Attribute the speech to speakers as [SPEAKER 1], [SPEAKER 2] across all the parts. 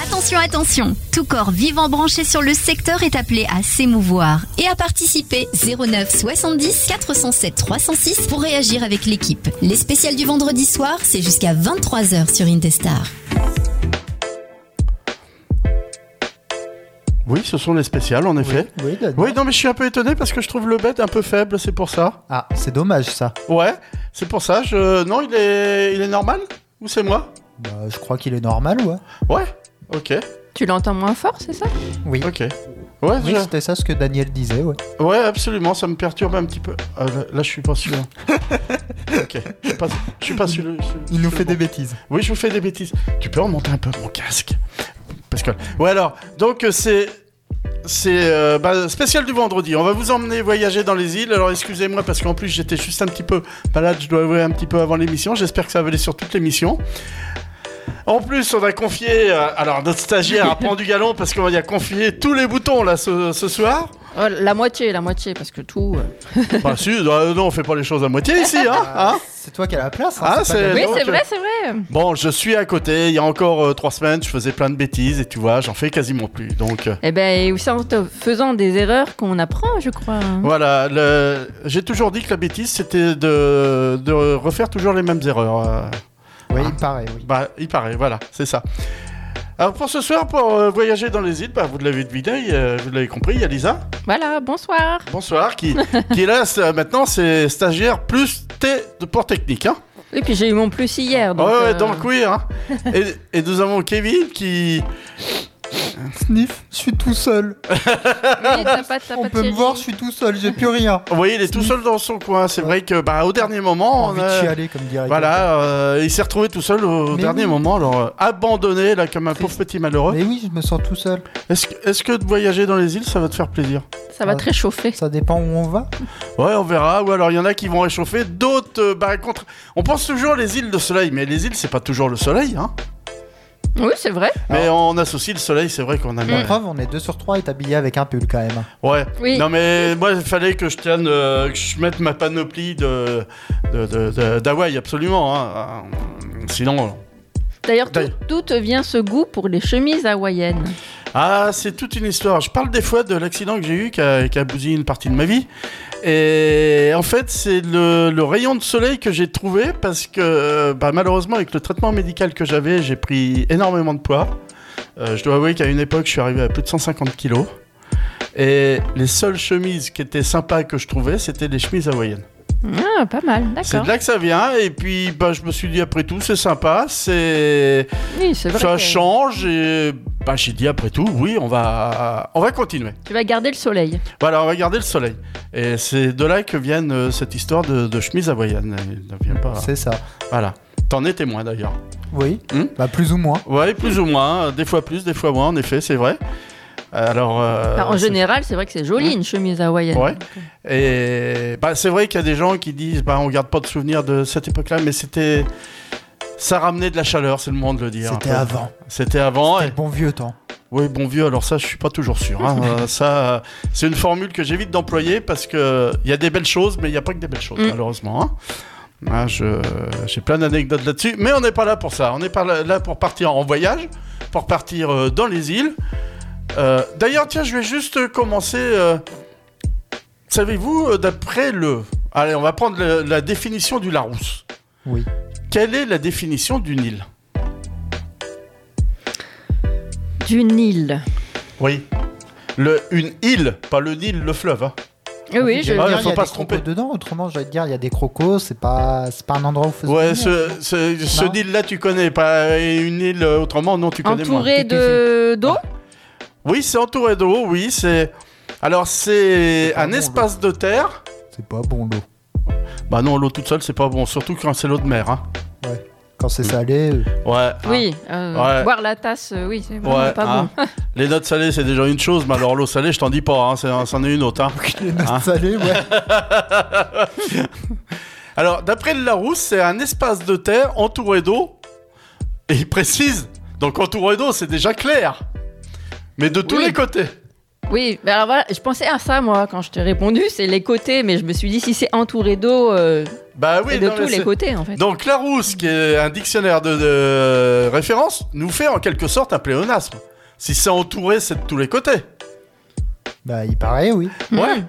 [SPEAKER 1] Attention, attention Tout corps vivant branché sur le secteur est appelé à s'émouvoir et à participer 09 70 407 306 pour réagir avec l'équipe. Les spéciales du vendredi soir, c'est jusqu'à 23h sur Indestar.
[SPEAKER 2] Oui, ce sont les spéciales, en effet.
[SPEAKER 3] Oui, Dad.
[SPEAKER 2] Oui, non, mais je suis un peu étonné parce que je trouve le bet un peu faible, c'est pour ça.
[SPEAKER 3] Ah, c'est dommage ça.
[SPEAKER 2] Ouais, c'est pour ça. Je... Non, il est, il est normal Ou c'est moi
[SPEAKER 3] Bah, je crois qu'il est normal, ouais.
[SPEAKER 2] Ouais, ok,
[SPEAKER 4] Tu l'entends moins fort, c'est ça
[SPEAKER 3] Oui.
[SPEAKER 2] ok. Ouais,
[SPEAKER 3] Oui,
[SPEAKER 2] je-
[SPEAKER 3] c'était ça ce que Daniel disait, ouais.
[SPEAKER 2] ouais, absolument, ça me perturbe un petit peu. Ah, là, là, je suis pas sûr. ok, je suis pas, je suis pas sûr.
[SPEAKER 3] Il nous fait
[SPEAKER 2] des
[SPEAKER 3] des bêtises.
[SPEAKER 2] Oui, je vous fais des bêtises. Tu peux remonter un peu mon casque Pascal. Ouais, alors, donc euh, c'est. C'est euh, bah, spécial du vendredi. On va vous emmener voyager dans les îles. Alors excusez-moi parce qu'en plus j'étais juste un petit peu malade. Je dois avouer un petit peu avant l'émission. J'espère que ça va aller sur toute l'émission. En plus, on a confié. euh, alors notre stagiaire a pendu galon parce qu'on y a confié tous les boutons là ce, ce soir.
[SPEAKER 4] Oh, La moitié, la moitié, parce que tout. euh,
[SPEAKER 2] Bah si, euh, non, on fait pas les choses à moitié ici, hein, hein
[SPEAKER 3] C'est toi qui as la place. hein,
[SPEAKER 2] Ah,
[SPEAKER 3] pas
[SPEAKER 2] c'est-
[SPEAKER 3] Daniel.
[SPEAKER 4] Oui,
[SPEAKER 2] donc,
[SPEAKER 4] c'est
[SPEAKER 2] euh,
[SPEAKER 4] vrai, c'est vrai.
[SPEAKER 2] Bon, je suis à côté. Il y a encore euh, trois semaines, je faisais plein de bêtises et tu vois, j'en fais quasiment plus. Donc euh,
[SPEAKER 4] Eh ben, et c'est en te- faisant des erreurs qu'on apprend, je crois.
[SPEAKER 3] Mmh.
[SPEAKER 4] hein.
[SPEAKER 2] voilà, le- j'ai toujours dit que la bêtise c'était de... de refaire toujours les mêmes erreurs. euh.
[SPEAKER 3] Oui, il paraît, oui.
[SPEAKER 2] Bah, il paraît, voilà, c'est ça. Alors pour ce soir, pour euh, voyager dans les îles, bah, vous l'avez deviné, euh, vous l'avez compris, il y a Lisa,
[SPEAKER 4] Voilà, bonsoir.
[SPEAKER 2] bonsoir, qui, qui est là c'est- maintenant, c'est stagiaire plus T de port technique. Hein.
[SPEAKER 4] Et puis j'ai eu mon plus hier. Donc,
[SPEAKER 2] ouais, ouais,
[SPEAKER 4] euh,
[SPEAKER 2] donc oui. Hein. et, et nous avons Kevin qui...
[SPEAKER 3] Sniff, je suis tout seul.
[SPEAKER 4] mais t'as pas- t'as
[SPEAKER 3] On
[SPEAKER 4] pas
[SPEAKER 3] peut me
[SPEAKER 4] Thierry.
[SPEAKER 3] voir, je suis tout seul, j'ai plus rien.
[SPEAKER 2] Vous voyez, il est tout seul dans son coin. C'est vrai que bah, au dernier moment, on
[SPEAKER 3] envie de
[SPEAKER 2] a-
[SPEAKER 3] chialer, comme dirait. quelqu'un.
[SPEAKER 2] Voilà, euh, il s'est retrouvé tout seul au
[SPEAKER 3] Mais
[SPEAKER 2] dernier
[SPEAKER 3] oui.
[SPEAKER 2] moment, alors euh, abandonné là comme un pauvre petit malheureux.
[SPEAKER 3] Mais oui, je me sens tout seul.
[SPEAKER 2] Est-ce que, est-ce que de voyager dans les îles, ça va te faire plaisir
[SPEAKER 4] Ça va te réchauffer.
[SPEAKER 3] Euh, Ça dépend où on va.
[SPEAKER 2] Ouais, on verra. Ou alors il y en a qui vont réchauffer, d'autres, euh, bah contre. On pense toujours les îles de soleil, mais les îles, c'est pas toujours le soleil, hein.
[SPEAKER 4] Oui, c'est vrai.
[SPEAKER 2] Mais on associe le soleil, c'est vrai
[SPEAKER 4] Mm.
[SPEAKER 2] qu'on a.
[SPEAKER 3] La preuve, on est 2 sur 3 et t'habillé avec un pull quand même.
[SPEAKER 2] Ouais.
[SPEAKER 4] Oui.
[SPEAKER 2] Non mais moi, il fallait que je tienne, euh, que je mette ma panoplie de de- de- de- d'Hawaï, absolument. hein. Euh, Sinon.
[SPEAKER 4] D'ailleurs, tout-
[SPEAKER 2] D'ailleurs.
[SPEAKER 4] d'où te vient ce goût pour les chemises hawaïennes
[SPEAKER 2] Ah, c'est toute une histoire. Je parle des fois de l'accident que j'ai eu qui a, qui a bousillé une partie de ma vie. Et en fait, c'est le, le rayon de soleil que j'ai trouvé parce que euh, bah, malheureusement, avec le traitement médical que j'avais, j'ai pris énormément de poids. Euh, je dois avouer qu'à une époque, je suis arrivé à plus de 150 kilos. Et les seules chemises qui étaient sympas que je trouvais, c'était les chemises hawaïennes.
[SPEAKER 4] Ah, pas mal,
[SPEAKER 2] C'est de
[SPEAKER 4] d'accord.
[SPEAKER 2] là que ça vient. Et puis, bah, je me suis dit, après tout, c'est sympa, c'est
[SPEAKER 4] Oui, c'est vrai.
[SPEAKER 2] ça
[SPEAKER 4] que
[SPEAKER 2] change et bah, j'ai dit après tout, oui, on va, on va continuer.
[SPEAKER 4] Tu vas garder le
[SPEAKER 2] Euh,
[SPEAKER 4] soleil.
[SPEAKER 2] Voilà, on va garder le soleil. Et c'est de là que vient euh, cette histoire de, de chemise hawaïenne. Elle ne vient pas.
[SPEAKER 3] C'est ça.
[SPEAKER 2] Voilà. T'en es témoin d'ailleurs.
[SPEAKER 3] Oui.
[SPEAKER 2] Hmm
[SPEAKER 3] bah, plus ou moins.
[SPEAKER 2] Ouais, plus ou moins. Des fois plus, des fois moins, en effet, c'est vrai. Alors. euh,
[SPEAKER 4] Enfin, en
[SPEAKER 2] c'est-
[SPEAKER 4] général, c'est vrai que c'est joli une chemise hawaïenne.
[SPEAKER 2] Ouais. Et bah, c'est vrai qu'il y a des gens qui disent bah, on garde pas de souvenirs de cette époque-là, mais c'était. Ça ramenait de la chaleur, c'est le moment de le dire. un
[SPEAKER 3] C'était
[SPEAKER 2] peu.
[SPEAKER 3] avant.
[SPEAKER 2] C'était avant.
[SPEAKER 3] C'était
[SPEAKER 2] et-
[SPEAKER 3] le bon vieux temps.
[SPEAKER 2] Oui, bon vieux, alors ça, je suis pas toujours sûr. hein. Euh, ça, euh, c'est une formule que j'évite d'employer parce que il y a des belles choses, mais il n'y a pas que des belles choses,
[SPEAKER 4] Mm.
[SPEAKER 2] malheureusement. hein. Ah, je- j'ai plein d'anecdotes là-dessus, mais on n'est pas là pour ça. On n'est pas là- là pour partir en voyage, pour partir euh, dans les îles. Euh, D'ailleurs, tiens, je vais juste commencer. euh, Savez-vous, euh, d'après le. Allez, on va prendre le- la définition du Larousse.
[SPEAKER 3] Oui.
[SPEAKER 2] Quelle est la définition d'une île
[SPEAKER 4] Du Nil.
[SPEAKER 2] Oui. Le, une île, pas le Nil, le fleuve. hein.
[SPEAKER 4] Oui, Oui, je...
[SPEAKER 2] Ah,
[SPEAKER 3] il
[SPEAKER 2] faut pas
[SPEAKER 3] des
[SPEAKER 2] se tromper.
[SPEAKER 3] crocos dedans. Autrement, j'allais te dire, il y a des crocos. C'est pas, c'est pas un endroit où faut se
[SPEAKER 2] Ouais,
[SPEAKER 3] baigner.
[SPEAKER 2] ce, ce, ce
[SPEAKER 3] Non.
[SPEAKER 2] île-là, tu connais pas. Et une île euh, autrement, non, tu connais moins. Ah.
[SPEAKER 4] entouré de d'eau.
[SPEAKER 2] Oui, c'est entouré d'eau, oui, c'est. Alors, c'est
[SPEAKER 3] C'est pas
[SPEAKER 2] un
[SPEAKER 3] bon,
[SPEAKER 2] espace de terre.
[SPEAKER 3] C'est pas bon l'eau.
[SPEAKER 2] Bah non, l'eau toute seule, c'est pas bon, surtout quand c'est l'eau de mer. Hein.
[SPEAKER 3] Quand c'est salé, euh,
[SPEAKER 2] Ouais. hein.
[SPEAKER 4] Oui, euh,
[SPEAKER 2] Ouais.
[SPEAKER 4] boire la tasse, euh, oui, c'est vraiment
[SPEAKER 2] Ouais,
[SPEAKER 4] pas
[SPEAKER 2] hein. Les notes salées, c'est déjà une chose, mais alors l'eau salée, je t'en dis pas, hein, c'est- c'en est une autre. hein.
[SPEAKER 3] les notes
[SPEAKER 2] Ah.
[SPEAKER 3] salées, ouais.
[SPEAKER 2] Alors, d'après le Larousse, c'est un espace de terre entouré d'eau. Et il précise, donc entouré d'eau, c'est déjà clair. Mais de tous
[SPEAKER 4] Oui.
[SPEAKER 2] les côtés.
[SPEAKER 4] bon. Oui, mais alors voilà, je pensais à ça moi quand je t'ai répondu, c'est les côtés, mais je me suis dit si c'est entouré d'eau, euh,
[SPEAKER 2] Bah oui,
[SPEAKER 4] c'est de
[SPEAKER 2] non, mais
[SPEAKER 4] tous les
[SPEAKER 2] c'est-
[SPEAKER 4] côtés en fait.
[SPEAKER 2] Donc Larousse, qui est un dictionnaire de, de référence, nous fait en quelque sorte un pléonasme. Si c'est entouré, c'est de tous les côtés.
[SPEAKER 3] Bah, il paraît, oui.
[SPEAKER 4] Hmm.
[SPEAKER 2] Ouais.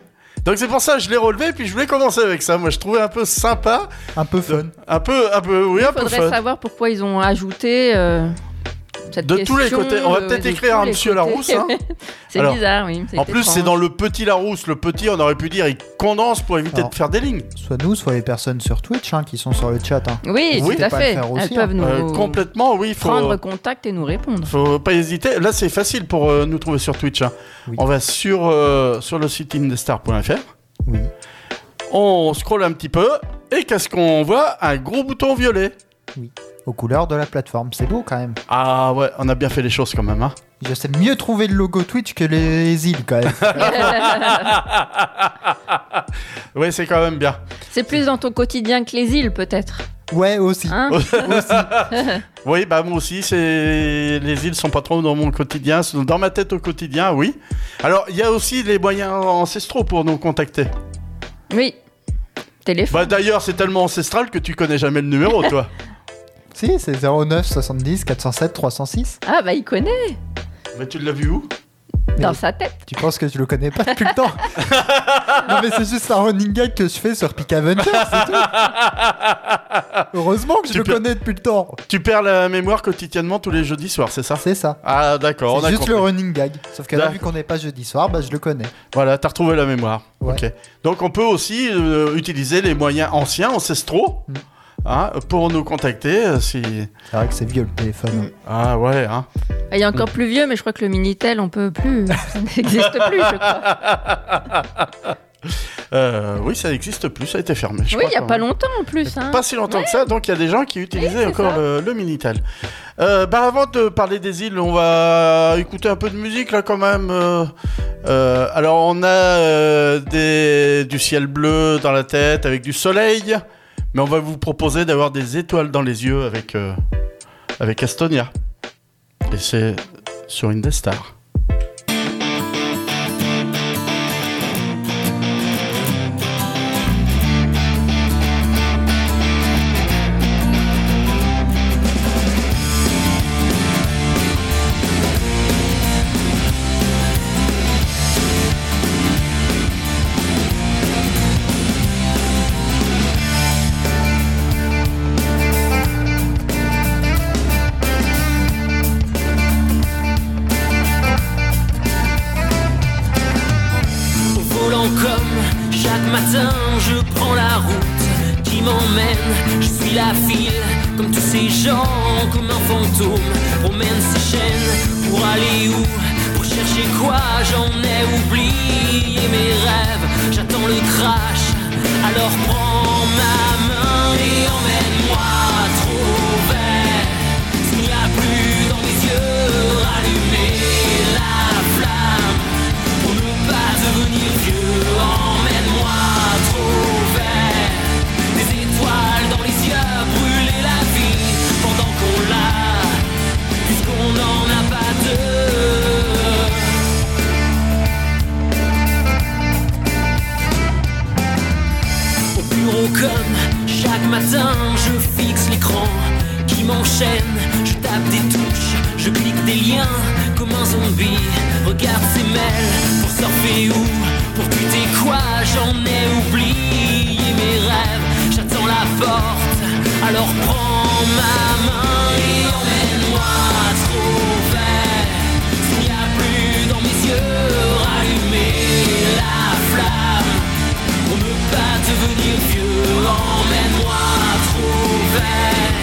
[SPEAKER 2] Donc c'est pour ça que je l'ai relevé, puis je voulais commencer avec ça. Moi, je trouvais un peu sympa,
[SPEAKER 3] Un peu fun.
[SPEAKER 2] un peu, un peu, oui,
[SPEAKER 4] Il
[SPEAKER 2] un peu
[SPEAKER 4] faudrait
[SPEAKER 2] fun.
[SPEAKER 4] savoir pourquoi ils ont ajouté euh, cette
[SPEAKER 2] De tous les
[SPEAKER 4] question,
[SPEAKER 2] côtés. On va
[SPEAKER 4] euh,
[SPEAKER 2] peut-être
[SPEAKER 4] de
[SPEAKER 2] écrire
[SPEAKER 4] tous
[SPEAKER 2] à
[SPEAKER 4] les
[SPEAKER 2] Monsieur
[SPEAKER 4] côtés.
[SPEAKER 2] Larousse, hein.
[SPEAKER 4] c'est
[SPEAKER 2] Alors,
[SPEAKER 4] bizarre, oui.
[SPEAKER 2] En plus, c'est
[SPEAKER 4] étrange.
[SPEAKER 2] dans le petit Larousse. Le petit, on aurait pu dire, il condense pour éviter
[SPEAKER 3] Alors.
[SPEAKER 2] de faire des lignes.
[SPEAKER 3] Soit nous, soit les personnes sur Twitch hein, qui sont sur le chat. hein.
[SPEAKER 4] Oui,
[SPEAKER 2] Oui.
[SPEAKER 4] tout à
[SPEAKER 3] Pas le
[SPEAKER 4] fait.
[SPEAKER 3] faire aussi, hein.
[SPEAKER 4] Elles peuvent nous
[SPEAKER 2] Euh, complètement, oui. Faut...
[SPEAKER 4] prendre contact et nous répondre.
[SPEAKER 2] Faut pas hésiter. Là, c'est facile pour euh, nous trouver sur Twitch. hein.
[SPEAKER 3] Oui.
[SPEAKER 2] On va sur, euh, sur le site indestar.fr.
[SPEAKER 3] Oui.
[SPEAKER 2] On scrolle un petit peu. Et qu'est-ce qu'on voit Un gros bouton violet.
[SPEAKER 3] Aux couleurs de la plateforme. C'est beau quand même.
[SPEAKER 2] Ah ouais, on a bien fait les choses quand même. Hein.
[SPEAKER 3] Je sais mieux trouver le logo Twitch que les îles quand même.
[SPEAKER 2] Oui, c'est quand même bien.
[SPEAKER 4] C'est plus dans ton quotidien que les îles, peut-être.
[SPEAKER 3] ouais, aussi.
[SPEAKER 4] Hein
[SPEAKER 2] Oui, bah moi aussi, c'est les îles sont pas trop dans mon quotidien, sont dans ma tête au quotidien, oui. Alors, il y a aussi les moyens ancestraux pour nous contacter.
[SPEAKER 4] oui. Téléphone.
[SPEAKER 2] Bah d'ailleurs, c'est tellement ancestral que tu connais jamais le Bah, numéro, toi.
[SPEAKER 3] Si, c'est 09 70 407 306.
[SPEAKER 4] Ah, bah, il connaît
[SPEAKER 2] Mais tu l'as vu où
[SPEAKER 4] dans
[SPEAKER 3] Mais-
[SPEAKER 4] sa tête.
[SPEAKER 3] Tu penses que je le connais pas depuis le temps Non mais c'est juste un running gag que je fais sur Pic Avenger, c'est tout. Heureusement que je
[SPEAKER 2] Tu
[SPEAKER 3] le
[SPEAKER 2] peux-
[SPEAKER 3] connais depuis le temps.
[SPEAKER 2] Tu perds la mémoire quotidiennement tous les jeudis soirs, c'est ça
[SPEAKER 3] C'est ça.
[SPEAKER 2] Ah d'accord, on
[SPEAKER 3] C'est
[SPEAKER 2] a
[SPEAKER 3] juste
[SPEAKER 2] compris. Bah.
[SPEAKER 3] le running gag. Sauf que là, vu
[SPEAKER 2] D'accord.
[SPEAKER 3] qu'on n'est pas jeudi soir, bah je le connais.
[SPEAKER 2] Voilà, t'as retrouvé la mémoire.
[SPEAKER 3] Ouais.
[SPEAKER 2] Ok. Donc on peut aussi euh, utiliser les moyens anciens, ancestraux,
[SPEAKER 3] Mm.
[SPEAKER 2] hein, pour nous contacter. euh, si...
[SPEAKER 3] C'est vrai que c'est vieux le téléphone.
[SPEAKER 2] Ah ouais, hein.
[SPEAKER 4] Mm. Il est encore plus vieux, mais je crois que le Minitel, on peut plus. Ça n'existe plus, je crois.
[SPEAKER 2] Euh, oui, ça n'existe plus, ça a été fermé. je crois,
[SPEAKER 4] oui, il n'y a
[SPEAKER 2] quand
[SPEAKER 4] pas
[SPEAKER 2] même.
[SPEAKER 4] longtemps en plus. Hein.
[SPEAKER 2] Pas si longtemps que ça, donc il y a des gens qui utilisaient
[SPEAKER 4] c'est
[SPEAKER 2] encore
[SPEAKER 4] ça.
[SPEAKER 2] le, le Minitel. Euh, bah, avant de parler des îles, on va écouter un peu de musique là quand même. euh, euh, alors on a euh, des, du ciel bleu dans la tête avec du soleil, mais on va vous proposer d'avoir des étoiles dans les yeux avec, euh, avec Estonia. Et c'est sur Indestar.
[SPEAKER 5] Au volant comme chaque matin, je prends la route qui m'emmène. Je suis la file comme tous ces gens, comme un fantôme. Promène ses chaînes pour aller où Pour chercher quoi J'en ai oublié mes rêves. J'attends le crash, alors prends ma main et emmène-moi trop vert. S'il n'y a plus dans mes yeux, rallumer la flamme. Pour ne pas devenir vieux, emmène-moi trop vert. Des étoiles dans les yeux, brûler la vie pendant qu'on l'a, puisqu'on n'en a pas deux. au bureau comme chaque matin je fixe l'écran qui m'enchaîne, je tape des touches, je clique des liens comme un zombie, regarde ses mails pour surfer ou pour tweeter quoi, j'en ai oublié mes rêves, j'attends la porte, alors prends ma main et emmène-moi trop vert, s'il n'y a plus dans mes yeux, rallumer la flamme. Pour ne pas devenir vieux, emmène-moi trop vert.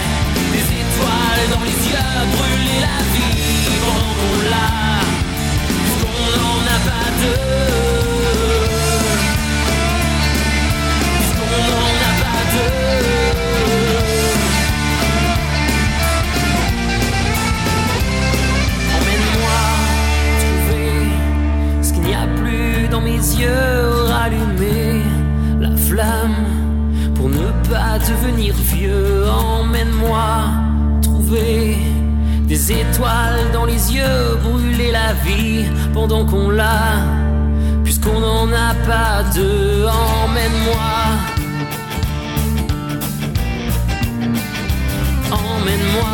[SPEAKER 5] Des étoiles dans les yeux, brûler la vie, pendant qu'on l'a, puisqu'on n'en a pas deux. Puisqu'on n'en a pas deux. Emmène-moi trouver ce qu'il n'y a plus dans mes yeux. Rallumer la flamme pour ne pas devenir vieux. Emmène-moi trouver des étoiles dans les yeux. Brûler la vie pendant qu'on l'a, puisqu'on n'en a pas deux. Emmène-moi. Emmène-moi.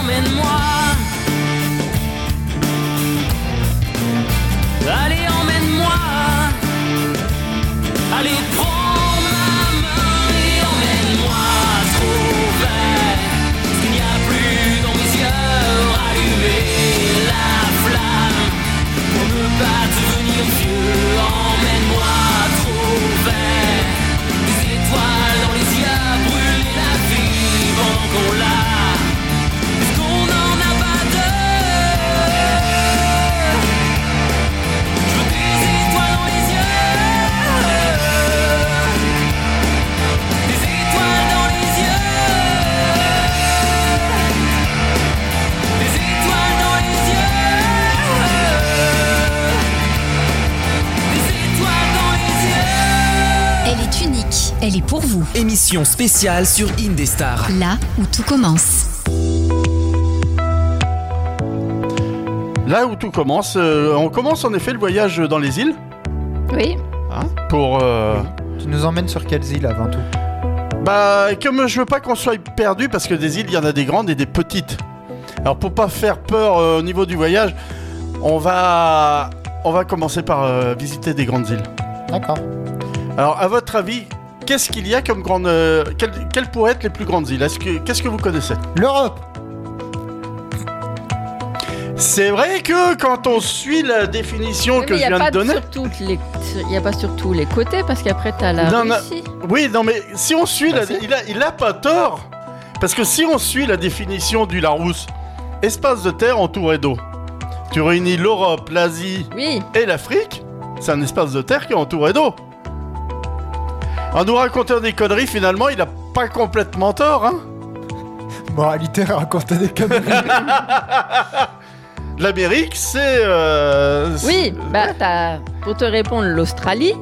[SPEAKER 5] emmène-moi. Allez, emmène-moi. Allez, prends ma main et emmène-moi trop vers ce qu'il n'y a plus dans mes yeux. Allumer la flamme pour ne pas devenir vieux. Emmène-moi trop vers des étoiles dans les yeux. Brûler la vie, bon qu'on l'a. Est-ce qu'on en a pas deux je veux des étoiles dans les yeux Des étoiles dans les yeux Des étoiles dans les yeux Des étoiles dans les
[SPEAKER 1] Elle
[SPEAKER 5] yeux
[SPEAKER 1] est unique, elle est pour vous.
[SPEAKER 6] Émission spéciale sur Indestar.
[SPEAKER 1] Là où tout commence.
[SPEAKER 2] Là où tout commence, euh, on commence en effet le voyage dans les îles
[SPEAKER 4] Oui.
[SPEAKER 2] pour. euh,
[SPEAKER 3] Tu nous emmènes sur quelles îles avant tout
[SPEAKER 2] Bah, comme je veux pas qu'on soit perdu, parce que des îles, il y en a des grandes et des petites. Alors, pour pas faire peur euh, au niveau du voyage, on va, on va commencer par euh, visiter des grandes îles.
[SPEAKER 3] D'accord.
[SPEAKER 2] Alors, à votre avis, qu'est-ce qu'il y a comme grande, euh, quelles, quelles pourraient être les plus grandes îles Est-ce que, qu'est-ce que vous connaissez
[SPEAKER 3] L'Europe
[SPEAKER 2] C'est vrai que quand on suit la définition
[SPEAKER 4] Oui,
[SPEAKER 2] que
[SPEAKER 4] mais il
[SPEAKER 2] je
[SPEAKER 4] n'y a,
[SPEAKER 2] viens
[SPEAKER 4] pas
[SPEAKER 2] de donner,
[SPEAKER 4] sur toutes les- sur- il y a pas sur tous les côtés parce qu'après, t'as la
[SPEAKER 2] Non, non.
[SPEAKER 4] Russie.
[SPEAKER 2] Oui, non, mais si on suit,
[SPEAKER 3] Bah,
[SPEAKER 2] la-
[SPEAKER 3] si.
[SPEAKER 2] il, a, il a pas tort. Parce que si on suit la définition du Larousse, espace de terre entouré d'eau, tu réunis l'Europe, l'Asie
[SPEAKER 4] Oui.
[SPEAKER 2] et l'Afrique, c'est un espace de terre qui est entouré d'eau. En nous racontant des conneries, finalement, il a pas complètement tort. Hein
[SPEAKER 3] Moralité, raconter des conneries.
[SPEAKER 2] L'Amérique, c'est. euh, c'est-
[SPEAKER 4] Oui, bah, t'as- pour te répondre, l'Australie,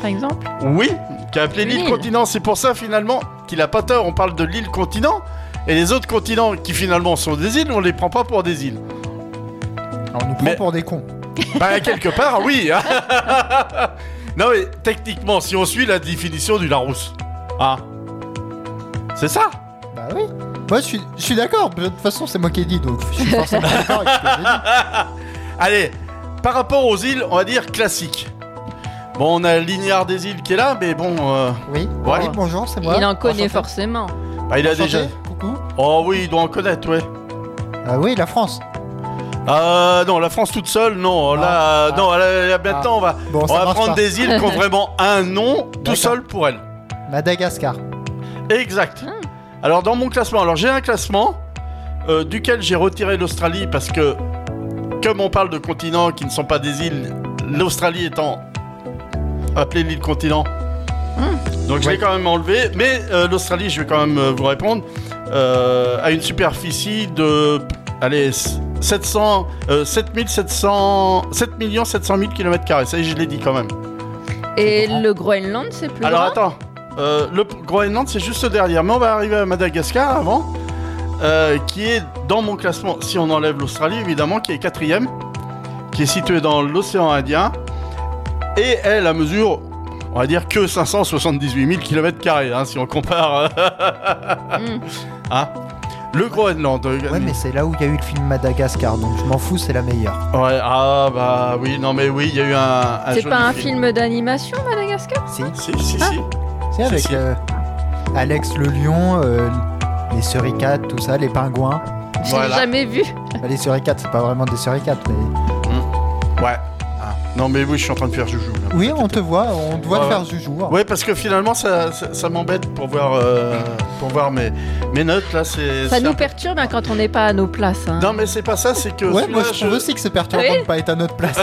[SPEAKER 4] par exemple.
[SPEAKER 2] Oui, qui a appelé l'île
[SPEAKER 4] L'île.
[SPEAKER 2] continent. C'est pour ça finalement qu'il a pas tort. On parle de l'île continent. Et les autres continents qui finalement sont des îles, on les prend pas pour des îles.
[SPEAKER 3] Alors, on nous prend
[SPEAKER 2] Mais-
[SPEAKER 3] pour des cons.
[SPEAKER 2] Bah quelque part, oui. non mais techniquement, si on suit la définition du Larousse. Ah. C'est ça
[SPEAKER 3] Bah oui. Moi, je suis, je suis d'accord. De toute façon, c'est moi qui ai dit, donc je suis forcément d'accord avec ce que j'ai dit.
[SPEAKER 2] Allez, par rapport aux îles, on va dire classique. Bon, on a l'ignard des îles qui est là, mais bon, euh,
[SPEAKER 3] Oui.
[SPEAKER 2] Ouais.
[SPEAKER 3] Oui, bonjour, c'est moi.
[SPEAKER 4] il en connaît
[SPEAKER 3] Enchanté.
[SPEAKER 4] forcément.
[SPEAKER 2] bah, il a déjà.
[SPEAKER 3] Enchanté, coucou.
[SPEAKER 2] Oh oui, il doit en connaître, ouais.
[SPEAKER 3] Ah oui, la France.
[SPEAKER 2] Euh, non, la France toute seule, non.
[SPEAKER 3] Ah,
[SPEAKER 2] là, euh,
[SPEAKER 3] ah,
[SPEAKER 2] non, là, là, maintenant, on va,
[SPEAKER 3] Bon,
[SPEAKER 2] on
[SPEAKER 3] ça
[SPEAKER 2] va
[SPEAKER 3] marche
[SPEAKER 2] prendre
[SPEAKER 3] pas.
[SPEAKER 2] des îles qui ont vraiment un nom tout
[SPEAKER 3] D'accord.
[SPEAKER 2] seul pour elles.
[SPEAKER 3] Madagascar.
[SPEAKER 2] Bah Exact. Alors dans mon classement, alors j'ai un classement euh, duquel j'ai retiré l'Australie parce que comme on parle de continents qui ne sont pas des îles, l'Australie étant appelée l'île continent. Donc je l'ai quand même enlevé, mais euh, l'Australie, je vais quand même euh, vous répondre, euh, a une superficie de allez 700 euh, 7700 7 700 000 km carrés. Ça y est, je l'ai dit quand même.
[SPEAKER 4] Et le Groenland, c'est plus
[SPEAKER 2] Alors
[SPEAKER 4] grand.
[SPEAKER 2] attends, Euh, le p- Groenland c'est juste derrière, mais on va arriver à Madagascar avant, euh, qui est dans mon classement, si on enlève l'Australie évidemment, qui est quatrième, qui est située dans l'océan Indien, et elle à mesure, on va dire que 578 000 km hein, si on compare euh,
[SPEAKER 4] Mm.
[SPEAKER 2] hein. le Groenland. euh,
[SPEAKER 3] Ouais, mais c'est là où il y a eu le film Madagascar, donc je m'en fous, c'est la meilleure.
[SPEAKER 2] ouais, ah bah oui, non mais oui, il y a eu un... un
[SPEAKER 4] C'est
[SPEAKER 2] joli
[SPEAKER 4] pas un film d'animation, Madagascar Ah,
[SPEAKER 3] Si.
[SPEAKER 2] Si, si, si.
[SPEAKER 3] C'est avec
[SPEAKER 2] si.
[SPEAKER 3] euh, Alex le lion, euh, les suricates, tout ça, les pingouins.
[SPEAKER 4] J'ai
[SPEAKER 2] Voilà. Mm.
[SPEAKER 4] jamais vu.
[SPEAKER 3] Bah, les suricates, c'est pas vraiment des suricates, mais.
[SPEAKER 2] Ouais. Ah. Non mais oui, je suis en train de faire joujou. là.
[SPEAKER 3] Oui, on te voit, on te voit
[SPEAKER 2] Ouais,
[SPEAKER 3] faire joujou. hein.
[SPEAKER 2] Ouais, parce que finalement, ça, ça, ça m'embête pour voir, euh, pour voir mes, mes notes là. C'est
[SPEAKER 4] Ça
[SPEAKER 2] c'est
[SPEAKER 4] nous
[SPEAKER 2] un-
[SPEAKER 4] perturbe hein, quand on n'est pas à nos places. hein.
[SPEAKER 2] Non, mais c'est pas ça, c'est que
[SPEAKER 3] Ouais,
[SPEAKER 2] celui-là,
[SPEAKER 3] moi je trouve aussi que c'est perturbant
[SPEAKER 4] Oui.
[SPEAKER 3] de pas être à notre place.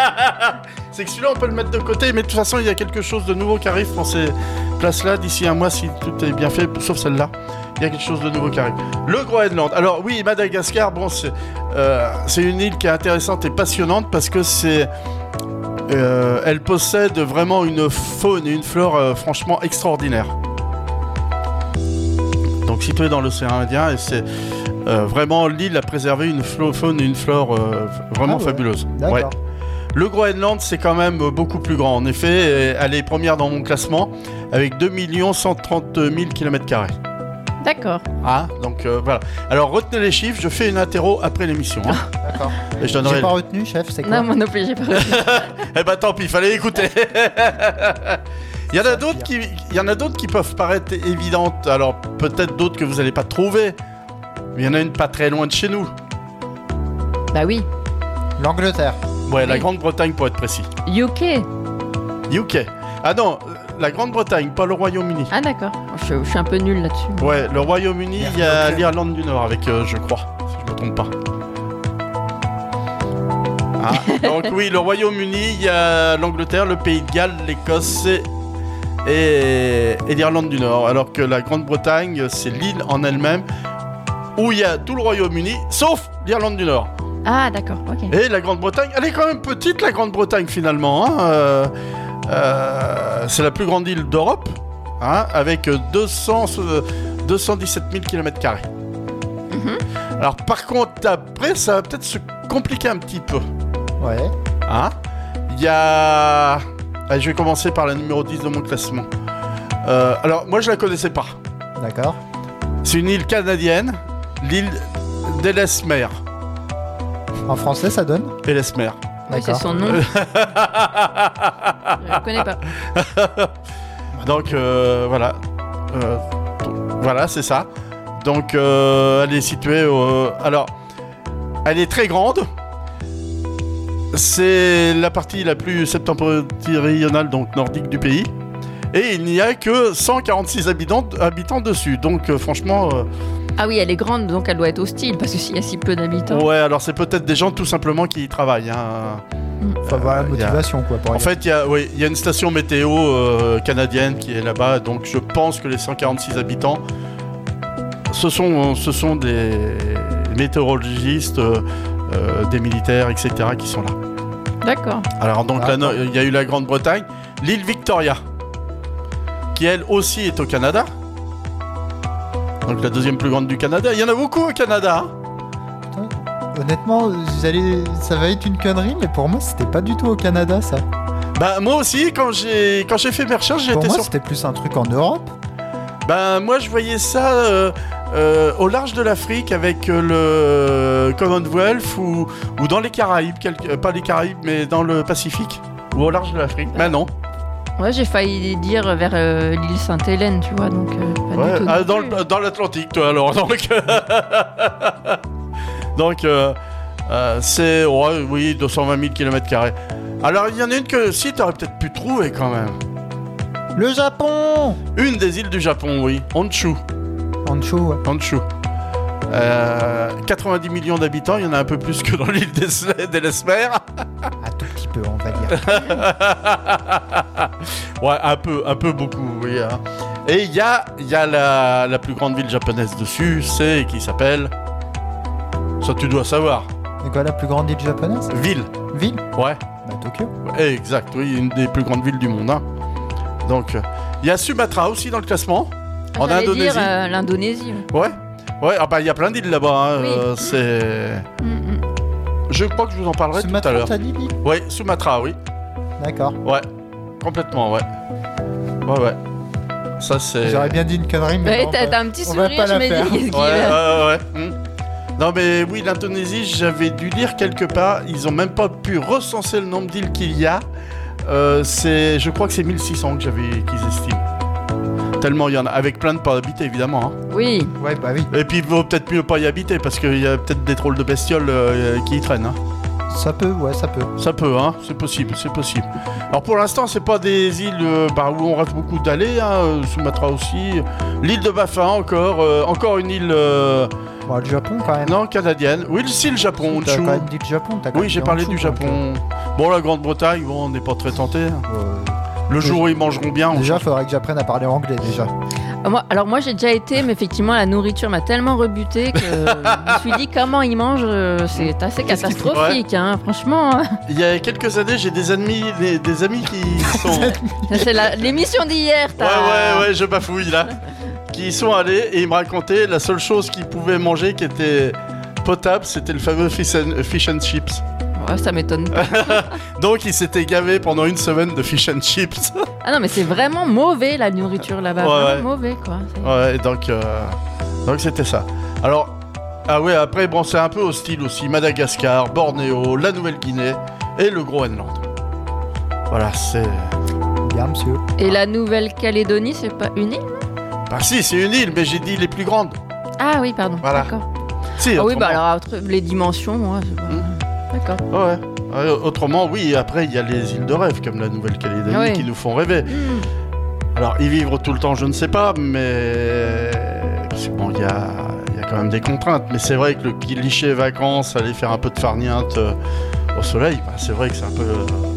[SPEAKER 2] c'est que celui-là, on peut le mettre de côté. Mais de toute façon, il y a quelque chose de nouveau qui arrive pour ces places-là d'ici un mois si tout est bien fait, sauf celle-là. Il y a quelque chose de nouveau qui arrive. Le Groenland. Alors oui, Madagascar, bon, c'est euh, c'est une île qui est intéressante et passionnante parce que c'est euh, elle possède vraiment une faune et une flore euh, franchement extraordinaires. Donc située dans l'océan Indien et c'est euh, vraiment l'île a préservé une flo- faune et une flore euh, vraiment
[SPEAKER 3] Ah ouais.
[SPEAKER 2] fabuleuse.
[SPEAKER 3] D'accord.
[SPEAKER 2] Ouais. Le Groenland, c'est quand même euh, beaucoup plus grand. En effet, euh, elle est première dans mon classement avec 2 130 000 km.
[SPEAKER 4] D'accord.
[SPEAKER 3] Ah.
[SPEAKER 2] Hein Donc euh, voilà. Alors retenez les chiffres, je fais une interro après l'émission. hein.
[SPEAKER 3] D'accord.
[SPEAKER 2] Et je donnerai.
[SPEAKER 3] J'ai
[SPEAKER 2] le-
[SPEAKER 3] pas retenu, chef, c'est quoi
[SPEAKER 4] Non, moi non plus, j'ai pas reçu.
[SPEAKER 2] Eh ben tant pis, fallait écouter. Il y en a d'autres qui, il y en a d'autres qui peuvent paraître évidentes. Alors peut-être d'autres que vous n'allez pas trouver. Mais il y en a une pas très loin de chez nous.
[SPEAKER 4] bah oui.
[SPEAKER 3] L'Angleterre.
[SPEAKER 2] Ouais, la
[SPEAKER 4] Oui.
[SPEAKER 2] Grande-Bretagne pour être précis.
[SPEAKER 4] UK.
[SPEAKER 2] UK. Ah non, la Grande-Bretagne, pas le Royaume-Uni.
[SPEAKER 4] Ah d'accord. Je, je suis un peu nul là-dessus.
[SPEAKER 2] Ouais, le Royaume-Uni, il y a
[SPEAKER 3] Ok.
[SPEAKER 2] l'Irlande du Nord avec, euh, je crois, si je me trompe pas. Ah, donc oui, le Royaume-Uni, il y a l'Angleterre, le Pays de Galles, l'Écosse et, et- et l'Irlande du Nord. Alors que la Grande-Bretagne, c'est l'île en elle-même où il y a tout le Royaume-Uni, sauf l'Irlande du Nord.
[SPEAKER 4] Ah d'accord, ok.
[SPEAKER 2] Et la Grande-Bretagne, elle est quand même petite, la Grande-Bretagne finalement. hein, euh, euh, c'est la plus grande île d'Europe, hein, avec 200, euh, 217 000 km. Alors par contre, après, ça va peut-être se compliquer un petit peu.
[SPEAKER 3] Ouais.
[SPEAKER 2] hein. Il y a... Allez, je vais commencer par la numéro 10 de mon classement. Euh, alors moi, je la connaissais pas.
[SPEAKER 3] D'accord.
[SPEAKER 2] C'est une île canadienne, l'île d'Ellesmer.
[SPEAKER 3] En français, ça donne
[SPEAKER 2] Ellesmer.
[SPEAKER 4] Oui, Bah, c'est
[SPEAKER 3] D'accord.
[SPEAKER 4] son nom. je le connais pas.
[SPEAKER 2] Donc euh, voilà. Euh, donc, voilà, c'est ça. Donc euh, elle est située au... Alors, elle est très grande. C'est la partie la plus septentrionale, donc nordique du pays. Et il n'y a que 146 habitants, habitants dessus. Donc euh, franchement, euh,
[SPEAKER 4] Ah oui, elle est grande, donc elle doit être hostile, parce que s'il y a si peu d'habitants.
[SPEAKER 2] ouais, alors c'est peut-être des gens tout simplement qui y travaillent. hein.
[SPEAKER 3] Faut avoir la
[SPEAKER 2] Euh, y a-
[SPEAKER 3] motivation, quoi. Pour
[SPEAKER 2] En
[SPEAKER 3] y
[SPEAKER 2] fait, il y, a- oui, il y a une station météo euh, canadienne qui est là-bas, donc je pense que les 146 habitants, ce sont, ce sont des météorologistes, euh, euh, des militaires, etc., qui sont là.
[SPEAKER 4] D'accord.
[SPEAKER 2] Alors, donc, la
[SPEAKER 3] D'accord.
[SPEAKER 2] No- il y a eu la Grande-Bretagne, l'île Victoria, qui elle aussi est au Canada, donc la deuxième plus grande du Canada. Il y en a beaucoup au Canada. hein.
[SPEAKER 3] aller. Honnêtement, j'allais... ça va être une connerie, mais pour moi, c'était pas du tout au Canada, ça.
[SPEAKER 2] Bah, moi aussi, quand j'ai quand j'ai fait mes recherches, j'ai
[SPEAKER 3] Pour
[SPEAKER 2] été
[SPEAKER 3] moi,
[SPEAKER 2] surpris.
[SPEAKER 3] c'était plus un truc en Europe.
[SPEAKER 2] Ben moi je voyais ça euh, euh, au large de l'Afrique avec euh, le Commonwealth ou, ou dans les Caraïbes, quelque- euh, pas les Caraïbes mais dans le Pacifique ou au large de l'Afrique. Ben non,
[SPEAKER 4] Ouais, j'ai failli dire vers euh, l'île Sainte-Hélène, tu vois, donc euh, pas
[SPEAKER 2] Ouais,
[SPEAKER 4] du tout.
[SPEAKER 2] ah,
[SPEAKER 4] non
[SPEAKER 2] dans
[SPEAKER 4] plus.
[SPEAKER 2] le- dans l'Atlantique toi alors. Donc, euh, donc euh, euh, c'est ouais, oui 220 000 km Alors il y en a une que si t'aurais peut-être pu trouver quand même.
[SPEAKER 3] Le Japon
[SPEAKER 2] Une des îles du Japon, oui, Honshu.
[SPEAKER 3] Ancho, ouais.
[SPEAKER 2] Honshu. Euh, 90 millions d'habitants, il y en a un peu plus que dans l'île des- d'Ellesmer.
[SPEAKER 3] Un tout petit peu, on va dire.
[SPEAKER 2] ouais, un peu, un peu beaucoup, oui. hein. Et il y a, il y a la, la plus grande ville japonaise dessus, c'est qui s'appelle. Ça, tu dois savoir.
[SPEAKER 3] C'est quoi la plus grande île japonaise
[SPEAKER 2] Ville,
[SPEAKER 3] Ville
[SPEAKER 2] ouais.
[SPEAKER 3] Bah, Tokyo.
[SPEAKER 2] Ouais, Exact, oui, une des plus grandes villes du monde. hein. Donc, euh, il y a Sumatra aussi dans le classement. En
[SPEAKER 4] J'allais
[SPEAKER 2] Indonésie.
[SPEAKER 4] dire euh, l'Indonésie. ouais.
[SPEAKER 2] Ouais. Ouais, ah bah, il y a plein d'îles là-bas. hein,
[SPEAKER 4] Oui.
[SPEAKER 2] euh, c'est.
[SPEAKER 4] Mm, mm.
[SPEAKER 2] Je crois que je vous en parlerai tout à
[SPEAKER 3] Sumatra,
[SPEAKER 2] l'heure.
[SPEAKER 3] t'as dit ville
[SPEAKER 2] Ouais, Sumatra, oui.
[SPEAKER 3] D'accord.
[SPEAKER 2] Ouais, complètement, ouais. Ouais, ouais. Ça, c'est.
[SPEAKER 3] J'aurais bien dit une connerie, mais.
[SPEAKER 4] Ouais,
[SPEAKER 3] bon,
[SPEAKER 4] t'as
[SPEAKER 3] bah,
[SPEAKER 4] t'as un petit
[SPEAKER 3] on va
[SPEAKER 4] sourire,
[SPEAKER 3] pas
[SPEAKER 4] je
[SPEAKER 3] la
[SPEAKER 4] me
[SPEAKER 3] faire.
[SPEAKER 4] dis. qu'est-ce qu'il
[SPEAKER 2] Ouais,
[SPEAKER 4] y
[SPEAKER 2] ouais,
[SPEAKER 4] a
[SPEAKER 2] ouais. hmm. Non, mais oui, l'Indonésie, j'avais dû lire quelque part, ils ont même pas pu recenser le nombre d'îles qu'il y a. Euh, c'est, je crois que c'est 1600 que j'avais, qu'ils estiment. Tellement il y en a, avec plein de pas habités évidemment. hein.
[SPEAKER 4] Oui,
[SPEAKER 3] Ouais, bah oui.
[SPEAKER 2] Et puis il vaut peut-être mieux pas y habiter parce qu'il y a peut-être des trolls de bestioles euh, qui y traînent. hein.
[SPEAKER 3] Ça peut, ouais, ça peut.
[SPEAKER 2] Ça peut, hein, c'est possible, c'est possible. Alors pour l'instant, c'est pas des îles euh, bah, où on rêve beaucoup d'aller, hein, euh, Sumatra aussi. L'île de Baffin encore, euh, encore une île euh,
[SPEAKER 3] Bon, Bah, le Japon, quand même.
[SPEAKER 2] non canadienne. Oui, si le Japon,
[SPEAKER 3] T'as
[SPEAKER 2] Honshu.
[SPEAKER 3] quand même dit le Japon, t'as quand
[SPEAKER 2] Oui,
[SPEAKER 3] même
[SPEAKER 2] j'ai
[SPEAKER 3] dit
[SPEAKER 2] parlé du
[SPEAKER 3] Honshu, donc,
[SPEAKER 2] Japon. Bon, la Grande-Bretagne, bon, on n'est pas très tenté. hein.
[SPEAKER 3] euh,
[SPEAKER 2] Le jour où ils mangeront bien, on
[SPEAKER 3] Déjà, faudrait que j'apprenne à parler anglais déjà.
[SPEAKER 4] Ah, moi- alors moi j'ai déjà été, mais effectivement la nourriture m'a tellement rebuté que je me suis dit comment ils mangent, euh, c'est assez
[SPEAKER 2] Qu'est-ce qu'ils font
[SPEAKER 4] catastrophique, hein, franchement. hein.
[SPEAKER 2] Il y a quelques années, j'ai des ennemis, des, des amis qui sont. ouais,
[SPEAKER 4] Ça, C'est la- l'émission d'hier, t'as-
[SPEAKER 2] Ah ouais, ouais, je bafouille là. Qui y sont allés et ils me racontaient la seule chose qu'ils pouvaient manger qui était potable, c'était le fameux fish and- fish and chips.
[SPEAKER 4] Ouais, ça m'étonne pas.
[SPEAKER 2] Donc il s'était gavé pendant une semaine de fish and chips.
[SPEAKER 4] Ah non, mais c'est vraiment mauvais la nourriture là-bas,
[SPEAKER 2] Ouais,
[SPEAKER 4] vraiment
[SPEAKER 2] ouais.
[SPEAKER 4] mauvais quoi. C'est-
[SPEAKER 2] Ouais, donc euh, Donc c'était ça. Alors, ah ouais, après, bon, c'est un peu hostile aussi. Madagascar, Bornéo, la Nouvelle-Guinée et le Groenland. Voilà, c'est.
[SPEAKER 3] Bien, monsieur.
[SPEAKER 4] Et la Nouvelle-Calédonie, c'est pas une île
[SPEAKER 2] Ah si, c'est une île, mais j'ai dit les plus grandes.
[SPEAKER 4] Ah oui, pardon.
[SPEAKER 2] Voilà.
[SPEAKER 4] D'accord.
[SPEAKER 2] Si,
[SPEAKER 4] Ah oui,
[SPEAKER 2] autrement-
[SPEAKER 4] bah alors, entre les dimensions, moi, c'est pas...
[SPEAKER 2] Hmm.
[SPEAKER 4] D'accord.
[SPEAKER 2] Ouais. Ouais, Autrement, oui, après, il y a les îles de rêve, comme la Nouvelle-Calédonie,
[SPEAKER 4] Ah oui.
[SPEAKER 2] qui nous font rêver.
[SPEAKER 4] Hmm.
[SPEAKER 2] Alors, y vivre tout le temps, je ne sais pas, mais. c'est Bon, il y a... il y a quand même des contraintes. Mais c'est vrai que le cliché vacances, aller faire un peu de farniente euh, au soleil, bah, c'est vrai que c'est un peu...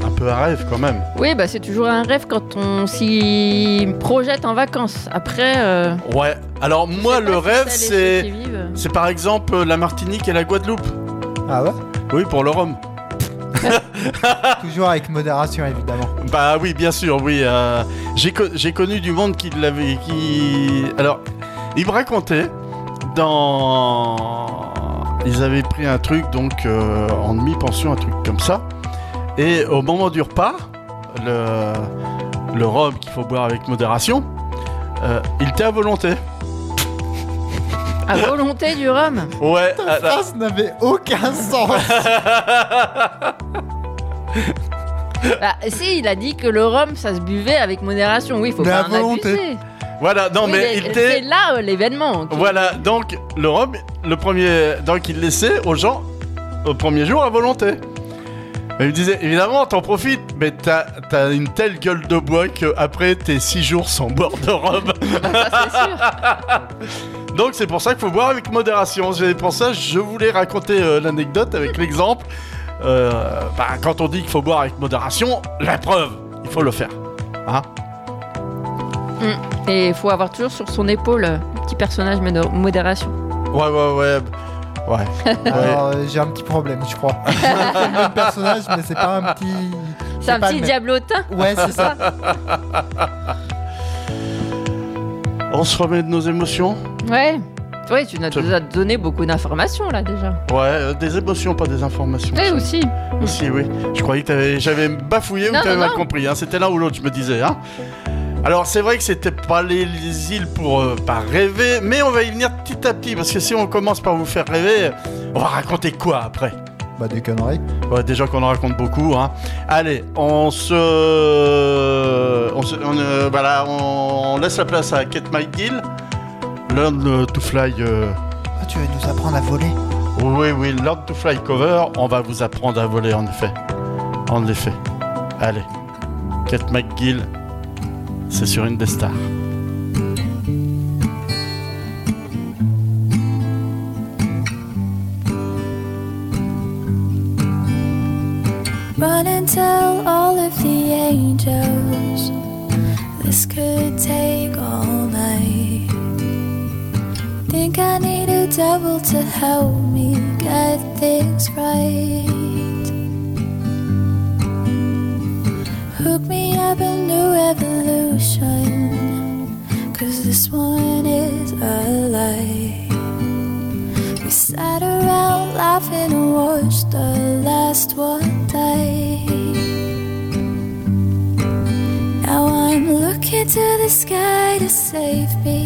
[SPEAKER 2] un peu un rêve quand même.
[SPEAKER 4] Oui, bah c'est toujours un rêve quand on s'y projette en vacances. Après, euh,
[SPEAKER 2] Ouais. Alors, moi,
[SPEAKER 4] je sais
[SPEAKER 2] le
[SPEAKER 4] pas si
[SPEAKER 2] rêve,
[SPEAKER 4] ça, les ceux qui
[SPEAKER 2] c'est.
[SPEAKER 4] vivent.
[SPEAKER 2] C'est par exemple la Martinique et la Guadeloupe.
[SPEAKER 3] Ah ouais
[SPEAKER 2] Oui, pour le rhum.
[SPEAKER 3] Toujours avec modération, évidemment.
[SPEAKER 2] Bah oui, bien sûr, oui. euh, J'ai co- j'ai connu du monde qui l'avait. Qui... Alors, ils me racontaient dans. Ils avaient pris un truc, donc euh, en demi-pension, un truc comme ça. Et au moment du repas, le, le rhum qu'il faut boire avec modération, euh, il était à volonté.
[SPEAKER 4] À volonté du rhum.
[SPEAKER 2] Ouais, à la-
[SPEAKER 3] Ah, ça n'avait aucun sens.
[SPEAKER 4] Bah, si, il a dit que le rhum, ça se buvait avec modération. Oui, faut
[SPEAKER 3] Mais
[SPEAKER 4] pas
[SPEAKER 3] à
[SPEAKER 4] en
[SPEAKER 3] volonté.
[SPEAKER 4] abuser.
[SPEAKER 2] voilà, non,
[SPEAKER 4] Oui,
[SPEAKER 2] mais, il
[SPEAKER 4] c'est
[SPEAKER 2] était.
[SPEAKER 4] là euh, l'événement.
[SPEAKER 2] Voilà, donc le rhum, le premier, donc il laissait aux gens au premier jour à volonté. Et il me disait, évidemment, t'en profites, mais t'as as une telle gueule de bois que après tes 6 jours sans boire de rhum.
[SPEAKER 4] Ça, c'est sûr.
[SPEAKER 2] Donc c'est pour ça qu'il faut boire avec modération. C'est pour ça que je voulais raconter euh, l'anecdote avec l'exemple. Euh, bah, quand on dit qu'il faut boire avec modération, la preuve, il faut le faire. Hein
[SPEAKER 4] Hmm. Et il faut avoir toujours sur son épaule euh, un petit personnage mais de modération.
[SPEAKER 2] ouais, ouais, ouais. Ouais. Ouais.
[SPEAKER 3] Alors, euh, j'ai un petit problème, je crois. C'est le même personnage, Ah, mais c'est pas un petit.
[SPEAKER 4] C'est un
[SPEAKER 3] pas
[SPEAKER 4] petit
[SPEAKER 3] le même.
[SPEAKER 4] diablotin.
[SPEAKER 3] Ouais, c'est ça.
[SPEAKER 2] On se remet de nos émotions.
[SPEAKER 4] Ouais. Oui, tu nous
[SPEAKER 2] Je-
[SPEAKER 4] as donné beaucoup d'informations là déjà.
[SPEAKER 2] Ouais, euh, des émotions, pas des informations.
[SPEAKER 4] Oui,
[SPEAKER 2] ça.
[SPEAKER 4] aussi.
[SPEAKER 2] Aussi, oui. Je croyais que t'avais- j'avais bafouillé
[SPEAKER 4] Non,
[SPEAKER 2] ou t'avais
[SPEAKER 4] non,
[SPEAKER 2] mal
[SPEAKER 4] non.
[SPEAKER 2] compris. hein. C'était l'un ou l'autre, je me disais. Hein. Alors, c'est vrai que c'était pas les, les îles pour euh, pas rêver, mais on va y venir petit à petit. Parce que si on commence par vous faire rêver, on va raconter quoi après
[SPEAKER 3] Bah, des conneries.
[SPEAKER 2] Ouais, Déjà qu'on en raconte beaucoup. Hein. Allez, on se. On, se- on, euh, voilà, on laisse la place à Kate McGill. Learn euh, to fly. euh,
[SPEAKER 3] Ah, tu veux nous apprendre à voler
[SPEAKER 2] oui, oui, Learn to Fly Cover, on va vous apprendre à voler en effet. En effet. Allez. Kate McGill, c'est sur une des stars.
[SPEAKER 7] Run and tell all of the angels this could take all night. Think I need a devil to help me get things right. Hook me up a new evolution, cause this one is a lie. We sat around laughing and watched the last one die. Now I'm looking to the sky to save me.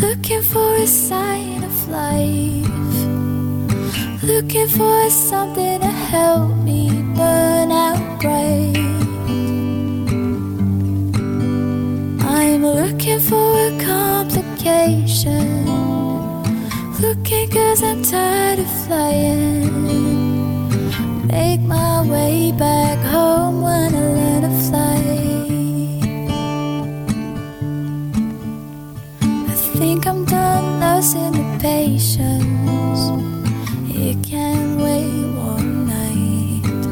[SPEAKER 7] Looking for a sign of life. Looking for something to help me burn out bright. I'm looking for a complication. Looking cause I'm tired of flying. Make my way back home when I learn to fly. I think I'm done nursing the patience. It can wait one night.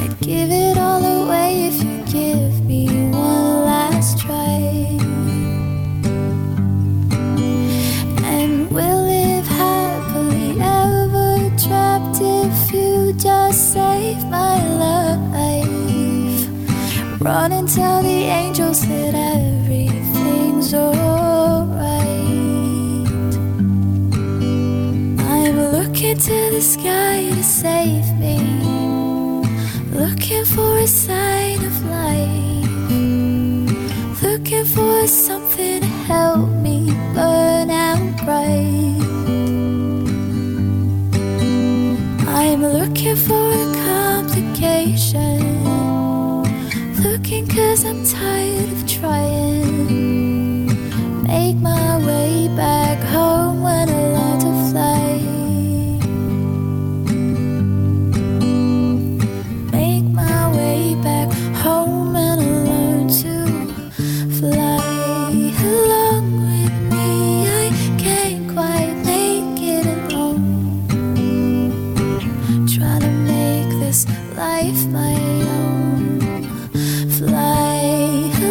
[SPEAKER 7] I'd give it all away if you give me one last try and we'll live happily ever trapped if you just save my life. Run and tell the angels that everything's alright. I'm looking to the sky to save me, looking for a sign of life. Looking for something to help me burn out bright. I'm looking for a complication. Looking cause I'm tired of trying. Make my way back home when I learn to fly. Make my way back home and I learn to fly along with me. I can't quite make it alone. Trying to make this life my own. Fly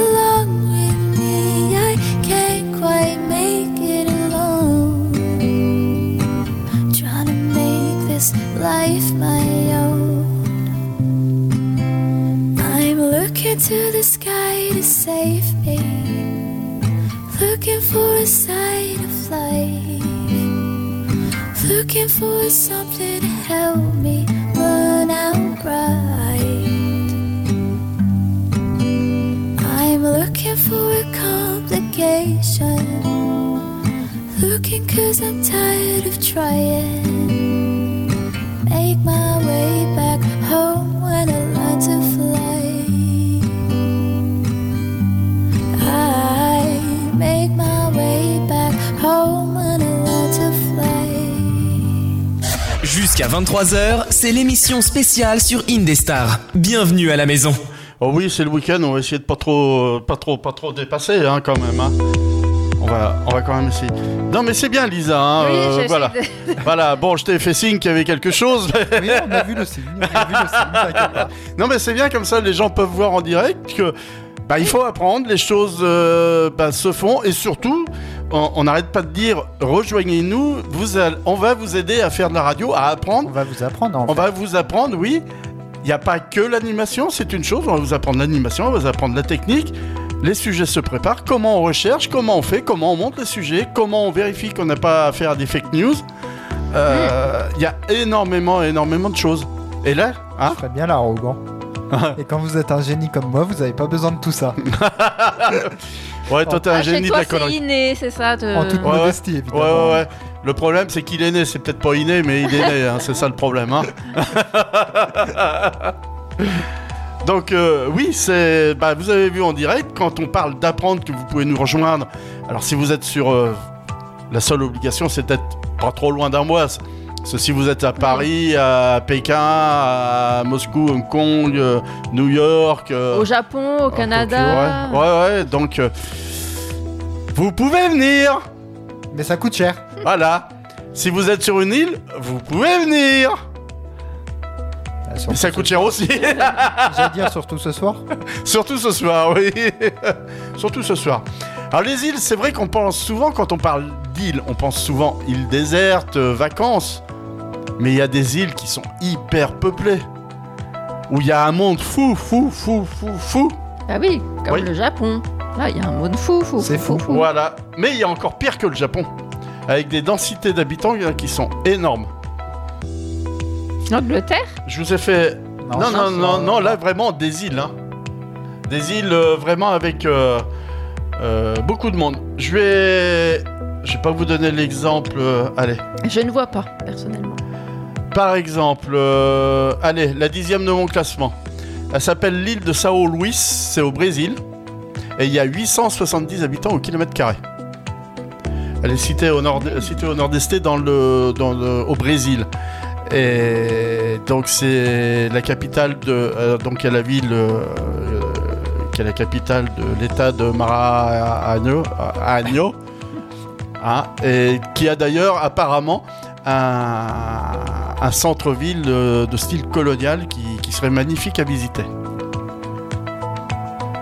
[SPEAKER 7] along with me. I can't quite make it alone. Trying to make this life my own. I'm looking to the sky to save me. Looking for a sign of life. Looking for something to help me burn out bright. I'm looking for a complication. Looking cause I'm tired of trying make my way back home when I learn to fly. I make my way back home when I learn to fly.
[SPEAKER 6] Jusqu'à 23h, c'est l'émission spéciale sur Indestar. Bienvenue à la maison.
[SPEAKER 2] Oh oui, c'est le week-end, on va essayer de pas trop, euh, pas trop, pas trop dépasser hein, quand même. hein. On va, on va quand même essayer. Non mais c'est bien Lisa, hein,
[SPEAKER 4] Oui,
[SPEAKER 2] euh,
[SPEAKER 4] j'essaie
[SPEAKER 2] voilà.
[SPEAKER 4] de-
[SPEAKER 2] voilà, bon je t'ai fait signe qu'il y avait quelque chose. mais-
[SPEAKER 3] Oui, on a vu le signe. On a vu le signe, t'inquiète pas.
[SPEAKER 2] non mais c'est bien comme ça, les gens peuvent voir en direct que bah, il faut apprendre, les choses euh, bah, se font et surtout, on on n'arrête pas de dire rejoignez-nous, vous allez- on va vous aider à faire de la radio, à apprendre.
[SPEAKER 3] On va vous apprendre. en
[SPEAKER 2] On va vous apprendre, oui. Il n'y a pas que l'animation, c'est une chose. On va vous apprendre l'animation, on va vous apprendre la technique. Les sujets se préparent, comment on recherche, comment on fait, comment on monte les sujets, comment on vérifie qu'on n'a pas affaire à des fake news. Euh, Il y a énormément, énormément de choses. Et là, hein
[SPEAKER 3] Je ferais bien l'arrogant.
[SPEAKER 2] Ah.
[SPEAKER 3] Et quand vous êtes un génie comme moi, vous n'avez pas besoin de tout ça. Ah,
[SPEAKER 2] Ouais, toi, t'es un
[SPEAKER 4] Ah, chez
[SPEAKER 2] génie de
[SPEAKER 4] toi,
[SPEAKER 2] la
[SPEAKER 4] c'est
[SPEAKER 2] connerie.
[SPEAKER 4] inné, c'est ça te-
[SPEAKER 3] En toute
[SPEAKER 2] Ouais, ouais.
[SPEAKER 3] modestie,
[SPEAKER 2] Ouais,
[SPEAKER 3] évidemment.
[SPEAKER 2] ouais, ouais. Le problème, c'est qu'il est né. C'est peut-être pas inné, mais il est né. hein. C'est ça le problème. hein. Donc, euh, oui, c'est. Bah, vous avez vu en direct, quand on parle d'apprendre, que vous pouvez nous rejoindre. Alors, si vous êtes sur. euh, la seule obligation, c'est d'être pas trop loin d'Armoise. Parce que si vous êtes à Paris, à Pékin, à Moscou, Hong Kong, euh, New York. euh,
[SPEAKER 4] Au Japon, au
[SPEAKER 2] à
[SPEAKER 4] Canada.
[SPEAKER 2] Tokyo, ouais. ouais, ouais, donc. euh, vous pouvez venir!
[SPEAKER 3] Mais ça coûte cher.
[SPEAKER 2] Voilà. Si vous êtes sur une île, vous pouvez venir.
[SPEAKER 3] Bah,
[SPEAKER 2] Mais
[SPEAKER 3] surtout
[SPEAKER 2] ça
[SPEAKER 3] ce-
[SPEAKER 2] coûte cher aussi.
[SPEAKER 3] J'allais dire surtout ce soir.
[SPEAKER 2] Surtout ce soir, oui. Surtout ce soir. Alors les îles, c'est vrai qu'on pense souvent, quand on parle d'îles, on pense souvent îles désertes, euh, vacances. Mais il y a des îles qui sont hyper peuplées. Où il y a un monde fou, fou, fou, fou, fou.
[SPEAKER 4] Bah oui, comme
[SPEAKER 2] Oui.
[SPEAKER 4] le Japon. Là, il y a un monde fou, fou.
[SPEAKER 3] C'est
[SPEAKER 4] fou,
[SPEAKER 3] fou.
[SPEAKER 4] fou.
[SPEAKER 2] Voilà. Mais il y a encore pire que le Japon. Avec des densités d'habitants euh, qui sont énormes.
[SPEAKER 4] L'Angleterre
[SPEAKER 2] Je vous ai fait Non, non, non, non, là vraiment des îles. Hein. Des îles euh, vraiment avec euh, euh, beaucoup de monde. Je vais. Je vais pas vous donner l'exemple. euh, allez.
[SPEAKER 4] Je ne vois pas, personnellement.
[SPEAKER 2] Par exemple, euh, allez, la dixième de mon classement. Elle s'appelle l'île de Sao Luis, c'est au Brésil. Et il y a 870 habitants au kilomètre carré. Elle est citée au nord, citée au nord-est dans le, dans le- au Brésil. Et donc c'est la capitale de, euh, donc il y a la ville euh, euh, qui est la capitale de l'État de Maranhão, Agno, hein, et qui a d'ailleurs apparemment un, un centre-ville euh, de, de style colonial qui, qui serait magnifique à visiter.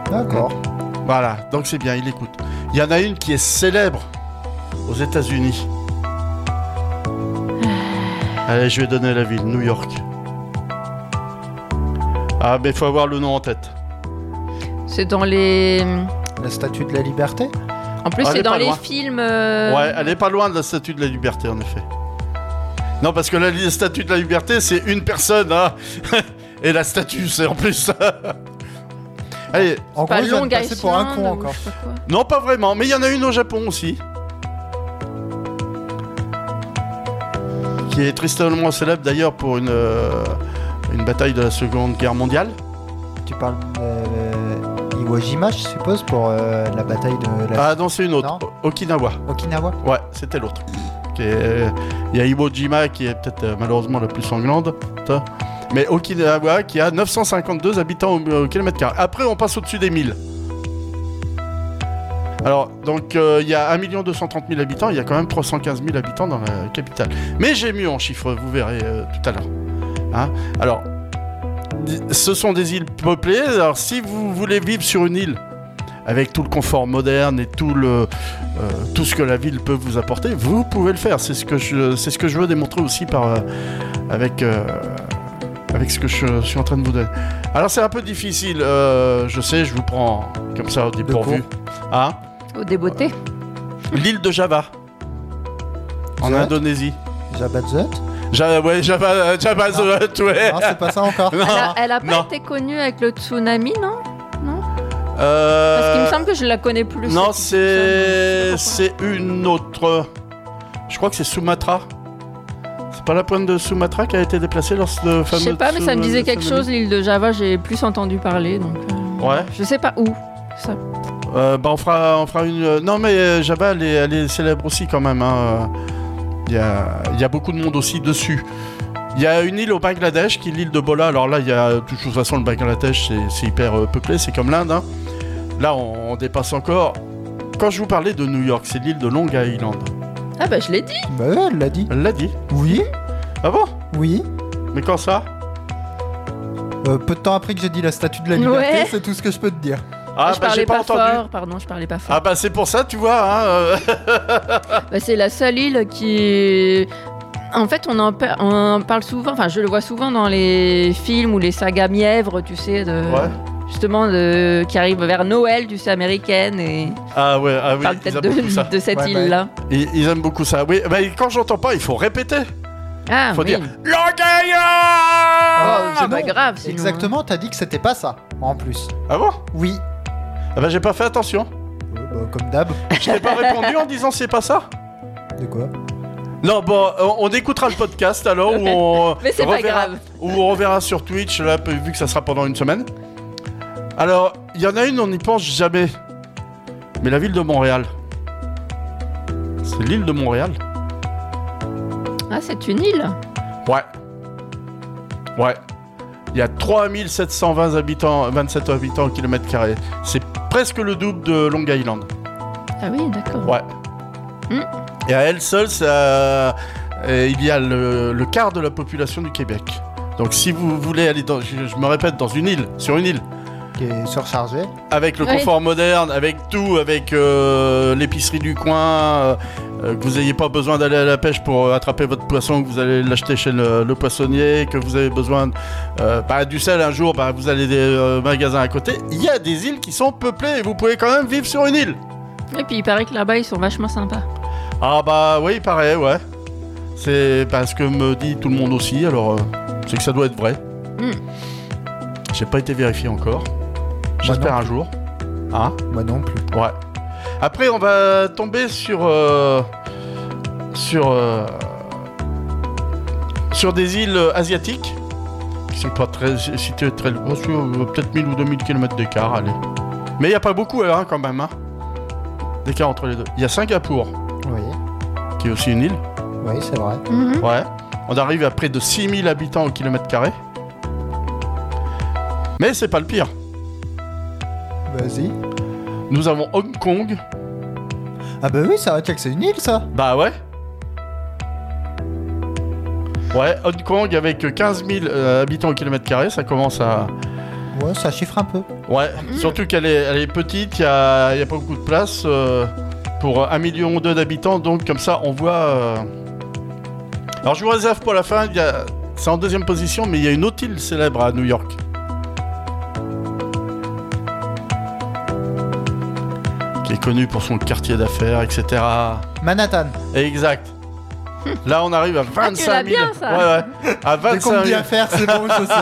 [SPEAKER 3] D'accord.
[SPEAKER 2] Voilà, donc c'est bien, il écoute. Il y en a une qui est célèbre aux États-Unis.
[SPEAKER 3] Ah.
[SPEAKER 2] Allez, je vais donner la ville, New York. Ah, mais faut avoir le nom en tête.
[SPEAKER 4] C'est dans les.
[SPEAKER 3] La statue de la liberté
[SPEAKER 4] En plus,
[SPEAKER 2] Ah, elle est
[SPEAKER 4] c'est dans
[SPEAKER 2] pas
[SPEAKER 4] les
[SPEAKER 2] loin.
[SPEAKER 4] films. euh,
[SPEAKER 2] Ouais, elle est pas loin de la statue de la liberté, en effet. Non, parce que la li- statue de la liberté, c'est une personne, hein. Et la statue, c'est en plus. Allez,
[SPEAKER 3] En
[SPEAKER 4] Pas
[SPEAKER 3] gros, je viens de
[SPEAKER 4] longue
[SPEAKER 3] passer pour un
[SPEAKER 4] Island
[SPEAKER 3] con
[SPEAKER 4] ou
[SPEAKER 3] encore.
[SPEAKER 4] je sais pas quoi.
[SPEAKER 2] Non, pas vraiment, mais il y en a une au Japon aussi. qui est tristement célèbre d'ailleurs pour une, euh, une bataille de la Seconde Guerre mondiale.
[SPEAKER 3] Tu parles de Iwo Jima, je suppose, pour euh, la bataille de la
[SPEAKER 2] Ah non, c'est une autre,
[SPEAKER 3] Non.
[SPEAKER 2] O- Okinawa.
[SPEAKER 3] Okinawa.
[SPEAKER 2] Ouais, c'était l'autre. Qui est- Il y a Iwo Jima qui est peut-être euh, malheureusement la plus sanglante. Mais Okinawa qui a 952 habitants au, au kilomètre carré. Après, on passe au-dessus des 1000. Alors, donc, euh, il y a 1 230 000 habitants, il y a quand même 315 000 habitants dans la capitale. Mais j'ai mieux en chiffres, vous verrez euh, tout à l'heure. Hein alors, di- ce sont des îles peuplées. Alors, si vous voulez vivre sur une île avec tout le confort moderne et tout le, euh, tout ce que la ville peut vous apporter, vous pouvez le faire. C'est ce que je, c'est ce que je veux démontrer aussi par, euh, avec, euh, avec ce que je suis en train de vous donner. Alors c'est un peu difficile, euh, je sais, je vous prends comme ça au dépourvu. Hein
[SPEAKER 4] Au débeauté.
[SPEAKER 2] L'île de Java, en
[SPEAKER 3] Java
[SPEAKER 2] Indonésie.
[SPEAKER 3] Jabba the Hutt
[SPEAKER 2] Java, ouais, Java, Java,
[SPEAKER 3] Non.
[SPEAKER 2] the Hutt, ouais.
[SPEAKER 3] Non, c'est pas ça encore.
[SPEAKER 2] Non,
[SPEAKER 4] Elle a, elle a pas
[SPEAKER 2] non.
[SPEAKER 4] été connue avec le tsunami, non
[SPEAKER 2] euh,
[SPEAKER 4] Parce qu'il me semble que je la connais plus.
[SPEAKER 2] Non,
[SPEAKER 4] Je
[SPEAKER 2] c'est
[SPEAKER 4] sais
[SPEAKER 2] c'est une autre. Je crois que c'est Sumatra. C'est pas la pointe de Sumatra qui a été déplacée lors de
[SPEAKER 4] pas pourquoi.
[SPEAKER 2] fameux.
[SPEAKER 4] Je sais pas, mais ça me
[SPEAKER 2] tsunami-
[SPEAKER 4] disait quelque
[SPEAKER 2] tsunami.
[SPEAKER 4] chose. L'île de Java, j'ai plus entendu parler, donc euh,
[SPEAKER 2] Ouais.
[SPEAKER 4] je sais pas où. Ça.
[SPEAKER 2] Euh, bah on fera on fera une. euh, Non mais euh, Java elle est, elle est célèbre aussi quand même. hein. Il y a il y a beaucoup de monde aussi dessus. Il y a une île au Bangladesh qui est l'île de Bola. Alors là, il y a de toute façon le Bangladesh, c'est- c'est hyper euh, peuplé, c'est comme l'Inde. hein. Là, on, on dépasse encore. Quand je vous parlais de New York, c'est l'île de Long Island.
[SPEAKER 4] Ah bah je l'ai dit.
[SPEAKER 3] Bah ouais, elle l'a dit.
[SPEAKER 2] Elle l'a dit.
[SPEAKER 3] Oui,
[SPEAKER 2] Ah bon
[SPEAKER 3] oui.
[SPEAKER 2] Mais quand ça
[SPEAKER 3] Euh, peu de temps après que j'ai dit la statue de la liberté,
[SPEAKER 4] Ouais.
[SPEAKER 3] c'est tout ce que je peux te dire.
[SPEAKER 2] Ah
[SPEAKER 4] je parlais pas, fort. Pardon, je parlais pas fort.
[SPEAKER 2] Ah bah c'est pour ça, tu vois. Hein, euh,
[SPEAKER 4] Bah, c'est la seule île qui. En fait, on en, par- on en parle souvent, enfin, je le vois souvent dans les films ou les sagas mièvres, tu sais, de.
[SPEAKER 2] Ouais.
[SPEAKER 4] Justement, de, qui arrivent vers Noël, tu sais, américaine, et
[SPEAKER 2] Ah ouais, ah
[SPEAKER 4] on
[SPEAKER 2] oui,
[SPEAKER 4] parle
[SPEAKER 2] ils
[SPEAKER 4] peut-être
[SPEAKER 2] aiment beaucoup ça.
[SPEAKER 4] de, de cette
[SPEAKER 3] Ouais, bah,
[SPEAKER 4] île-là.
[SPEAKER 2] Ils, ils aiment beaucoup ça. Oui, bah, quand j'entends pas, il faut répéter.
[SPEAKER 4] Ah,
[SPEAKER 2] Faut
[SPEAKER 4] oui.
[SPEAKER 2] dire Ah, Long
[SPEAKER 4] Ah,
[SPEAKER 2] Island
[SPEAKER 4] c'est
[SPEAKER 3] non.
[SPEAKER 4] pas Oh, bah, grave, sinon.
[SPEAKER 3] Exactement, t'as dit que c'était pas ça, en plus.
[SPEAKER 2] Ah bon
[SPEAKER 3] Oui.
[SPEAKER 2] Ah bah j'ai pas fait attention.
[SPEAKER 3] Euh, bah, comme d'hab.
[SPEAKER 2] Je t'ai pas répondu en disant c'est pas ça
[SPEAKER 3] De quoi
[SPEAKER 2] non, bon, euh, on- on écoutera le podcast alors, ou on,
[SPEAKER 4] Mais c'est pas
[SPEAKER 2] reverra-
[SPEAKER 4] grave.
[SPEAKER 2] ou on reverra sur Twitch, là, vu que ça sera pendant une semaine. Alors, il y en a une, on n'y pense jamais. Mais la ville de Montréal. C'est l'île de Montréal.
[SPEAKER 4] Ah, c'est une île.
[SPEAKER 2] Ouais. Ouais. Il y a 3720 habitants, 27 habitants au kilomètre carré. C'est presque le double de Long Island.
[SPEAKER 4] Ah oui, d'accord.
[SPEAKER 2] Ouais.
[SPEAKER 4] Hmm.
[SPEAKER 2] Et à elle seule, ça, euh, il y a le, le quart de la population du Québec. Donc si vous voulez aller dans, je, je me répète, dans une île, sur une île,
[SPEAKER 3] Qui est surchargé.
[SPEAKER 2] avec le
[SPEAKER 4] Oui.
[SPEAKER 2] confort moderne, avec tout, avec euh, l'épicerie du coin, euh, euh, que vous n'ayez pas besoin d'aller à la pêche pour euh, attraper votre poisson, que vous allez l'acheter chez le, le poissonnier, que vous avez besoin euh, bah, du sel un jour, bah, vous allez des euh, magasins à côté. Il y a des îles qui sont peuplées et vous pouvez quand même vivre sur une île.
[SPEAKER 4] Et puis, il paraît que là-bas, ils sont vachement sympas.
[SPEAKER 2] Ah bah oui, pareil, ouais. C'est parce que me dit tout le monde aussi, alors euh, c'est que ça doit être vrai.
[SPEAKER 4] Hmm.
[SPEAKER 2] J'ai pas été vérifié encore. J'espère
[SPEAKER 3] Bah non.
[SPEAKER 2] un jour. Hein
[SPEAKER 3] Moi non plus.
[SPEAKER 2] Ouais. Après, on va tomber sur. euh, sur. euh, sur des îles asiatiques. Qui sont pas très. situées très. bon, sur, euh, Peut-être 1000 ou 2000 km d'écart, allez. Mais il n'y a pas beaucoup, hein, quand même, hein. D'écart entre les deux. Il y a Singapour,
[SPEAKER 3] Oui,
[SPEAKER 2] qui est aussi une île.
[SPEAKER 3] oui c'est vrai.
[SPEAKER 4] Mhm.
[SPEAKER 2] Ouais. On arrive à près de 6000 habitants au kilomètre carré. Mais c'est pas le pire.
[SPEAKER 3] Vas-y.
[SPEAKER 2] Nous avons Hong Kong.
[SPEAKER 3] Ah bah oui, ça va check, c'est une île ça.
[SPEAKER 2] Bah ouais. Ouais, Hong Kong avec 15 000 euh, habitants au kilomètre carré, ça commence à...
[SPEAKER 3] Ouais, ça chiffre un peu.
[SPEAKER 2] Ouais, surtout qu'elle est, elle est petite, il n'y a, y a pas beaucoup de place euh, pour 1,2 million d'habitants, donc comme ça on voit... euh. Alors je vous réserve pour la fin, il y a- c'est en deuxième position, mais il y a une autre île célèbre à New York. Qui est connue pour son quartier d'affaires, etc.
[SPEAKER 3] Manhattan.
[SPEAKER 2] Exact. Là on arrive à
[SPEAKER 4] Ah,
[SPEAKER 2] 25
[SPEAKER 4] tu
[SPEAKER 2] 000...
[SPEAKER 4] l'as bien, ça.
[SPEAKER 2] Ouais, ouais. À
[SPEAKER 3] Dès qu'on
[SPEAKER 2] 25
[SPEAKER 3] me dit
[SPEAKER 2] 000...
[SPEAKER 3] à faire, c'est bon, je sais.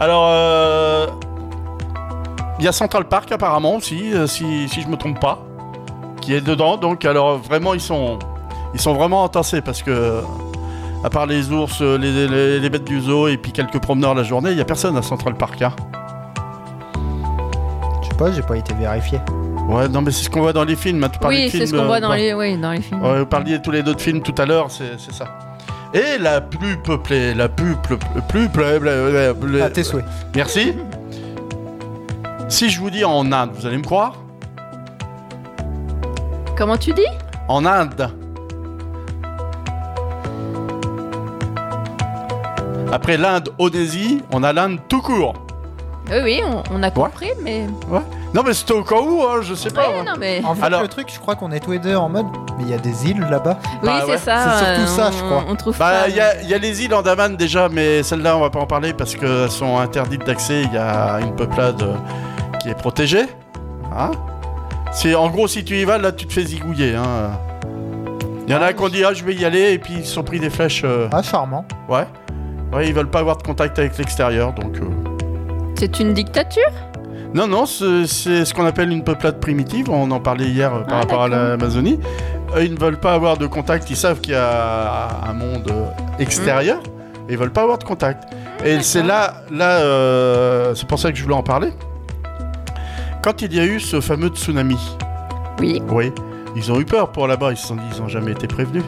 [SPEAKER 2] Alors, euh, il y a Central Park apparemment aussi, euh, si, si je me trompe pas, qui est dedans. Donc, alors vraiment, ils sont, Ils sont vraiment entassés parce que, à part les ours, euh, les, les- les bêtes du zoo et puis quelques promeneurs la journée, il n'y a personne à Central Park. hein.
[SPEAKER 8] Je sais pas, j'ai pas été vérifié.
[SPEAKER 2] Ouais, non, mais c'est ce qu'on voit dans les films. hein. Tu parlais
[SPEAKER 4] Oui,
[SPEAKER 2] de
[SPEAKER 4] c'est ce
[SPEAKER 2] films,
[SPEAKER 4] qu'on
[SPEAKER 2] euh,
[SPEAKER 4] voit dans
[SPEAKER 2] ouais.
[SPEAKER 4] les, oui, dans les films.
[SPEAKER 2] Ouais, vous parliez tous les deux de films tout à l'heure, c'est c'est ça. Et la plus peuplée, la plus ple- plus ple- ple- ple-
[SPEAKER 8] À tes souhaits.
[SPEAKER 2] Merci. Si je vous dis en Inde, vous allez me croire
[SPEAKER 4] Comment tu dis
[SPEAKER 2] En Inde. Après l'Inde, Odésie, on a l'Inde tout court.
[SPEAKER 4] Oui, oui, on, on a compris, mais.
[SPEAKER 2] Non mais c'était au cas où, hein, je sais pas.
[SPEAKER 4] Ouais,
[SPEAKER 2] moi.
[SPEAKER 4] non, mais.
[SPEAKER 8] En fait,
[SPEAKER 2] Alors-
[SPEAKER 8] le truc, je crois qu'on est tous les deux en mode, mais il y a des îles là-bas.
[SPEAKER 4] Oui,
[SPEAKER 2] Bah
[SPEAKER 4] c'est
[SPEAKER 2] ouais,
[SPEAKER 4] ça.
[SPEAKER 8] c'est surtout
[SPEAKER 4] euh,
[SPEAKER 8] ça, je
[SPEAKER 4] on-
[SPEAKER 8] crois.
[SPEAKER 4] On trouve
[SPEAKER 2] Bah,
[SPEAKER 4] pas. euh,
[SPEAKER 2] il y, a- il y a les îles Andaman déjà, mais celles-là, on va pas en parler parce qu'elles sont interdites d'accès. Il y a une peuplade euh, qui est protégée. Hein c'est, en gros, si tu y vas, là, tu te fais zigouiller. Hein. Il y en a qui ont dit, ah, je vais y aller, et puis ils se sont pris des flèches. euh,
[SPEAKER 8] Ah, charmant.
[SPEAKER 2] ouais. Ouais, ils veulent pas avoir de contact avec l'extérieur, donc. euh.
[SPEAKER 4] C'est une dictature
[SPEAKER 2] Non, non, c'est, c'est ce qu'on appelle une peuplade primitive. On en parlait hier euh, par
[SPEAKER 4] Ah,
[SPEAKER 2] rapport à
[SPEAKER 4] d'accord.
[SPEAKER 2] l'Amazonie. Eux, ils ne veulent pas avoir de contact. Ils savent qu'il y a un monde euh, extérieur. Et ils veulent pas avoir de contact.
[SPEAKER 4] Ah,
[SPEAKER 2] Et c'est là, là euh, c'est pour ça que je voulais en parler. Quand il y a eu ce fameux tsunami,
[SPEAKER 4] Oui.
[SPEAKER 2] oui, ils ont eu peur pour là-bas. Ils se sont dit, ils n'ont jamais été prévenus.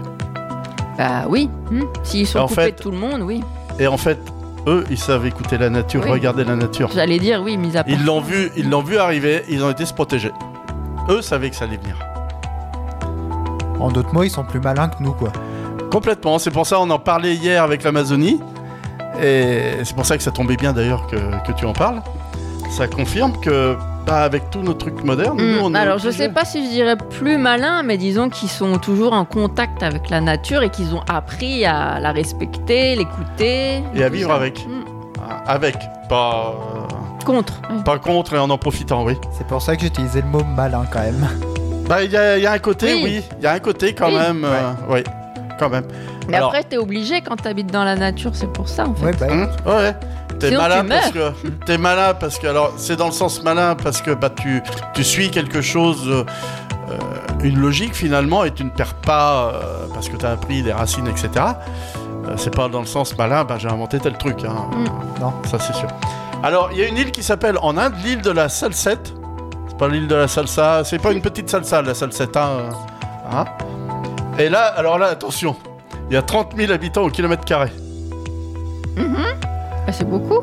[SPEAKER 4] Bah oui. hmm. S'ils sont
[SPEAKER 2] Bah, En
[SPEAKER 4] coupés
[SPEAKER 2] fait-
[SPEAKER 4] de tout le monde, oui.
[SPEAKER 2] Et en fait, eux, ils savent écouter la nature,
[SPEAKER 4] Oui.
[SPEAKER 2] regarder la nature.
[SPEAKER 4] J'allais dire oui, mis à part.
[SPEAKER 2] Ils l'ont vu, ils l'ont vu arriver. Ils ont été se protéger. Eux savaient que ça allait venir.
[SPEAKER 8] En d'autres mots, ils sont plus malins que nous, quoi.
[SPEAKER 2] Complètement, c'est pour ça on en parlait hier avec l'Amazonie. Et c'est pour ça que ça tombait bien d'ailleurs que, que tu en parles. Ça confirme que, bah, avec tous nos trucs modernes,
[SPEAKER 4] Hmm,
[SPEAKER 2] nous on est
[SPEAKER 4] Alors, je
[SPEAKER 2] obligés.
[SPEAKER 4] sais pas si je dirais plus malin, mais disons qu'ils sont toujours en contact avec la nature et qu'ils ont appris à la respecter, l'écouter.
[SPEAKER 2] Et à
[SPEAKER 4] tout
[SPEAKER 2] vivre
[SPEAKER 4] ça.
[SPEAKER 2] avec.
[SPEAKER 4] Hmm.
[SPEAKER 2] Ah, Avec, pas,
[SPEAKER 4] Contre. oui.
[SPEAKER 2] pas contre et en en profitant, oui.
[SPEAKER 8] C'est pour ça que j'ai utilisé le mot malin quand même.
[SPEAKER 2] Bah, il y, a- il y a un côté,
[SPEAKER 4] Oui.
[SPEAKER 2] oui. Il y a un côté quand
[SPEAKER 4] Oui.
[SPEAKER 2] même, euh, oui. Quand même.
[SPEAKER 4] Mais
[SPEAKER 2] Alors-
[SPEAKER 4] après, t'es obligé quand t'habites dans la nature, c'est pour ça en fait.
[SPEAKER 8] Ouais, bah,
[SPEAKER 2] Hein ouais. T'es
[SPEAKER 4] Sinon,
[SPEAKER 2] malin
[SPEAKER 4] tu
[SPEAKER 2] parce que t'es malin parce que alors c'est dans le sens malin parce que bah tu tu suis quelque chose euh, euh, une logique finalement et tu ne perds pas euh, parce que t'as appris des racines etc. Euh, c'est pas dans le sens malin bah j'ai inventé tel truc hein.
[SPEAKER 8] Mm. Non.
[SPEAKER 2] ça c'est sûr. Alors il y a une île qui s'appelle en Inde l'île de la Salsette. C'est pas l'île de la salsa, c'est pas une petite salsa la Salsette hein. euh, hein. Et là alors là attention il y a 30 000 habitants au kilomètre carré.
[SPEAKER 4] Bah, c'est beaucoup.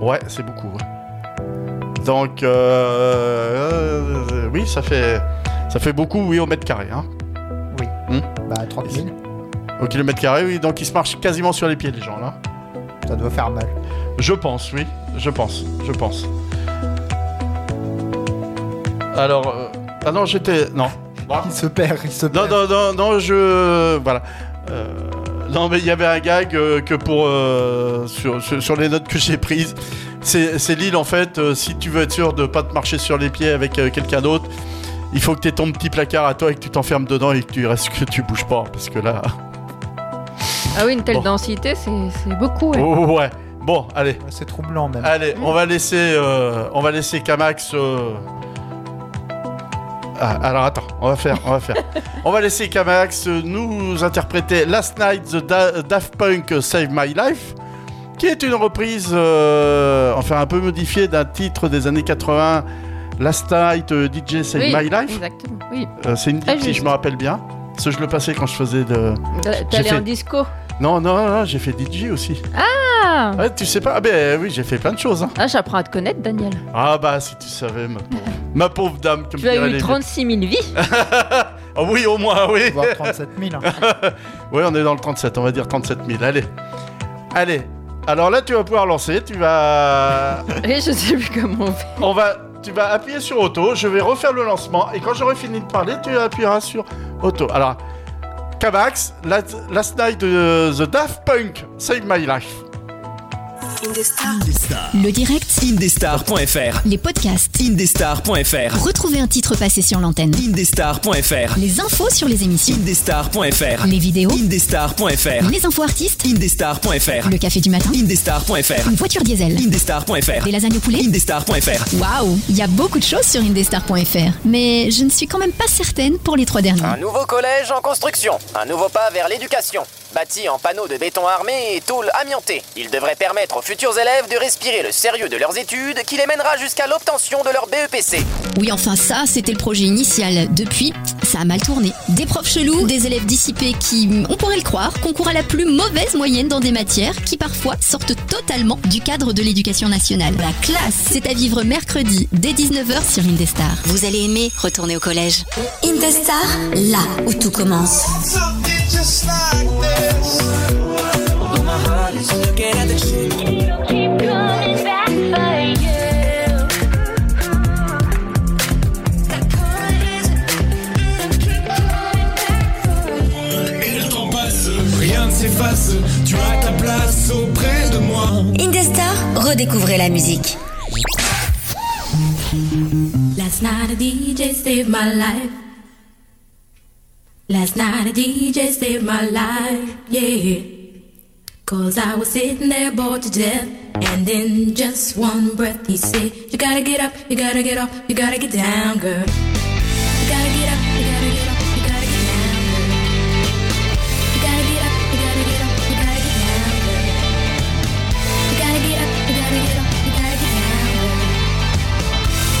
[SPEAKER 2] Ouais, c'est beaucoup. ouais. Donc, euh, euh, euh, oui, ça fait, ça fait beaucoup, oui, au mètre carré. Hein. Hmm
[SPEAKER 8] bah, 30 000,
[SPEAKER 2] Au kilomètre carré, oui, donc ils se marchent quasiment sur les pieds, les gens, là.
[SPEAKER 8] ça doit faire mal.
[SPEAKER 2] Je pense, oui, je pense, je pense. Alors, euh, ah non, j'étais... Non.
[SPEAKER 8] Il se perd, il se
[SPEAKER 2] Non,
[SPEAKER 8] perd.
[SPEAKER 2] non, non, non, je... Voilà. Euh, non, mais il y avait un gag euh, que pour... euh, sur, sur- sur les notes que j'ai prises. C'est c'est l'île, en fait, euh, si tu veux être sûr de pas te marcher sur les pieds avec euh, quelqu'un d'autre, il faut que tu aies ton petit placard à toi et que tu t'enfermes dedans et que tu restes que tu bouges pas. Parce que là...
[SPEAKER 4] Ah oui, une telle
[SPEAKER 2] Bon.
[SPEAKER 4] densité, c'est c'est beaucoup. ouais.
[SPEAKER 2] Oh, ouais. Bon, allez.
[SPEAKER 8] Ouais, C'est troublant même.
[SPEAKER 2] Allez, on va laisser, euh, on va laisser Kamax. euh, ah, alors attends, on va faire, on va faire. on va laisser Kamax euh, nous interpréter Last Night the Da- Daft Punk Save My Life, qui est une reprise, euh, enfin un peu modifiée d'un titre des années 80. Last Night euh, DJ Save
[SPEAKER 4] Oui,
[SPEAKER 2] My Life.
[SPEAKER 4] Exactement. Oui.
[SPEAKER 2] Euh, c'est une
[SPEAKER 4] Très
[SPEAKER 2] ligne, si je
[SPEAKER 4] juste.
[SPEAKER 2] me rappelle bien. Parce que je le passais quand je faisais de.
[SPEAKER 4] T'as-
[SPEAKER 2] J'ai
[SPEAKER 4] T'allais
[SPEAKER 2] fait-
[SPEAKER 4] en disco.
[SPEAKER 2] Non, non, non, j'ai fait DJ aussi.
[SPEAKER 4] Ah,
[SPEAKER 2] Ouais, tu sais pas Ah ben oui, j'ai fait plein de choses. hein.
[SPEAKER 4] Ah, j'apprends à te connaître, Daniel.
[SPEAKER 2] Ah bah si tu savais ma pauvre, ma pauvre dame comme
[SPEAKER 4] Tu as
[SPEAKER 2] dirait
[SPEAKER 4] eu
[SPEAKER 2] les-
[SPEAKER 4] 36 000 vies.
[SPEAKER 2] Ah oui au moins oui.
[SPEAKER 8] Voir 37 000. hein.
[SPEAKER 2] Oui on est dans le 37, on va dire 37 000. Allez, allez. Alors là tu vas pouvoir lancer, tu vas,
[SPEAKER 4] Et je sais plus comment on fait.
[SPEAKER 2] on va, tu vas appuyer sur auto. Je vais refaire le lancement et quand j'aurai fini de parler, tu appuieras sur auto. Alors Kamax, Last, Last Night de The Daft Punk, Save My Life.
[SPEAKER 1] Le direct,
[SPEAKER 6] Indestar.fr.
[SPEAKER 1] Les podcasts.
[SPEAKER 6] Indestar.fr.
[SPEAKER 1] Retrouvez un titre passé sur l'antenne.
[SPEAKER 6] Indestar.fr.
[SPEAKER 1] Les infos sur les émissions.
[SPEAKER 6] Indestar.fr.
[SPEAKER 1] Les vidéos.
[SPEAKER 6] Indestar.fr.
[SPEAKER 1] Les infos artistes.
[SPEAKER 6] Indestar.fr.
[SPEAKER 1] Le café du matin.
[SPEAKER 6] Indestar.fr.
[SPEAKER 1] Une voiture diesel.
[SPEAKER 6] Indestar.fr.
[SPEAKER 1] Des lasagnes au poulet.
[SPEAKER 6] Indestar.fr.
[SPEAKER 1] Waouh, il y a beaucoup de choses sur indestar.fr, mais je ne suis quand même pas certaine pour les trois
[SPEAKER 6] Ah,
[SPEAKER 1] derniers.
[SPEAKER 9] Un nouveau collège en construction, un nouveau pas vers l'éducation. Bâti en panneaux de béton armé et tôle amiantée, il devrait permettre aux futurs élèves de respirer le sérieux de leurs études qui les mènera jusqu'à l'obtention de leur E BEPC.
[SPEAKER 1] Oui, enfin ça, c'était le projet initial. Depuis, ça a mal tourné. Des profs chelous, des élèves dissipés qui, on pourrait le croire, concourent à la plus mauvaise moyenne dans des matières qui parfois sortent totalement du cadre de l'éducation nationale. La classe, c'est à vivre mercredi dès 19h sur Indestar. Vous allez aimer retourner au collège.
[SPEAKER 10] Indestar, là où tout commence.
[SPEAKER 11] Rien ne s'efface, tu as ta place auprès de moi.
[SPEAKER 10] Indestar, redécouvrez la musique.
[SPEAKER 12] Last night a DJ saved my life. Last night a DJ saved my life, yeah. Cause I was sitting there bored to death. And in just one breath, he said, You gotta get up, you gotta get up, you gotta get down, girl. You gotta get up, you gotta get up, you gotta get down, girl. You gotta get up, you gotta get up, you gotta get down, girl. You gotta get up, you gotta get up, you gotta get down, girl.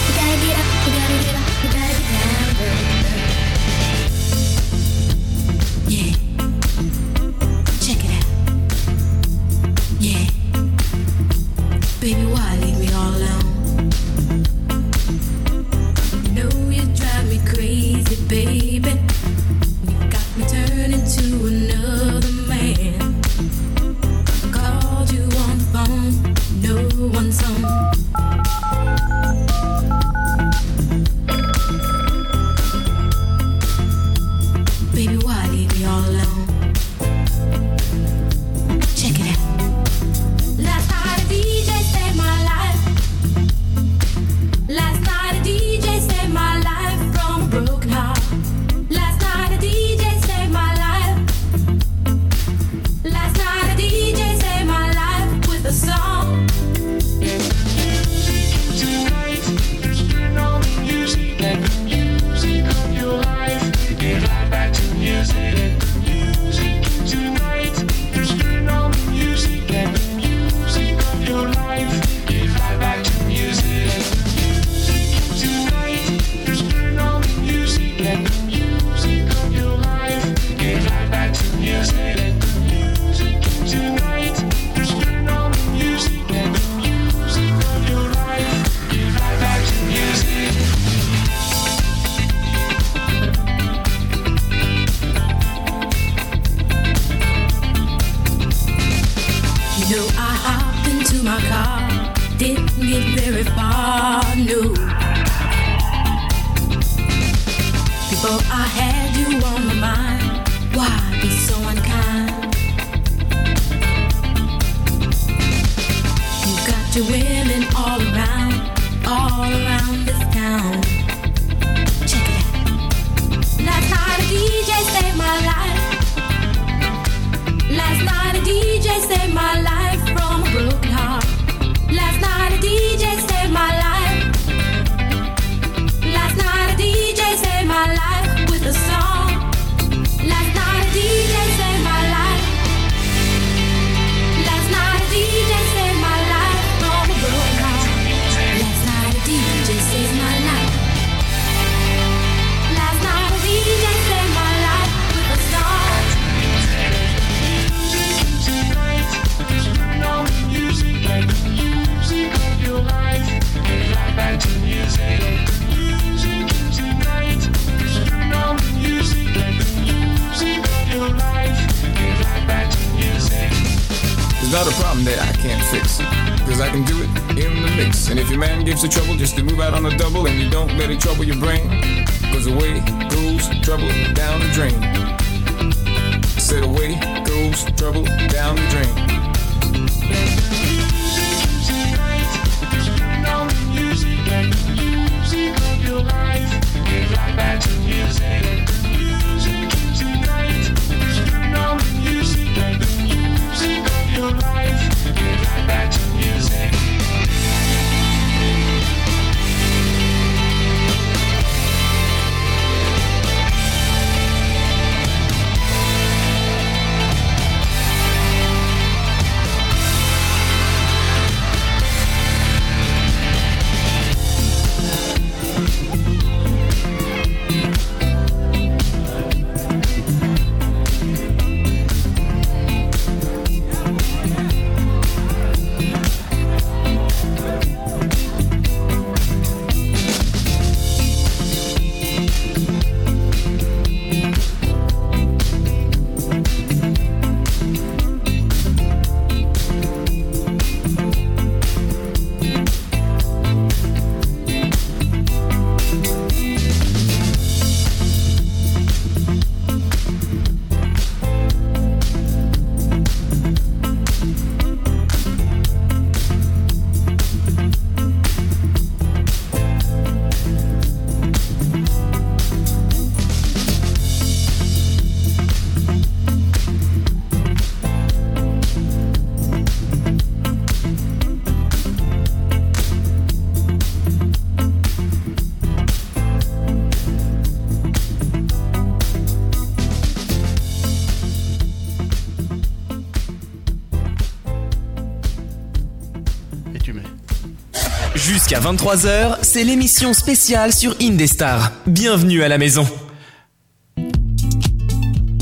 [SPEAKER 12] You gotta get up, you gotta get up, you gotta get down, girl. Yeah. Check it out. Yeah. Baby, why leave me all alone? You know you drive me crazy, baby. You got me turning to another man. I called you on the phone, no one's home. Baby, why leave me all alone? Check it out. Last night a DJ saved my life. Last night a DJ saved my life from a broken heart. Last night a DJ saved my life. Last night a DJ saved my life with a song. You know I hopped into my car, didn't get very far, no. Before I had you on my mind, why be so unkind? You got your women all around, all around this town. Check it out. Last night a DJ saved my life. Last night a DJ saved my life from a broken heart. Last night a DJ saved my life. Last night a DJ saved my life with a song. Last night a DJ saved my life. Last night a DJ saved my life from a broken heart. Last night a DJ saved my life. Last night a DJ saved my life with a song.
[SPEAKER 11] There's not a problem that I can't fix. Cause I can do it in the mix. And if your man gives you trouble just to move out on a double and you don't let it trouble your brain, cause away goes trouble down the drain. Said away goes trouble down the drain.
[SPEAKER 6] Jusqu'à 23h, c'est l'émission spéciale sur Indestar. Bienvenue à la maison.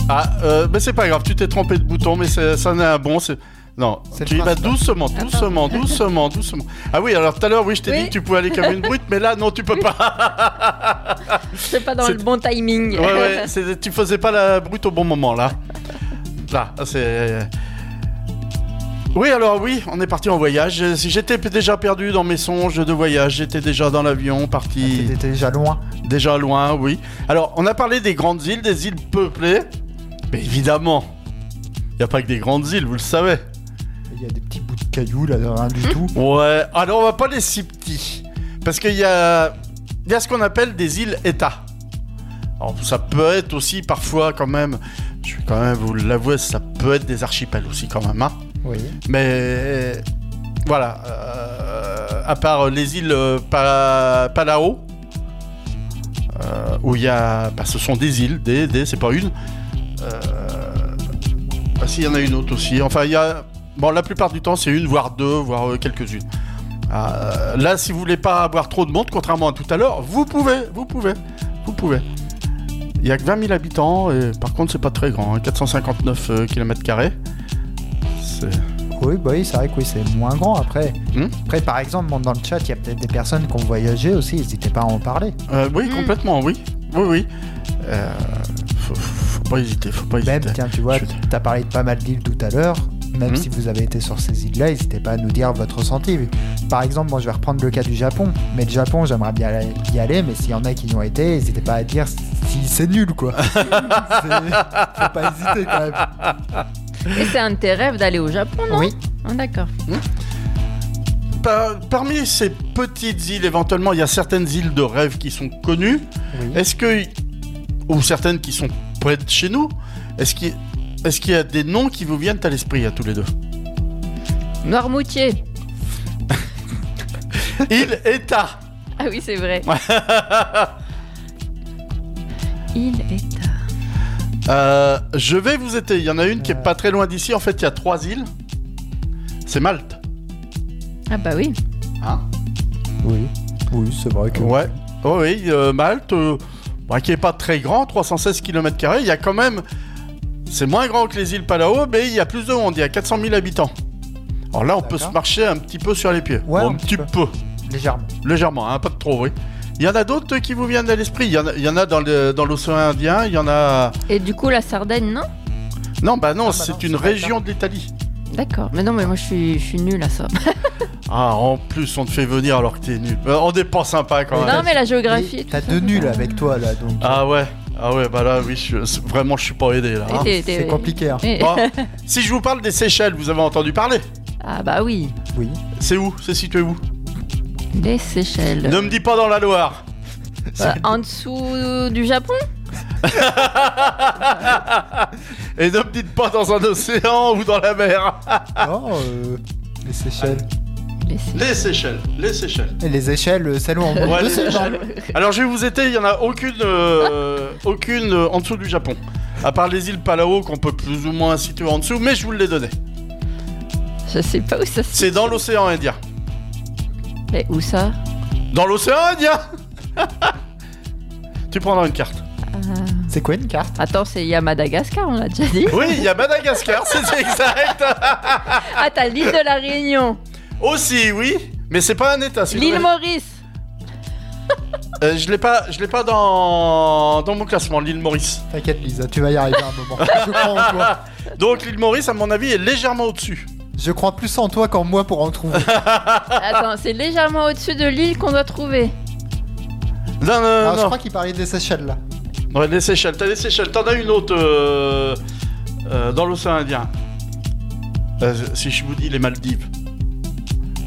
[SPEAKER 2] Ah, euh, mais c'est pas grave, tu t'es trompé de bouton, mais c'est- ça n'est un bon. c'est- Non,
[SPEAKER 3] C'est
[SPEAKER 2] tu
[SPEAKER 3] le
[SPEAKER 2] y vas
[SPEAKER 3] principal.
[SPEAKER 2] doucement, doucement, doucement, doucement. Ah oui, alors tout à l'heure, oui, je t'ai
[SPEAKER 4] Oui.
[SPEAKER 2] dit que tu pouvais aller comme une brute, mais là, non, tu peux pas.
[SPEAKER 4] C'est pas dans
[SPEAKER 2] C'est-
[SPEAKER 4] le bon timing.
[SPEAKER 2] Ouais, ouais, c'est- tu faisais pas la brute au bon moment, là. Là, c'est. Oui, alors oui, on est parti en voyage. Euh, si J'étais p- déjà perdu dans mes songes de voyage. J'étais déjà dans l'avion, parti. T'étais
[SPEAKER 3] Ah, déjà loin.
[SPEAKER 2] Déjà loin, oui. Alors, on a parlé des grandes îles, des îles peuplées. Mais évidemment, il n'y a pas que des grandes îles, vous le savez.
[SPEAKER 3] Il y a des petits bouts de cailloux là, rien du tout.
[SPEAKER 2] Ouais, alors on va pas les si petits. Parce qu'il y a, il y a ce qu'on appelle des îles États. Alors ça peut être aussi parfois quand même, je vais quand même vous l'avouer, ça peut être des archipels aussi quand même. hein.
[SPEAKER 3] Oui.
[SPEAKER 2] Mais voilà, euh, à part les îles euh, Pa- Palau, euh, où il y a, bah, ce sont des îles, des, des c'est pas une. Euh, ah si, il y en a une autre aussi. Enfin, il y a, bon, la plupart du temps, c'est une, voire deux, voire euh, quelques-unes. Euh, là, si vous voulez pas avoir trop de monde, contrairement à tout à l'heure, vous pouvez, vous pouvez, vous pouvez. Il y a que 20 000 habitants, et par contre, c'est pas très grand, hein, 459 km.
[SPEAKER 3] Oui, bah oui, c'est vrai que oui, c'est moins grand après.
[SPEAKER 2] Hmm
[SPEAKER 3] Après, par exemple, bon, dans le chat, il y a peut-être des personnes qui ont voyagé aussi, n'hésitez pas à en parler.
[SPEAKER 2] euh, oui, complètement, oui. Oui, oui. Euh, faut, faut pas hésiter, faut pas hésiter.
[SPEAKER 3] Même, tiens, tu vois, t'as parlé de pas mal d'îles tout à l'heure. Même
[SPEAKER 2] Hmm.
[SPEAKER 3] si vous avez été sur ces îles-là, n'hésitez pas à nous dire votre ressenti. Par exemple, moi, je vais reprendre le cas du Japon. Mais le Japon, j'aimerais bien aller- y aller, mais s'il y en a qui y ont été, n'hésitez pas à dire si c'est nul, quoi. C'est- Faut pas hésiter, quand même.
[SPEAKER 4] Et c'est un de tes rêves d'aller au Japon, non
[SPEAKER 3] Oui.
[SPEAKER 4] Ah, D'accord.
[SPEAKER 2] Par- parmi ces petites îles, éventuellement, il y a certaines îles de rêve qui sont connues. Est-ce que. Ou certaines qui sont près de chez nous. Est-ce qu'il est-ce qu'il y a des noms qui vous viennent à l'esprit, à tous les deux
[SPEAKER 4] Noirmoutier.
[SPEAKER 2] Île État
[SPEAKER 4] Ah oui, c'est vrai. Il est tard.
[SPEAKER 2] Euh, Je vais vous aider. Il y en a une qui est pas très loin d'ici. En fait, il y a trois îles. C'est Malte.
[SPEAKER 4] Ah bah oui.
[SPEAKER 2] Hein
[SPEAKER 3] Oui, oui, c'est vrai que.
[SPEAKER 2] Ouais, Ouais, oui, euh, Malte, euh, bah, qui est pas très grand, 316 km, il y a quand même. C'est moins grand que les îles Palau, mais il y a plus de monde, il y a 400 000 habitants. Alors là, on peut se marcher un petit peu sur les pieds.
[SPEAKER 3] Ouais,
[SPEAKER 2] Bon,
[SPEAKER 3] un
[SPEAKER 2] un
[SPEAKER 3] petit
[SPEAKER 2] petit peu.
[SPEAKER 3] Légèrement.
[SPEAKER 2] Légèrement, hein, pas de trop, oui. Il y en a d'autres qui vous viennent à l'esprit. Il y en a, il y en a dans le- dans l'océan Indien, il y en a.
[SPEAKER 4] Et du coup, la Sardaigne, non
[SPEAKER 2] Non, bah non, c'est une région de l'Italie.
[SPEAKER 4] D'accord. Mais non, mais moi, je suis, je suis nulle à ça.
[SPEAKER 2] Ah, en plus, on te fait venir alors que t'es nul. Euh, On n'est pas sympa quand même.
[SPEAKER 4] non, mais la géographie. et tout
[SPEAKER 3] T'as
[SPEAKER 4] ça,
[SPEAKER 3] deux
[SPEAKER 4] c'est
[SPEAKER 3] nuls
[SPEAKER 4] pas-
[SPEAKER 3] avec toi, là, donc.
[SPEAKER 2] Ah ouais, ah ouais, bah là, oui, je suis- vraiment, je suis pas aidé là.
[SPEAKER 4] Et
[SPEAKER 2] hein.
[SPEAKER 4] t'es- t'es-
[SPEAKER 3] C'est compliqué, hein.
[SPEAKER 4] Oui.
[SPEAKER 2] Bon, si je vous parle des Seychelles, vous avez entendu parler
[SPEAKER 4] Ah bah oui.
[SPEAKER 3] Oui.
[SPEAKER 2] C'est où C'est situé où
[SPEAKER 4] Les Seychelles.
[SPEAKER 2] Ne me dis pas dans la Loire.
[SPEAKER 4] Euh, en dessous du Japon
[SPEAKER 2] Et ne me dites pas dans un océan ou dans la mer.
[SPEAKER 3] non, euh, les Seychelles.
[SPEAKER 2] Les Seychelles, les Seychelles.
[SPEAKER 3] Et les échelles, euh, ça nous en
[SPEAKER 2] Ouais,
[SPEAKER 3] monte
[SPEAKER 2] les
[SPEAKER 3] dessus,
[SPEAKER 2] Seychelles.
[SPEAKER 3] non
[SPEAKER 2] Alors je vais vous aider, il n'y en a aucune, euh, aucune euh, en dessous du Japon. À part les îles Palao qu'on peut plus ou moins situer en dessous, mais je vous l'ai donné.
[SPEAKER 4] Je sais pas où ça se
[SPEAKER 2] C'est dans l'océan Indien.
[SPEAKER 4] Mais où ça
[SPEAKER 2] Dans l'océan Indien Tu prendras une carte.
[SPEAKER 4] Euh,
[SPEAKER 3] C'est quoi une carte
[SPEAKER 4] Attends, c'est il y a Madagascar, on l'a déjà dit.
[SPEAKER 2] Oui, il y a Madagascar, c'est exact.
[SPEAKER 4] Ah, t'as l'île de la Réunion,
[SPEAKER 2] Aussi, oui, mais c'est pas un état. Ah, c'est une
[SPEAKER 4] l'île
[SPEAKER 2] ré-
[SPEAKER 4] Maurice.
[SPEAKER 2] Euh, je l'ai pas, je l'ai pas dans dans mon classement, l'île Maurice.
[SPEAKER 3] T'inquiète, Lisa, tu vas y arriver à un moment. Je crois en toi.
[SPEAKER 2] Donc l'île Maurice, à mon avis, est légèrement au-dessus.
[SPEAKER 3] Je crois plus en toi qu'en moi pour en trouver.
[SPEAKER 4] Attends, c'est légèrement au-dessus de l'île qu'on doit trouver.
[SPEAKER 2] Non, non,
[SPEAKER 3] Alors, Ah, je
[SPEAKER 2] non.
[SPEAKER 3] crois qu'il parlait des Seychelles là.
[SPEAKER 2] Ouais, les Seychelles, t'as les Seychelles, t'en as une autre euh, euh, dans l'océan Indien. Euh, si je vous dis les Maldives,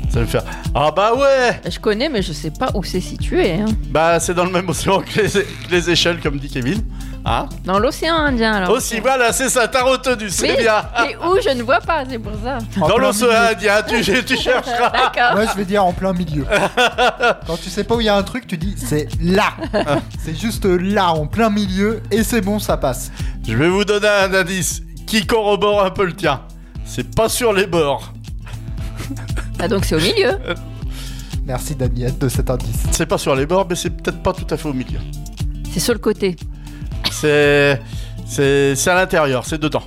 [SPEAKER 2] ça va me faire. Ah bah ouais
[SPEAKER 4] Je connais, mais je sais pas où c'est situé. hein.
[SPEAKER 2] Bah c'est dans le même océan que les, que les Seychelles, comme dit Kevin. Hein
[SPEAKER 4] Dans l'océan Indien, alors.
[SPEAKER 2] Aussi, voilà, c'est ça, t'as retenu, c'est
[SPEAKER 4] Mais-
[SPEAKER 2] bien.
[SPEAKER 4] mais où je ne vois pas, c'est pour ça.
[SPEAKER 3] En
[SPEAKER 2] Dans
[SPEAKER 3] plein
[SPEAKER 2] l'océan Indien, tu, tu chercheras.
[SPEAKER 4] D'accord.
[SPEAKER 3] Moi, je vais dire en plein milieu. Quand tu sais pas où il y a un truc, tu dis c'est là. c'est juste là, en plein milieu, et c'est bon, ça passe.
[SPEAKER 2] Je vais vous donner un indice qui corrobore un peu le tien. C'est pas sur les bords.
[SPEAKER 4] Ah, donc c'est au milieu.
[SPEAKER 3] Merci, Daniel, de cet indice.
[SPEAKER 2] C'est pas sur les bords, mais c'est peut-être pas tout à fait au milieu.
[SPEAKER 4] C'est sur le côté.
[SPEAKER 2] C'est. C'est c'est à l'intérieur, c'est dedans.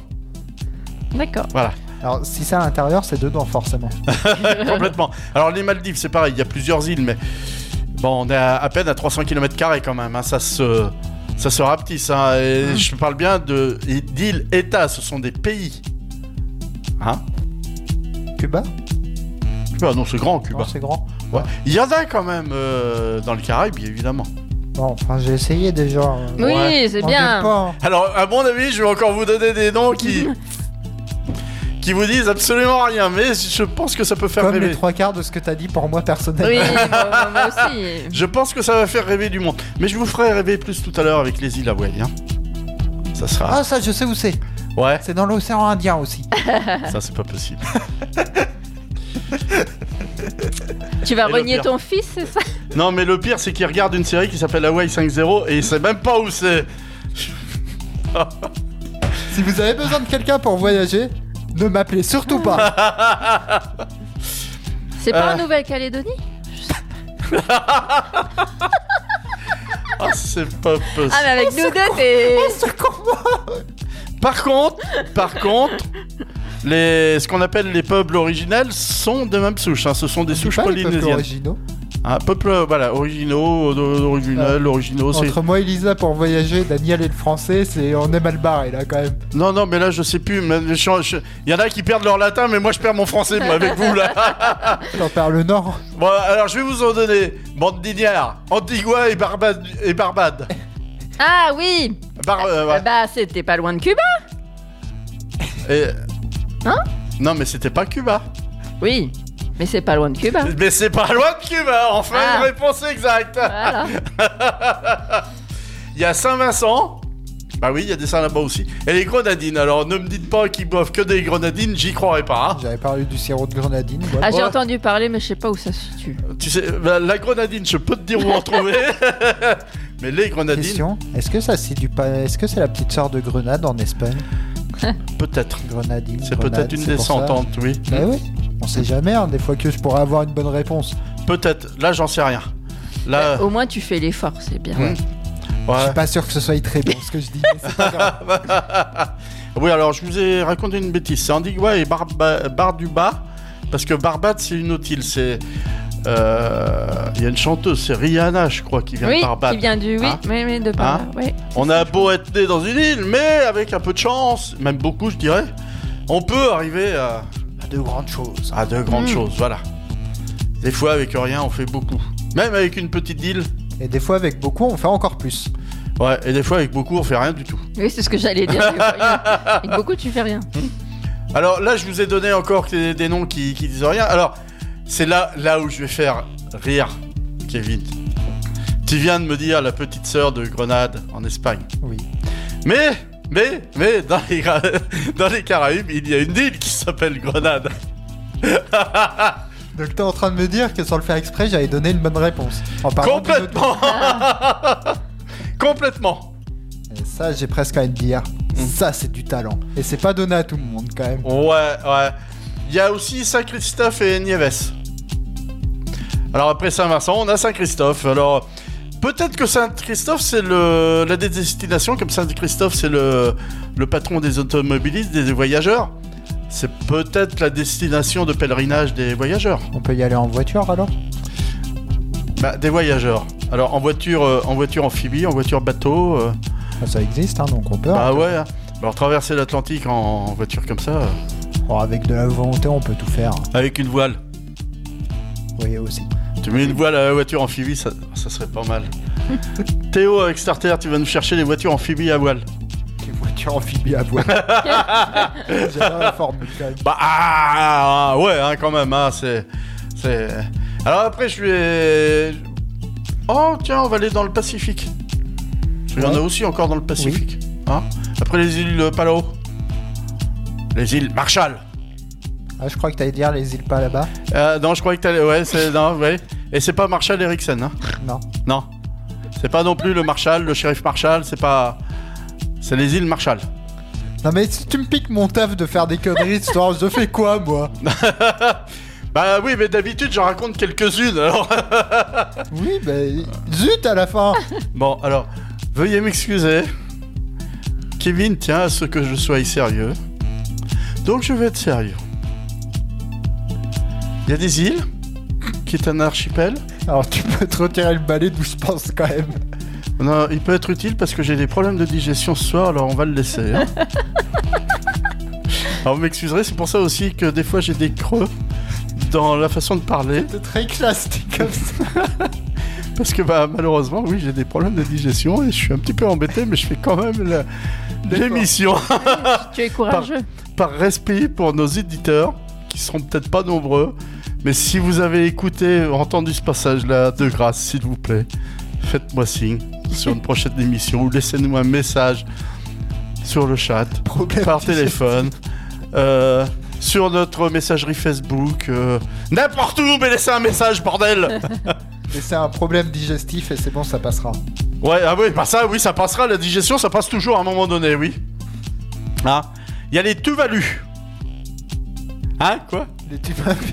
[SPEAKER 4] D'accord.
[SPEAKER 2] Voilà,
[SPEAKER 3] Alors, si c'est à l'intérieur, c'est dedans, forcément.
[SPEAKER 2] complètement. Alors, les Maldives, c'est pareil, il y a plusieurs îles, mais. Bon, on est à, à peine à 300 km quand même, hein, ça se. Ça se rapetisse, hein, et
[SPEAKER 4] Ah.
[SPEAKER 2] je parle bien de d'îles, états, ce sont des pays. Hein
[SPEAKER 3] Cuba
[SPEAKER 2] Cuba, Ah non, c'est grand, Cuba.
[SPEAKER 3] Non, c'est grand.
[SPEAKER 2] Ouais. Il y en a quand même euh, dans le Caraïbe, évidemment.
[SPEAKER 3] Bon, enfin, j'ai essayé déjà. euh,
[SPEAKER 4] Oui,
[SPEAKER 2] Ouais.
[SPEAKER 4] c'est
[SPEAKER 3] on
[SPEAKER 4] bien.
[SPEAKER 3] gueule pas, hein.
[SPEAKER 2] Alors, à mon avis, je vais encore vous donner des noms qui. qui vous disent absolument rien, mais je pense que ça peut faire
[SPEAKER 3] Comme les
[SPEAKER 2] rêver.
[SPEAKER 3] trois quarts de ce que t'as dit pour moi personnellement.
[SPEAKER 4] Oui, Euh, moi, moi aussi.
[SPEAKER 2] Je pense que ça va faire rêver du monde. Mais je vous ferai rêver plus tout à l'heure avec les îles Hawaï. Hein. Ça sera.
[SPEAKER 3] Ah, ça, je sais où c'est.
[SPEAKER 2] Ouais,
[SPEAKER 3] C'est dans l'océan Indien aussi.
[SPEAKER 2] ça c'est pas possible.
[SPEAKER 4] Tu vas
[SPEAKER 2] Et le
[SPEAKER 4] renier
[SPEAKER 2] pire.
[SPEAKER 4] ton fils, c'est ça
[SPEAKER 2] Non, mais le pire, c'est qu'ils regardent une série qui s'appelle Hawaii 5-0 et il sait même pas où c'est.
[SPEAKER 3] si vous avez besoin de quelqu'un pour voyager, ne m'appelez surtout
[SPEAKER 2] Ah.
[SPEAKER 3] pas.
[SPEAKER 4] C'est pas
[SPEAKER 2] Euh.
[SPEAKER 4] en Nouvelle-Calédonie
[SPEAKER 2] Ah, c'est pas possible.
[SPEAKER 4] Ah, mais avec nous deux, t'es.
[SPEAKER 2] Par contre, par contre, les, ce qu'on appelle les peuples originels sont de même souche. hein. Ce sont des
[SPEAKER 3] Je
[SPEAKER 2] souches
[SPEAKER 3] pas les peuples
[SPEAKER 2] polynésiennes.
[SPEAKER 3] originaux.
[SPEAKER 2] Hein, peuple, euh, voilà, originaux, euh, original, originaux. c'est-
[SPEAKER 3] Ah. Entre moi et Lisa pour voyager, Daniel et le français, c'est on est mal barré là quand même.
[SPEAKER 2] Non, non, mais là, je sais plus. mais je suis en- je- Il y en a qui perdent leur latin, mais moi, je perds mon français moi, avec vous, là.
[SPEAKER 3] T'en parles le nord.
[SPEAKER 2] Bon, alors, je vais vous en donner. Bande d'ignards, Antigua et Barbade. Et Barbade.
[SPEAKER 4] Ah oui
[SPEAKER 2] Bar- euh, ouais.
[SPEAKER 4] Bah, c'était pas loin de Cuba
[SPEAKER 2] Et-
[SPEAKER 4] Hein
[SPEAKER 2] Non, mais c'était pas Cuba.
[SPEAKER 4] Oui, mais c'est pas loin de Cuba.
[SPEAKER 2] Mais c'est pas loin de Cuba, enfin
[SPEAKER 4] Ah.
[SPEAKER 2] une réponse exacte.
[SPEAKER 4] Voilà.
[SPEAKER 2] Il y a Saint-Vincent. Bah oui, il y a des saints là-bas aussi. Et les grenadines. Alors, ne me dites pas qu'ils boivent que des grenadines, j'y croirais pas. hein.
[SPEAKER 3] J'avais parlé du sirop de grenadine. voilà.
[SPEAKER 4] Ah, j'ai
[SPEAKER 2] Ouais.
[SPEAKER 4] entendu parler, mais je sais pas où ça se situe.
[SPEAKER 2] Tu sais, bah, la grenadine, je peux te dire où en trouver. mais les grenadines,
[SPEAKER 3] Question Est-ce que ça c'est du pa- Est-ce que c'est la petite sœur de Grenade en Espagne
[SPEAKER 2] peut-être.
[SPEAKER 3] Grenadine.
[SPEAKER 2] C'est
[SPEAKER 3] Grenade,
[SPEAKER 2] peut-être une
[SPEAKER 3] c'est
[SPEAKER 2] des
[SPEAKER 3] pour ça.
[SPEAKER 2] sentantes, oui.
[SPEAKER 3] Bah oui. On sait jamais. hein, des fois que je pourrais avoir une bonne réponse.
[SPEAKER 2] Peut-être. Là, j'en sais rien. Là,
[SPEAKER 4] Au moins, tu fais l'effort, c'est bien.
[SPEAKER 2] Hmm.
[SPEAKER 3] Je
[SPEAKER 2] ouais.
[SPEAKER 3] suis pas sûr que ce soit très bon ce que je dis. mais c'est pas grave.
[SPEAKER 2] oui, alors je vous ai raconté une bêtise. C'est Antigua et Barba- Barbuda, parce que Barbade, c'est une autre île. C'est euh, il y a une chanteuse, c'est Rihanna, je crois, qui vient
[SPEAKER 4] Oui,
[SPEAKER 2] de Barbade.
[SPEAKER 4] qui vient du. Oui,
[SPEAKER 2] Hein
[SPEAKER 4] oui, oui, de par
[SPEAKER 2] Hein
[SPEAKER 4] là, oui.
[SPEAKER 2] On a beau être né dans une île, mais avec un peu de chance, même beaucoup, je dirais, on peut arriver à,
[SPEAKER 3] De grandes choses.
[SPEAKER 2] à de grandes
[SPEAKER 4] Mm.
[SPEAKER 2] choses. Voilà. Des fois, avec rien, on fait beaucoup. Même avec une petite île.
[SPEAKER 3] Et des fois avec beaucoup, on fait encore plus.
[SPEAKER 2] Ouais, et des fois, avec beaucoup, on fait rien du tout.
[SPEAKER 4] Oui, c'est ce que j'allais dire. tu vois, rien. Avec beaucoup, tu fais rien.
[SPEAKER 2] Alors là, je vous ai donné encore que des, des noms qui, qui disent rien. Alors, c'est là, là où je vais faire rire Kevin. Tu viens de me dire la petite sœur de Grenade en Espagne.
[SPEAKER 3] Oui.
[SPEAKER 2] Mais, mais, mais, dans les, dans les Caraïbes, il y a une île qui s'appelle Grenade.
[SPEAKER 3] Donc t'es en train de me dire que sans le faire exprès, j'avais donné une bonne réponse. En parlant
[SPEAKER 2] Complètement
[SPEAKER 3] d'une
[SPEAKER 4] Ah.
[SPEAKER 3] autre-
[SPEAKER 2] Complètement
[SPEAKER 3] Et Ça, j'ai presque à de dire.
[SPEAKER 2] Mm.
[SPEAKER 3] Ça, c'est du talent. Et c'est pas donné à tout le monde quand même.
[SPEAKER 2] Ouais, ouais. Il y a aussi Saint-Christophe et Nieves. Alors après Saint-Vincent, on a Saint-Christophe. Alors peut-être que Saint-Christophe c'est le la destination comme Saint-Christophe c'est le le patron des automobilistes, des voyageurs. C'est peut-être la destination de pèlerinage des voyageurs.
[SPEAKER 3] On peut y aller en voiture alors
[SPEAKER 2] Bah des voyageurs. Alors en voiture euh, en voiture amphibie, en voiture bateau. euh,
[SPEAKER 3] Ah, Ça existe, hein, donc on peut.
[SPEAKER 2] bah ouais. hein. Alors traverser l'Atlantique en voiture comme ça, euh,
[SPEAKER 3] Oh, avec de la volonté, on peut tout faire. hein.
[SPEAKER 2] avec une voile.
[SPEAKER 3] Oui, aussi.
[SPEAKER 2] Tu mets une voile à la voiture amphibie, ça, ça serait pas mal. Théo, avec Starter, tu vas nous chercher les voitures amphibies à voile.
[SPEAKER 3] Les voitures amphibies à voile. J'adore la formule quand même.
[SPEAKER 2] Bah, ah, ah, ouais, hein, quand même, hein, c'est. c'est- Alors après, je vais. Oh, tiens, on va aller dans le Pacifique. Il y en a
[SPEAKER 3] Ouais.
[SPEAKER 2] aussi encore dans le Pacifique. hein. après les îles euh, Palau. Les îles Marshall.
[SPEAKER 3] Ah, je crois que t'allais dire les îles pas là-bas.
[SPEAKER 2] Euh, non, je croyais que t'allais. Ouais, c'est. Non, ouais. Et c'est pas Marshall Erickson, hein.
[SPEAKER 3] Non.
[SPEAKER 2] Non. C'est pas non plus le Marshall, le shérif Marshall, c'est pas. C'est les îles Marshall.
[SPEAKER 3] Non, mais si tu me piques mon taf de faire des conneries, histoire, je fais quoi moi
[SPEAKER 2] Bah oui, mais d'habitude j'en raconte quelques-unes alors.
[SPEAKER 3] Oui, bah zut à la fin
[SPEAKER 2] bon, alors, veuillez m'excuser. Kevin tient à ce que je sois sérieux. Donc je vais être sérieux. Il y a des îles, qui est un archipel.
[SPEAKER 3] Alors tu peux te retirer le balai d'où je pense quand même.
[SPEAKER 2] Non, il peut être utile parce que j'ai des problèmes de digestion ce soir, alors on va le laisser. hein. alors vous m'excuserez, c'est pour ça aussi que des fois j'ai des creux dans la façon de parler.
[SPEAKER 3] C'est très classe, t'es comme ça.
[SPEAKER 2] Parce que bah, malheureusement, oui, j'ai des problèmes de digestion et je suis un petit peu embêté, mais je fais quand même la- l'émission
[SPEAKER 4] Tu es courageux.
[SPEAKER 2] par respect pour nos éditeurs, qui seront peut-être pas nombreux. Mais si vous avez écouté, entendu ce passage-là, de grâce, s'il vous plaît, faites-moi signe sur une prochaine émission ou laissez-nous un message sur le chat,
[SPEAKER 3] Problème
[SPEAKER 2] par
[SPEAKER 3] digestif.
[SPEAKER 2] téléphone, euh, sur notre messagerie Facebook, euh, n'importe où, mais laissez un message, bordel
[SPEAKER 3] Et c'est un problème digestif et c'est bon, ça passera.
[SPEAKER 2] Ouais, ah oui, bah ça, oui, ça passera. La digestion, ça passe toujours à un moment donné, oui. Hein Il y a les tuvalus. Hein Quoi
[SPEAKER 3] Les tu m'as vu.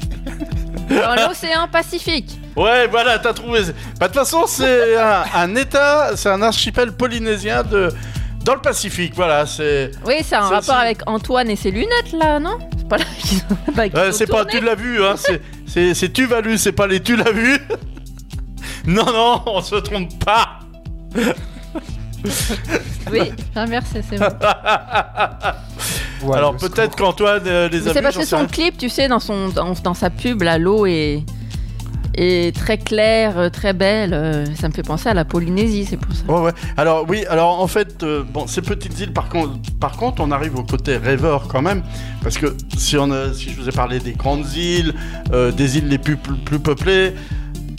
[SPEAKER 4] Dans l'océan Pacifique.
[SPEAKER 2] Ouais, voilà, t'as trouvé. Bah, de toute façon, c'est un, un état, c'est un archipel polynésien de, dans le Pacifique, voilà. C'est
[SPEAKER 4] Oui, c'est un
[SPEAKER 2] Ça,
[SPEAKER 4] rapport
[SPEAKER 2] c'est-
[SPEAKER 4] avec Antoine et ses lunettes là, non C'est pas là qu'ils ont. bah, qu'ils
[SPEAKER 2] Euh,
[SPEAKER 4] ont
[SPEAKER 2] c'est pas
[SPEAKER 4] tourné.
[SPEAKER 2] tu l'as vu, hein, c'est- c'est c'est tu vas lu, c'est pas les tu l'as vu. non, non, on se trompe pas.
[SPEAKER 4] Oui, inversé, c'est vrai.
[SPEAKER 3] Voilà,
[SPEAKER 2] Alors
[SPEAKER 3] le
[SPEAKER 2] peut-être qu'Antoine euh, les
[SPEAKER 4] Mais
[SPEAKER 2] a
[SPEAKER 4] C'est
[SPEAKER 2] vus,
[SPEAKER 4] parce
[SPEAKER 2] j'en
[SPEAKER 4] que
[SPEAKER 2] sais
[SPEAKER 4] son
[SPEAKER 2] rien.
[SPEAKER 4] clip, tu sais, dans, son, dans, dans sa pub, là, l'eau est, est très claire, euh, très belle. euh, Ça me fait penser à la Polynésie, c'est pour ça.
[SPEAKER 2] Ouais, ouais. Alors, oui, alors en fait, euh, bon, ces petites îles, par, con- par contre, on arrive au côté rêveur quand même. Parce que si, on a- si je vous ai parlé des grandes îles, euh, des îles les plus, plus, plus peuplées,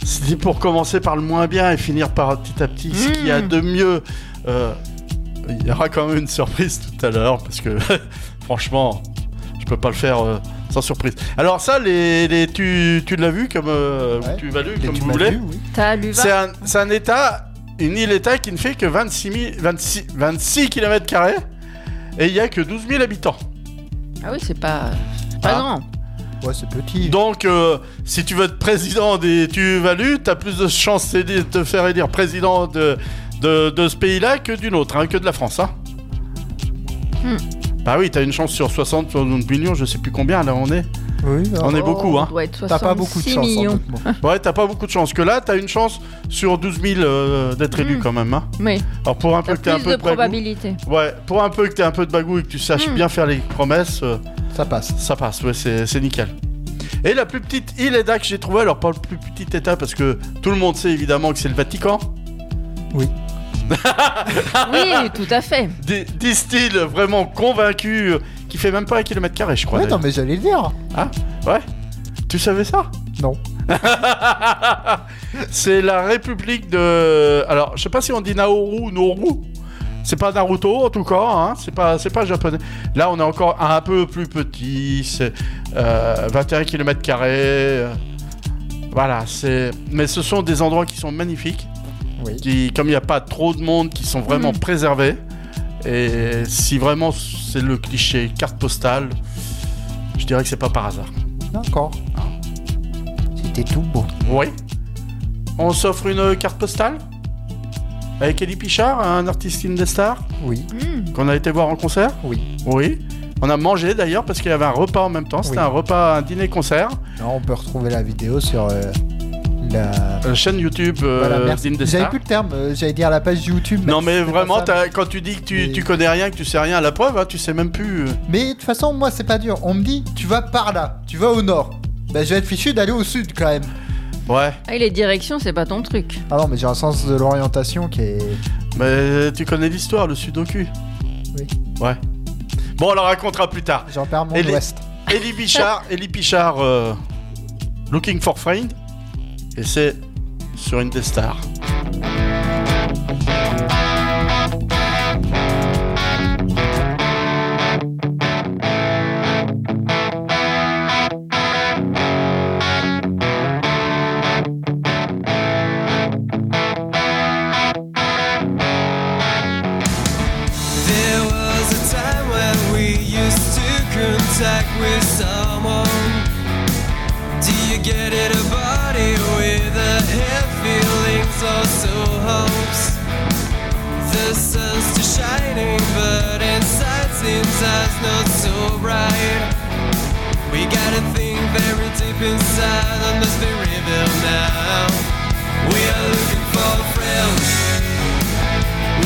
[SPEAKER 2] c'est pour commencer par le moins bien et finir par petit à petit ce qu'il y a
[SPEAKER 4] Mm.
[SPEAKER 2] de mieux. Euh, Il y aura quand même une surprise tout à l'heure, parce que franchement, je peux pas le faire. euh, sans surprise. Alors ça, les, les- tu, tu l'as vu comme euh,
[SPEAKER 3] Ouais.
[SPEAKER 2] tu vas lu
[SPEAKER 3] Les
[SPEAKER 2] comme
[SPEAKER 3] tu
[SPEAKER 2] vous
[SPEAKER 3] m'as
[SPEAKER 2] voulez.
[SPEAKER 3] vu, oui.
[SPEAKER 4] T'as lu
[SPEAKER 2] C'est un, c'est un état, une île-état qui ne fait que 26, 000 26, 26 km et il n'y a que 12 000 habitants.
[SPEAKER 4] Ah oui, c'est pas, c'est pas
[SPEAKER 2] Ah.
[SPEAKER 4] grand.
[SPEAKER 3] Ouais, c'est petit.
[SPEAKER 2] Donc, euh, si tu veux être président des Tuvalu, tu as plus de chances de te faire élire président de, de, de ce pays-là que d'une autre, hein, que de la France. Hein.
[SPEAKER 4] Hmm.
[SPEAKER 2] Bah oui, tu as une chance sur 60, 60 millions, je sais plus combien là on est.
[SPEAKER 3] Oui, bah,
[SPEAKER 2] On est beaucoup, hein.
[SPEAKER 4] doit être
[SPEAKER 3] T'as pas beaucoup de
[SPEAKER 4] 66
[SPEAKER 3] chance. en
[SPEAKER 4] millions.
[SPEAKER 3] d'autres mots.
[SPEAKER 2] Ouais, t'as pas beaucoup de chance. Que là, tu as une chance sur 12 000 euh, d'être élu
[SPEAKER 4] Hmm.
[SPEAKER 2] quand même. Hein.
[SPEAKER 4] Oui,
[SPEAKER 2] Alors, pour un peu
[SPEAKER 4] t'as
[SPEAKER 2] que t'aies un
[SPEAKER 4] plus
[SPEAKER 2] peu
[SPEAKER 4] de
[SPEAKER 2] de bagou-
[SPEAKER 4] probabilité.
[SPEAKER 2] Ouais, pour un peu que t'aies un peu de bagou et que tu saches
[SPEAKER 4] Mm.
[SPEAKER 2] bien faire les promesses, euh,
[SPEAKER 3] Ça passe.
[SPEAKER 2] ça passe, ouais, c'est c'est nickel. Et la plus petite île Eda que j'ai trouvée, alors pas le plus petit état parce que tout le monde sait évidemment que c'est le Vatican.
[SPEAKER 4] Oui, tout à fait.
[SPEAKER 2] Des, des styles vraiment convaincus euh, qui fait même pas un kilomètre carré, je crois.
[SPEAKER 3] Ouais, non,
[SPEAKER 2] d'ailleurs.
[SPEAKER 3] mais j'allais le dire.
[SPEAKER 2] Tu savais ça
[SPEAKER 3] Non.
[SPEAKER 2] C'est la République de. Alors, je sais pas si on dit Naoru ou Noru. C'est pas Naruto en tout cas, hein. c'est pas c'est pas japonais. Là, on est encore un peu plus petit, c'est euh, 21 km carrés. Voilà, c'est. Mais ce sont des endroits qui sont magnifiques,
[SPEAKER 3] Oui.
[SPEAKER 2] qui comme il n'y a pas trop de monde, qui sont vraiment
[SPEAKER 3] Mhm.
[SPEAKER 2] préservés. Et si vraiment c'est le cliché carte postale, je dirais que c'est pas par hasard.
[SPEAKER 3] D'accord. C'était tout beau.
[SPEAKER 2] Oui. On s'offre une carte postale avec Elie Pichard, un artiste Indestar
[SPEAKER 3] Oui.
[SPEAKER 2] Qu'on a été voir en concert
[SPEAKER 3] Oui.
[SPEAKER 2] Oui. On a mangé d'ailleurs parce qu'il y avait un repas en même temps. C'était
[SPEAKER 3] Oui.
[SPEAKER 2] un repas, un dîner-concert.
[SPEAKER 3] Là, on peut retrouver la vidéo sur euh, la...
[SPEAKER 2] Euh, chaîne YouTube euh,
[SPEAKER 3] Voilà, merci. J'avais
[SPEAKER 2] d'Indestar.
[SPEAKER 3] plus le terme, euh, j'allais dire la page YouTube.
[SPEAKER 2] Non mais
[SPEAKER 3] c'était pas
[SPEAKER 2] vraiment,
[SPEAKER 3] ça.
[SPEAKER 2] t'as- quand tu dis que tu, tu connais rien, que tu sais rien, à la preuve, hein, tu sais même plus. euh.
[SPEAKER 3] Mais de toute façon, moi, c'est pas dur. On me dit, tu vas par là, tu vas au nord. Bah, je vais être fichu d'aller au sud quand même.
[SPEAKER 2] Ouais.
[SPEAKER 4] Ah, et les directions, c'est pas ton truc.
[SPEAKER 3] Ah non, mais j'ai un sens de l'orientation qui est.
[SPEAKER 2] Mais tu connais l'histoire, le sudoku
[SPEAKER 3] Oui.
[SPEAKER 2] Ouais. Bon, on la racontera plus tard.
[SPEAKER 3] J'en perds mon
[SPEAKER 2] Eli-
[SPEAKER 3] ouest.
[SPEAKER 2] Eli Bichard, Eli Bichard, euh, Looking for Friend, et c'est sur Indestar.
[SPEAKER 13] There was a time when we used to contact with someone. Do you get it a body with a head feelings or so hopes? The sun's still shining, but inside seems us not so bright. We gotta think very deep inside on this very bill now. We are looking for friends.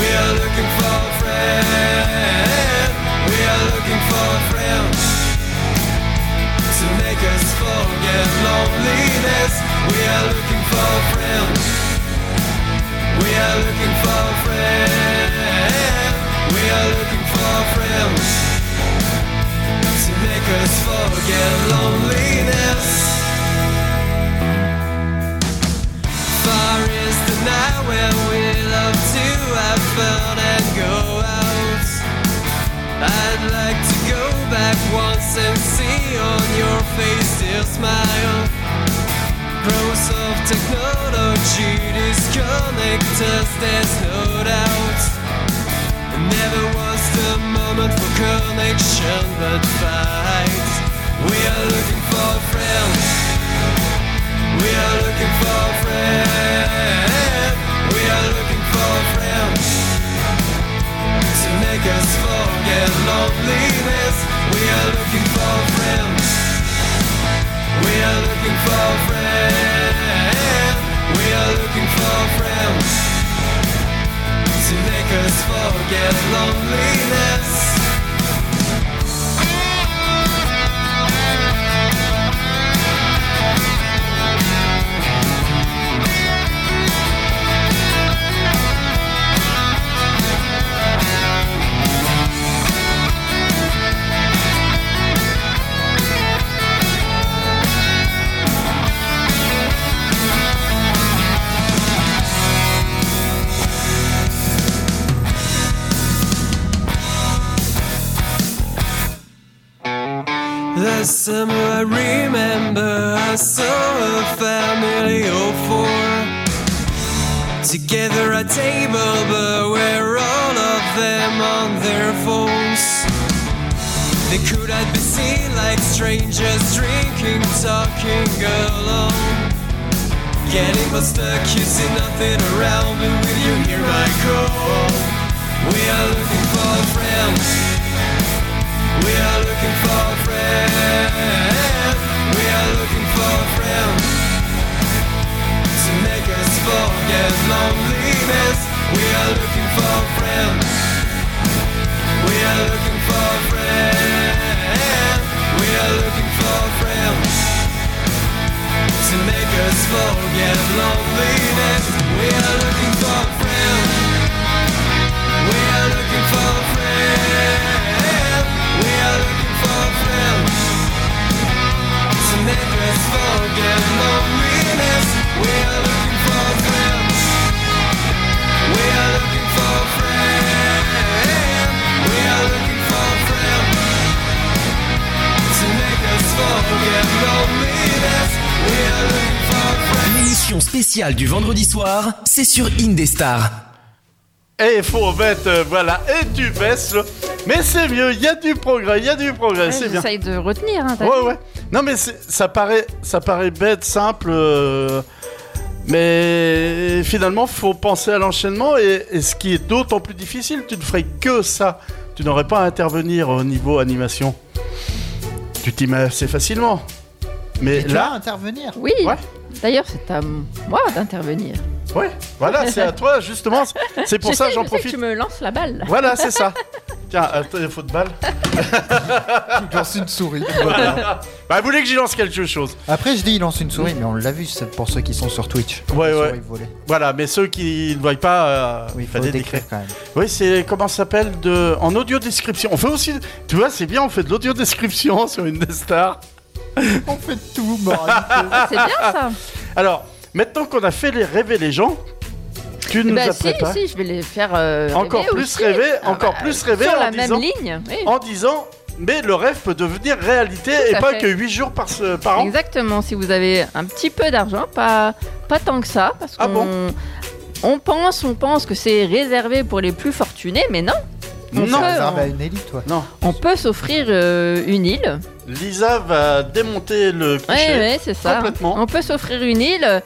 [SPEAKER 13] We are looking for a friend. We are looking for a friend to make us forget loneliness. We are looking for a friend. We are looking for a friend. We are looking for a friend to make us forget loneliness. Far is the night when we love to have fun and go out. I'd like to go back once and see on your face your smile. Pros of technology disconnect us, there's no doubt. Never was the moment for connection, but fight. We are looking for friends. We are looking for a friend. We are looking for a friend to make us forget loneliness. We are looking for a friend. We are looking for a friend. We are looking for a friend to make us forget loneliness. The summer I remember I saw a family of four Together at table but we're all of them on their phones They could not be seen like strangers drinking, talking alone Getting but stuck, you see nothing around me with you here I go We are looking for friends we are looking for a friend. We are looking for a friend to make us forget loneliness. We are looking for a friend. We are looking for a friend. We are looking for a friend to make us forget loneliness. We are looking for a friend. We are looking for a friend. We are looking for a friend to make us forget loneliness. We are looking
[SPEAKER 6] l'émission spéciale du vendredi soir, c'est sur Indestar.
[SPEAKER 2] Et faut mettre, euh, voilà, et du baisses. Mais c'est mieux, il y a du progrès, il y a du progrès,
[SPEAKER 4] Ouais,
[SPEAKER 2] c'est bien.
[SPEAKER 4] J'essaye de retenir. Hein, t'as
[SPEAKER 2] Ouais,
[SPEAKER 4] vu.
[SPEAKER 2] ouais. Non, mais c'est- ça paraît, ça paraît bête, simple. euh, mais finalement, faut penser à l'enchaînement. Et, et ce qui est d'autant plus difficile, tu ne ferais que ça. Tu n'aurais pas à intervenir au niveau animation. Tu t'y mets assez facilement. Mais
[SPEAKER 3] Et tu vas
[SPEAKER 2] là,
[SPEAKER 3] intervenir.
[SPEAKER 4] Oui. D'ailleurs, c'est à moi d'intervenir.
[SPEAKER 2] ouais, voilà, c'est à toi, justement. C'est pour
[SPEAKER 4] Je
[SPEAKER 2] ça
[SPEAKER 4] sais,
[SPEAKER 2] j'en
[SPEAKER 4] je sais que
[SPEAKER 2] profite.
[SPEAKER 4] tu me lances la balle.
[SPEAKER 2] Voilà, c'est ça. Tiens, attends, il faut de balle.
[SPEAKER 3] Il lance une souris.
[SPEAKER 2] Voilà. Bah, vous voulez que j'y lance quelque chose
[SPEAKER 3] Après, je dis, il lance une souris, mais on l'a vu, c'est pour ceux qui sont sur Twitch.
[SPEAKER 2] Ouais, ouais.
[SPEAKER 3] souris volée.
[SPEAKER 2] Voilà, mais ceux qui ne voient pas, euh, il
[SPEAKER 3] faut
[SPEAKER 2] fallait
[SPEAKER 3] décrire
[SPEAKER 2] décrire.
[SPEAKER 3] quand même.
[SPEAKER 2] Oui, c'est comment ça s'appelle de en audio description. On fait aussi, tu vois, c'est bien, on fait de l'audio description sur une star.
[SPEAKER 3] On fait tout, moralité.
[SPEAKER 4] C'est bien ça.
[SPEAKER 2] Alors, maintenant qu'on a fait les rêver les gens, tu nous hein?
[SPEAKER 4] bah
[SPEAKER 2] as
[SPEAKER 4] si,
[SPEAKER 2] préparé
[SPEAKER 4] si, je vais les faire euh,
[SPEAKER 2] encore
[SPEAKER 4] rêver
[SPEAKER 2] plus
[SPEAKER 4] aussi.
[SPEAKER 2] rêver,
[SPEAKER 4] Ah,
[SPEAKER 2] encore
[SPEAKER 4] bah,
[SPEAKER 2] plus rêver
[SPEAKER 4] Sur
[SPEAKER 2] en
[SPEAKER 4] la
[SPEAKER 2] disant,
[SPEAKER 4] même ligne. oui.
[SPEAKER 2] en disant, mais le rêve peut devenir réalité
[SPEAKER 4] Tout
[SPEAKER 2] et
[SPEAKER 4] à
[SPEAKER 2] pas
[SPEAKER 4] fait.
[SPEAKER 2] que 8 jours par, ce- par an.
[SPEAKER 4] Exactement, si vous avez un petit peu d'argent, pas, pas tant que ça, parce
[SPEAKER 2] Ah
[SPEAKER 4] qu'on on pense, on pense que c'est réservé pour les plus fortunés, mais non. On
[SPEAKER 2] Non.
[SPEAKER 4] peut,
[SPEAKER 3] Ah, bah,
[SPEAKER 4] on-
[SPEAKER 3] une élite, toi.
[SPEAKER 2] Non,
[SPEAKER 4] on, peut s'offrir euh, une île.
[SPEAKER 2] Lisa va démonter le
[SPEAKER 4] Ouais,
[SPEAKER 2] cliché
[SPEAKER 4] ouais, c'est ça.
[SPEAKER 2] complètement.
[SPEAKER 4] On peut s'offrir une île.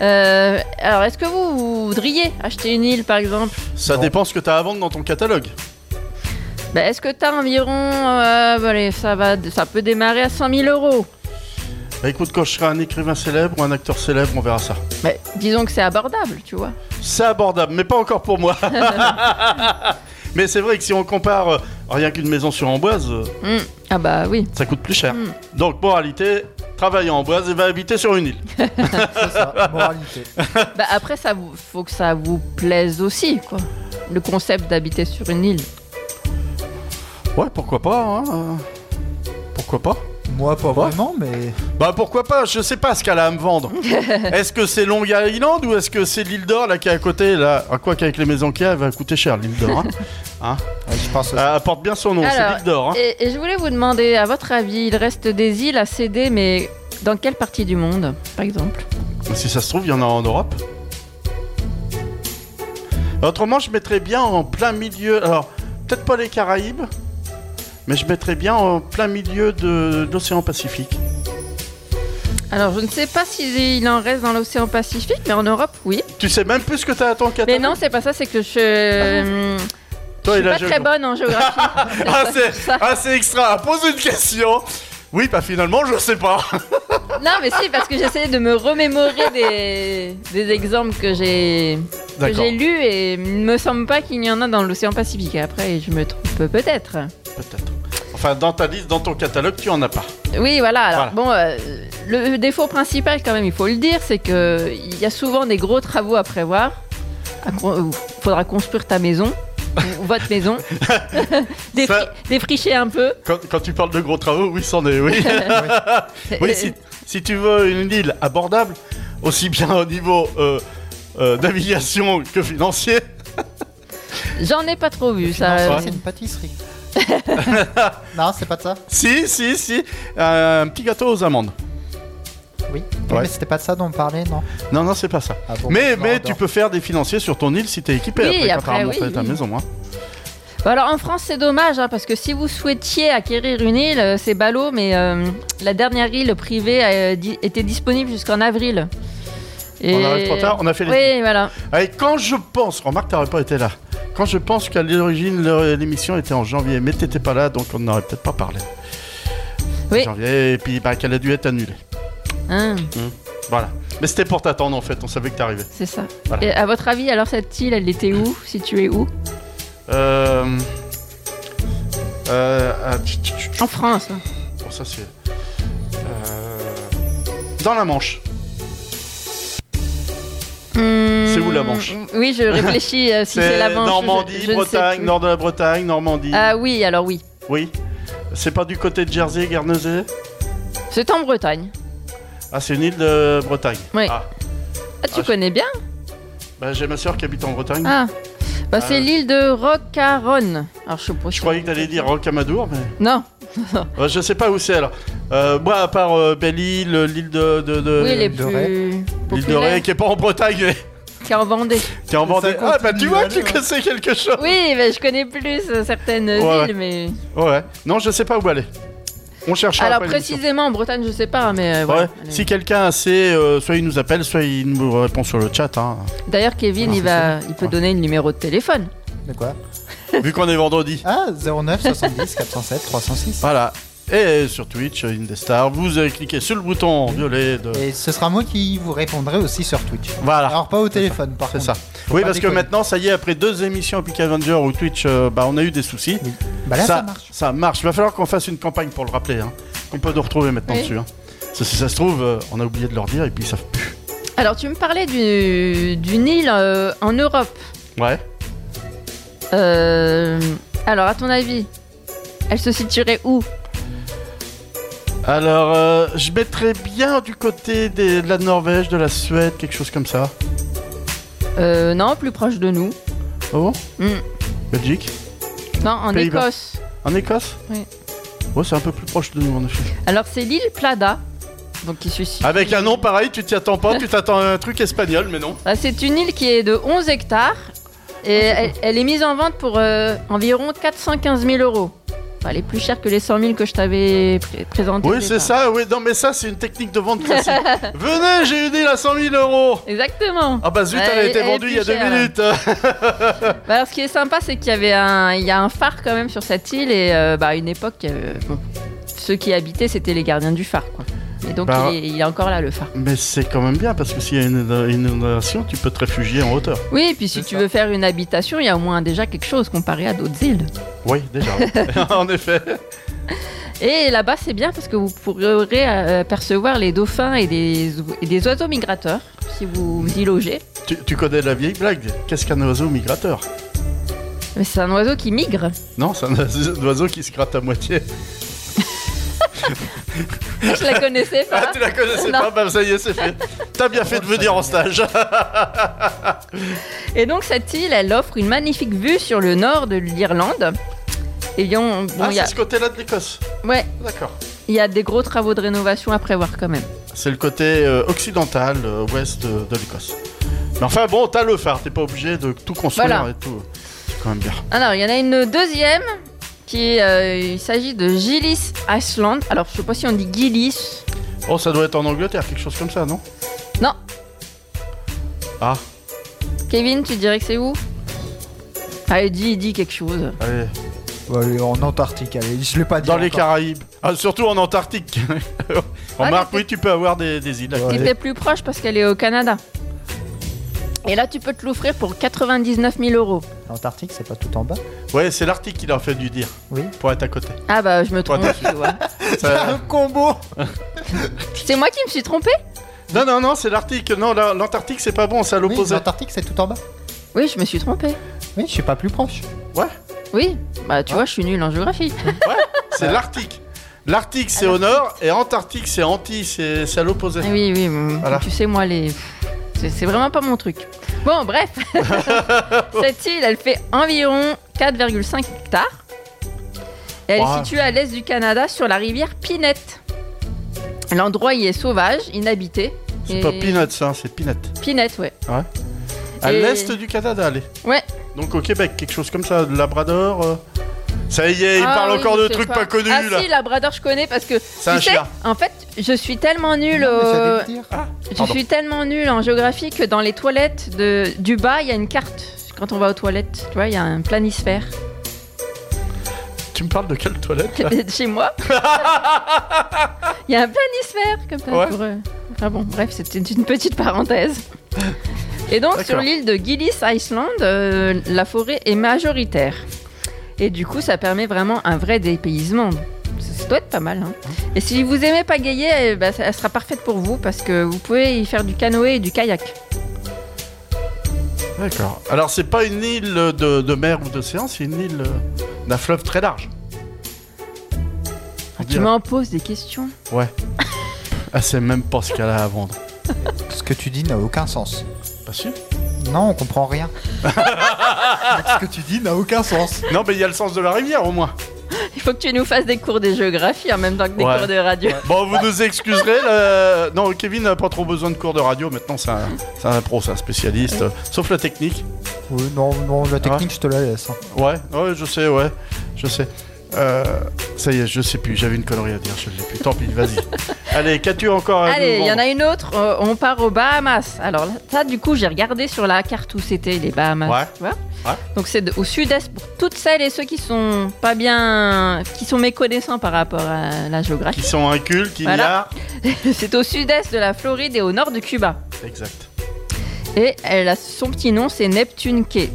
[SPEAKER 4] Euh, alors, est-ce que vous voudriez acheter une île, par exemple
[SPEAKER 2] Ça dépend ce que tu as à vendre dans ton catalogue.
[SPEAKER 4] Bah, Est-ce que t'as environ... euh, bah, allez, ça, va, ça peut démarrer à 100 000 euros.
[SPEAKER 2] Bah, écoute, quand je serai un écrivain célèbre ou un acteur célèbre, on verra ça.
[SPEAKER 4] Mais disons que c'est abordable, tu vois.
[SPEAKER 2] C'est abordable, mais pas encore pour moi. mais c'est vrai que si on compare euh, rien qu'une maison sur Amboise, euh,
[SPEAKER 4] Hmm. Ah bah oui.
[SPEAKER 2] ça coûte plus cher.
[SPEAKER 3] Mm.
[SPEAKER 2] Donc, moralité, travaille en Amboise et va habiter sur une île.
[SPEAKER 3] C'est ça, moralité.
[SPEAKER 4] Bah après, ça vous, faut que ça vous plaise aussi, quoi. Le concept d'habiter sur une île.
[SPEAKER 2] Ouais, pourquoi pas, hein, euh, Pourquoi pas
[SPEAKER 3] Moi, pas vraiment, mais.
[SPEAKER 2] Bah pourquoi pas, je sais pas ce qu'elle a à me vendre. est-ce que c'est Long Island ou est-ce que c'est l'île d'or là qui est à côté là À quoi qu'avec les maisons qu'il y a, elle va coûter cher l'île d'or. Hein Hein
[SPEAKER 3] Ouais, je pense aussi.
[SPEAKER 2] Elle porte bien son nom, c'est
[SPEAKER 4] Alors,
[SPEAKER 2] l'île d'or. hein.
[SPEAKER 4] et, et je voulais vous demander, à votre avis, il reste des îles à céder, mais dans quelle partie du monde, par exemple
[SPEAKER 2] Si ça se trouve, il y en a en Europe. Autrement, je mettrais bien en plein milieu. Alors, peut-être pas les Caraïbes, mais je mettrais bien en plein milieu de, de l'océan Pacifique.
[SPEAKER 4] Alors, je ne sais pas s'il en reste dans l'océan Pacifique, mais en Europe, oui.
[SPEAKER 2] Tu sais même plus ce que t'as à ton
[SPEAKER 4] Mais
[SPEAKER 2] catalogue. Ah.
[SPEAKER 4] non, c'est pas ça, c'est que je.
[SPEAKER 2] Toi
[SPEAKER 4] je
[SPEAKER 2] et
[SPEAKER 4] suis
[SPEAKER 2] la
[SPEAKER 4] pas très
[SPEAKER 2] géographie.
[SPEAKER 4] bonne en géographie.
[SPEAKER 2] Ah, c'est ah, c'est extra. Pose une question. Oui, bah finalement, je sais pas.
[SPEAKER 4] non, mais si, parce que j'essayais de me remémorer des, des exemples que j'ai que
[SPEAKER 2] D'accord.
[SPEAKER 4] j'ai lus et il ne me semble pas qu'il y en a dans l'océan Pacifique. Après, je me trompe peut-être.
[SPEAKER 2] Peut-être. Enfin, dans ta liste, dans ton catalogue, tu en as pas.
[SPEAKER 4] Oui, voilà. Alors, bon, euh, le défaut principal, quand même, il faut le dire, c'est que il y a souvent des gros travaux à prévoir. Il faudra construire ta maison, ou votre maison, Défri-
[SPEAKER 2] Ça-
[SPEAKER 4] défricher un peu.
[SPEAKER 2] Quand, quand tu parles de gros travaux, oui, c'en est, oui.
[SPEAKER 4] Euh,
[SPEAKER 2] oui, si, si tu veux une île abordable, aussi bien au niveau euh, euh, navigation que financier,
[SPEAKER 4] J'en ai pas trop vu ça.
[SPEAKER 2] Non,
[SPEAKER 4] euh,
[SPEAKER 2] ouais.
[SPEAKER 3] C'est une pâtisserie. non, c'est pas de ça.
[SPEAKER 2] si, si, si, euh, un petit gâteau aux amandes.
[SPEAKER 3] Oui.
[SPEAKER 2] Ouais.
[SPEAKER 3] Mais c'était pas de ça dont on parlait, non
[SPEAKER 2] Non, non, c'est pas ça.
[SPEAKER 3] Ah bon,
[SPEAKER 2] mais
[SPEAKER 3] je
[SPEAKER 2] mais
[SPEAKER 3] m'endors.
[SPEAKER 2] tu peux faire des financiers sur ton île si t'es équipé après,
[SPEAKER 4] Oui,
[SPEAKER 2] quand
[SPEAKER 4] après,
[SPEAKER 2] t'as remonté
[SPEAKER 4] oui,
[SPEAKER 2] ta
[SPEAKER 4] oui.
[SPEAKER 2] maison. hein.
[SPEAKER 4] Bon, alors en France, c'est dommage, hein, parce que si vous souhaitiez acquérir une île, euh, c'est ballot, mais euh, la dernière île privée euh, di- était disponible jusqu'en avril.
[SPEAKER 2] On arrive trop tard, on a fait les-
[SPEAKER 4] Oui, voilà.
[SPEAKER 2] Allez, quand je pense, remarque, t'aurais pas été là. Quand je pense qu'à l'origine, le- l'émission était en janvier, mais t'étais pas là, donc on n'aurait peut-être pas parlé.
[SPEAKER 4] Oui.
[SPEAKER 2] Janvier, et puis bah, qu'elle a dû être annulée. Hum.
[SPEAKER 4] Hein,
[SPEAKER 2] Voilà. Mais c'était pour t'attendre en fait, on savait que t'arrivais.
[SPEAKER 4] c'est ça.
[SPEAKER 2] Voilà.
[SPEAKER 4] Et à votre avis, alors cette île, elle était où Située où
[SPEAKER 2] Euh. Euh. ah, tch, tch, tch, tch.
[SPEAKER 4] En France. hein.
[SPEAKER 2] Bon, ça c'est. Euh, Dans la Manche.
[SPEAKER 4] C'est
[SPEAKER 2] où, la Manche
[SPEAKER 4] Hum, Oui, je réfléchis euh, si c'est la Manche. je-
[SPEAKER 2] Normandie,
[SPEAKER 4] je ne sais
[SPEAKER 2] Bretagne,
[SPEAKER 4] plus.
[SPEAKER 2] nord de la Bretagne, Normandie.
[SPEAKER 4] Ah oui, alors oui.
[SPEAKER 2] Oui. C'est pas du côté de Jersey, Guernesey
[SPEAKER 4] C'est en Bretagne.
[SPEAKER 2] Ah, c'est une île de Bretagne.
[SPEAKER 4] Oui.
[SPEAKER 2] Ah,
[SPEAKER 4] Ah, tu
[SPEAKER 2] Ah, je-
[SPEAKER 4] connais bien
[SPEAKER 2] bah, j'ai ma soeur qui habite en Bretagne.
[SPEAKER 4] Ah. Bah, c'est
[SPEAKER 2] Ah.
[SPEAKER 4] l'île de Rocaronne. Alors, je, sais pas si-
[SPEAKER 2] Je croyais que t'allais dire Rocamadour, mais.
[SPEAKER 4] Non.
[SPEAKER 2] Ouais, je sais pas où c'est alors. Euh, moi, à part euh, Belle-Île, euh, l'île de. de, de-
[SPEAKER 4] oui, les
[SPEAKER 3] de Ré.
[SPEAKER 4] plus.
[SPEAKER 2] L'île de Ré, qui est pas en Bretagne, mais
[SPEAKER 4] Qui est en Vendée.
[SPEAKER 2] qui est en Vendée. Ah, bah tu
[SPEAKER 4] continue,
[SPEAKER 2] vois que
[SPEAKER 4] alors.
[SPEAKER 2] tu connais quelque chose.
[SPEAKER 4] Oui, mais je connais plus euh, certaines
[SPEAKER 2] Ouais.
[SPEAKER 4] îles, mais.
[SPEAKER 2] Ouais. Non, je sais pas où aller. On cherche
[SPEAKER 4] Alors précisément en Bretagne, je sais pas, mais. euh, voilà.
[SPEAKER 2] Ouais. Si quelqu'un a sait, euh, soit il nous appelle, soit il nous répond sur le chat. Hein.
[SPEAKER 4] D'ailleurs, Kevin, il, va, il peut donner le numéro de téléphone.
[SPEAKER 3] De quoi
[SPEAKER 2] Vu qu'on est vendredi.
[SPEAKER 3] Ah, 09 70 407 306.
[SPEAKER 2] Voilà. Et sur Twitch, Indestar, vous allez cliquer sur le bouton violet de.
[SPEAKER 3] Et ce sera moi qui vous répondrai aussi sur Twitch.
[SPEAKER 2] Voilà.
[SPEAKER 3] Alors pas au téléphone, par
[SPEAKER 2] C'est
[SPEAKER 3] contre.
[SPEAKER 2] ça.
[SPEAKER 3] Faut
[SPEAKER 2] Oui,
[SPEAKER 3] pas
[SPEAKER 2] parce que
[SPEAKER 3] déconner.
[SPEAKER 2] maintenant, ça y est, après deux émissions Epic Avenger ou Twitch, euh, bah, on a eu des soucis.
[SPEAKER 3] Bah là, ça marche.
[SPEAKER 2] Ça marche. Il va falloir qu'on fasse une campagne pour le rappeler. Hein, qu'on peut nous retrouver maintenant
[SPEAKER 4] Oui.
[SPEAKER 2] dessus. hein. Ça- Si ça se trouve, euh, on a oublié de leur dire et puis ils savent plus.
[SPEAKER 4] Alors tu me parlais du- d'une île euh, en Europe.
[SPEAKER 2] Ouais.
[SPEAKER 4] Euh, alors à ton avis, elle se situerait où
[SPEAKER 2] Alors, euh, je mettrais bien du côté des- de la Norvège, de la Suède, quelque chose comme ça.
[SPEAKER 4] Euh, Non, plus proche de nous.
[SPEAKER 2] Oh bon
[SPEAKER 4] Hmm.
[SPEAKER 2] Belgique
[SPEAKER 4] Non, en
[SPEAKER 2] Pays-Bas.
[SPEAKER 4] Écosse.
[SPEAKER 2] En Écosse
[SPEAKER 4] Oui.
[SPEAKER 2] Ouais, c'est un peu plus proche de nous en effet.
[SPEAKER 4] Alors c'est l'île Plada. Donc qui se situe.
[SPEAKER 2] Avec un nom pareil, tu t'y attends pas, tu t'attends à un truc espagnol, mais non.
[SPEAKER 4] Ah, C'est une île qui est de 11 hectares et elle, elle est mise en vente pour euh, environ 415 000 euros. Enfin, elle est plus chère que les 100 000 que je t'avais pré- présenté.
[SPEAKER 2] Oui, c'est ça, oui, non, mais ça, c'est une technique de vente classique. Venez, j'ai une île à 100 000 euros
[SPEAKER 4] Exactement.
[SPEAKER 2] Ah bah zut, elle a été vendue il y a deux minutes
[SPEAKER 4] Bah, alors, ce qui est sympa, c'est qu'il y avait un, il y a un phare quand même sur cette île et euh, bah, à une époque, euh, bon, ceux qui habitaient, c'était les gardiens du phare. Quoi. Et donc,
[SPEAKER 2] Bah.
[SPEAKER 4] il, est, il est encore là, le phare.
[SPEAKER 2] Mais c'est quand même bien, parce que s'il y a une une inondation, tu peux te réfugier en hauteur.
[SPEAKER 4] Oui, et puis si tu veux faire une habitation, il y a au moins déjà quelque chose comparé à d'autres îles.
[SPEAKER 2] Oui, déjà. oui. en effet.
[SPEAKER 4] Et là-bas, c'est bien parce que vous pourrez euh, apercevoir les dauphins et des, ou- et des oiseaux migrateurs si vous vous y logez.
[SPEAKER 2] Tu, tu connais la vieille blague Qu'est-ce qu'un oiseau migrateur
[SPEAKER 4] Mais c'est un oiseau qui migre.
[SPEAKER 2] Non, c'est un oise- oiseau qui se gratte à moitié.
[SPEAKER 4] Je la connaissais pas.
[SPEAKER 2] Ah, tu la connaissais pas Bah, ça y est, c'est fait. T'as bien fait de venir en stage.
[SPEAKER 4] Et donc, cette île, elle offre une magnifique vue sur le nord de l'Irlande. Et il y a- bon,
[SPEAKER 2] ah,
[SPEAKER 4] il y a-
[SPEAKER 2] c'est ce côté-là de l'Écosse.
[SPEAKER 4] ouais,
[SPEAKER 2] D'accord.
[SPEAKER 4] il y a des gros travaux de rénovation à prévoir quand même.
[SPEAKER 2] C'est le côté euh, occidental, euh, ouest euh, de l'Écosse. Mais enfin, bon, t'as le phare, t'es pas obligé de tout construire
[SPEAKER 4] Voilà.
[SPEAKER 2] et tout. C'est quand même bien.
[SPEAKER 4] Alors, il y en a une deuxième qui est, euh, il s'agit de Gillis Island. Alors, je sais pas si on dit Gillis.
[SPEAKER 2] Oh, ça doit être en Angleterre, quelque chose comme ça, non
[SPEAKER 4] Non,
[SPEAKER 2] Ah,
[SPEAKER 4] Kevin, tu dirais que c'est où Ah, Allez, dis, dis quelque chose.
[SPEAKER 2] allez.
[SPEAKER 3] allez, Bah, en Antarctique, allez, je l'ai pas dit.
[SPEAKER 2] Dans les
[SPEAKER 3] encore.
[SPEAKER 2] Caraïbes. Ah, surtout en Antarctique.
[SPEAKER 4] Ah
[SPEAKER 2] Remarque, oui, tu peux avoir des, des îles.
[SPEAKER 4] Il était plus proche parce qu'elle est au Canada. Et là, tu peux te l'offrir pour 99 000 euros.
[SPEAKER 3] L'Antarctique, c'est pas tout en bas.
[SPEAKER 2] Ouais, c'est l'Arctique qui leur fait du dire.
[SPEAKER 3] Oui.
[SPEAKER 2] Pour être à côté.
[SPEAKER 4] Ah bah, je me
[SPEAKER 2] Pour
[SPEAKER 4] trompe.
[SPEAKER 2] être à-
[SPEAKER 4] tu vois.
[SPEAKER 2] Ça-
[SPEAKER 3] combo
[SPEAKER 4] C'est moi qui me suis trompé
[SPEAKER 2] Non, non, non, c'est l'Arctique. Non, la- l'Antarctique, c'est pas bon, c'est à l'opposé.
[SPEAKER 3] L'Antarctique, c'est tout en bas.
[SPEAKER 4] Oui, je me suis trompé.
[SPEAKER 3] Oui, je suis pas plus proche.
[SPEAKER 2] Ouais,
[SPEAKER 4] Oui, bah
[SPEAKER 3] Ah.
[SPEAKER 4] tu vois, je suis nul en géographie.
[SPEAKER 2] c'est l'Arctique. L'Arctique, c'est au nord, et Antarctique, c'est anti, c'est c'est à l'opposé.
[SPEAKER 4] Ah oui, oui, mais
[SPEAKER 2] Voilà.
[SPEAKER 4] tu sais, moi, les... c'est c'est vraiment pas mon truc. Bon, bref, cette île, elle fait environ 4,5 hectares. Et elle
[SPEAKER 14] Wow.
[SPEAKER 4] est située à l'est du Canada, sur la rivière Pinette. L'endroit y est sauvage, inhabité.
[SPEAKER 2] C'est
[SPEAKER 4] et-
[SPEAKER 2] pas Peanuts, hein, c'est Peanut.
[SPEAKER 4] Pinette, ouais.
[SPEAKER 2] Ouais. À
[SPEAKER 4] Et-
[SPEAKER 2] l'est du Canada, allez.
[SPEAKER 4] Ouais.
[SPEAKER 2] Donc au Québec, quelque chose comme ça, le Labrador. euh. Ça y est, il
[SPEAKER 4] Ah
[SPEAKER 2] parle
[SPEAKER 4] oui,
[SPEAKER 2] encore
[SPEAKER 4] je
[SPEAKER 2] de
[SPEAKER 4] sais
[SPEAKER 2] trucs pas, connus
[SPEAKER 4] ah,
[SPEAKER 2] là.
[SPEAKER 4] si, Labrador, je connais parce que.
[SPEAKER 2] C'est un
[SPEAKER 4] tu sais,
[SPEAKER 2] chien.
[SPEAKER 4] En fait, je suis tellement nulle. au- Ah, je
[SPEAKER 2] pardon.
[SPEAKER 4] suis tellement nulle en géographie que dans les toilettes de... du bas, il y a une carte. Quand on va aux toilettes, tu vois, il y a un planisphère.
[SPEAKER 2] Tu me parles de quelle toilette là
[SPEAKER 4] de chez moi. Il y a un planisphère comme ça.
[SPEAKER 2] Ouais.
[SPEAKER 4] pour, euh, Ah bon, bref, c'était une petite parenthèse. Et donc sur
[SPEAKER 14] D'accord.
[SPEAKER 4] l'île de Gillis Island, euh, la forêt est majoritaire. Et du coup, ça permet vraiment un vrai dépaysement. Ça, ça doit être pas mal. hein. Et si vous aimez pagayer, eh ben, ça- elle sera parfaite pour vous parce que vous pouvez y faire du canoë et du kayak.
[SPEAKER 2] D'accord. Alors c'est pas une île de, de mer ou d'océan, c'est une île euh, d'un fleuve très large. On
[SPEAKER 4] Ah, Tu
[SPEAKER 2] dirait.
[SPEAKER 4] m'en poses des questions.
[SPEAKER 2] Ouais. ah, c'est même pas ce qu'elle a à vendre.
[SPEAKER 3] Ce que tu dis n'a aucun sens.
[SPEAKER 2] Pas sûr
[SPEAKER 3] Non, on comprend rien. Ce que tu dis n'a aucun sens.
[SPEAKER 2] Non, mais il y a le sens de la rivière au moins.
[SPEAKER 4] Il faut que tu nous fasses des cours de géographie en même temps que des
[SPEAKER 2] Ouais.
[SPEAKER 4] cours de radio.
[SPEAKER 2] Bon, vous nous excuserez. là. Non, Kevin n'a pas trop besoin de cours de radio. Maintenant, c'est un, c'est un pro, c'est un spécialiste. euh, Sauf la technique. Ah.
[SPEAKER 3] Oui, non, non, la technique, je te la laisse. hein.
[SPEAKER 2] Ouais, ouais, je sais, ouais. Je sais. Euh, ça y est, je sais plus. J'avais une connerie à dire, je l'ai plus. Tant pis, vas-y. Allez, qu'as-tu encore à
[SPEAKER 4] Allez,
[SPEAKER 2] nous
[SPEAKER 4] il y en
[SPEAKER 2] vendre
[SPEAKER 4] a une autre. euh, on part aux Bahamas. Alors là, ça, du coup, j'ai regardé sur la carte où c'était les Bahamas.
[SPEAKER 2] Ouais.
[SPEAKER 4] tu vois.
[SPEAKER 2] Ouais.
[SPEAKER 4] Donc c'est de- au sud-est pour toutes celles et ceux qui sont pas bien, qui sont méconnaissants par rapport à la géographie.
[SPEAKER 2] Qui sont incultes, qui
[SPEAKER 4] Voilà. c'est au sud-est de la Floride et au nord de Cuba.
[SPEAKER 2] niards. Exact.
[SPEAKER 4] Et elle a son petit nom, c'est Neptune Cay.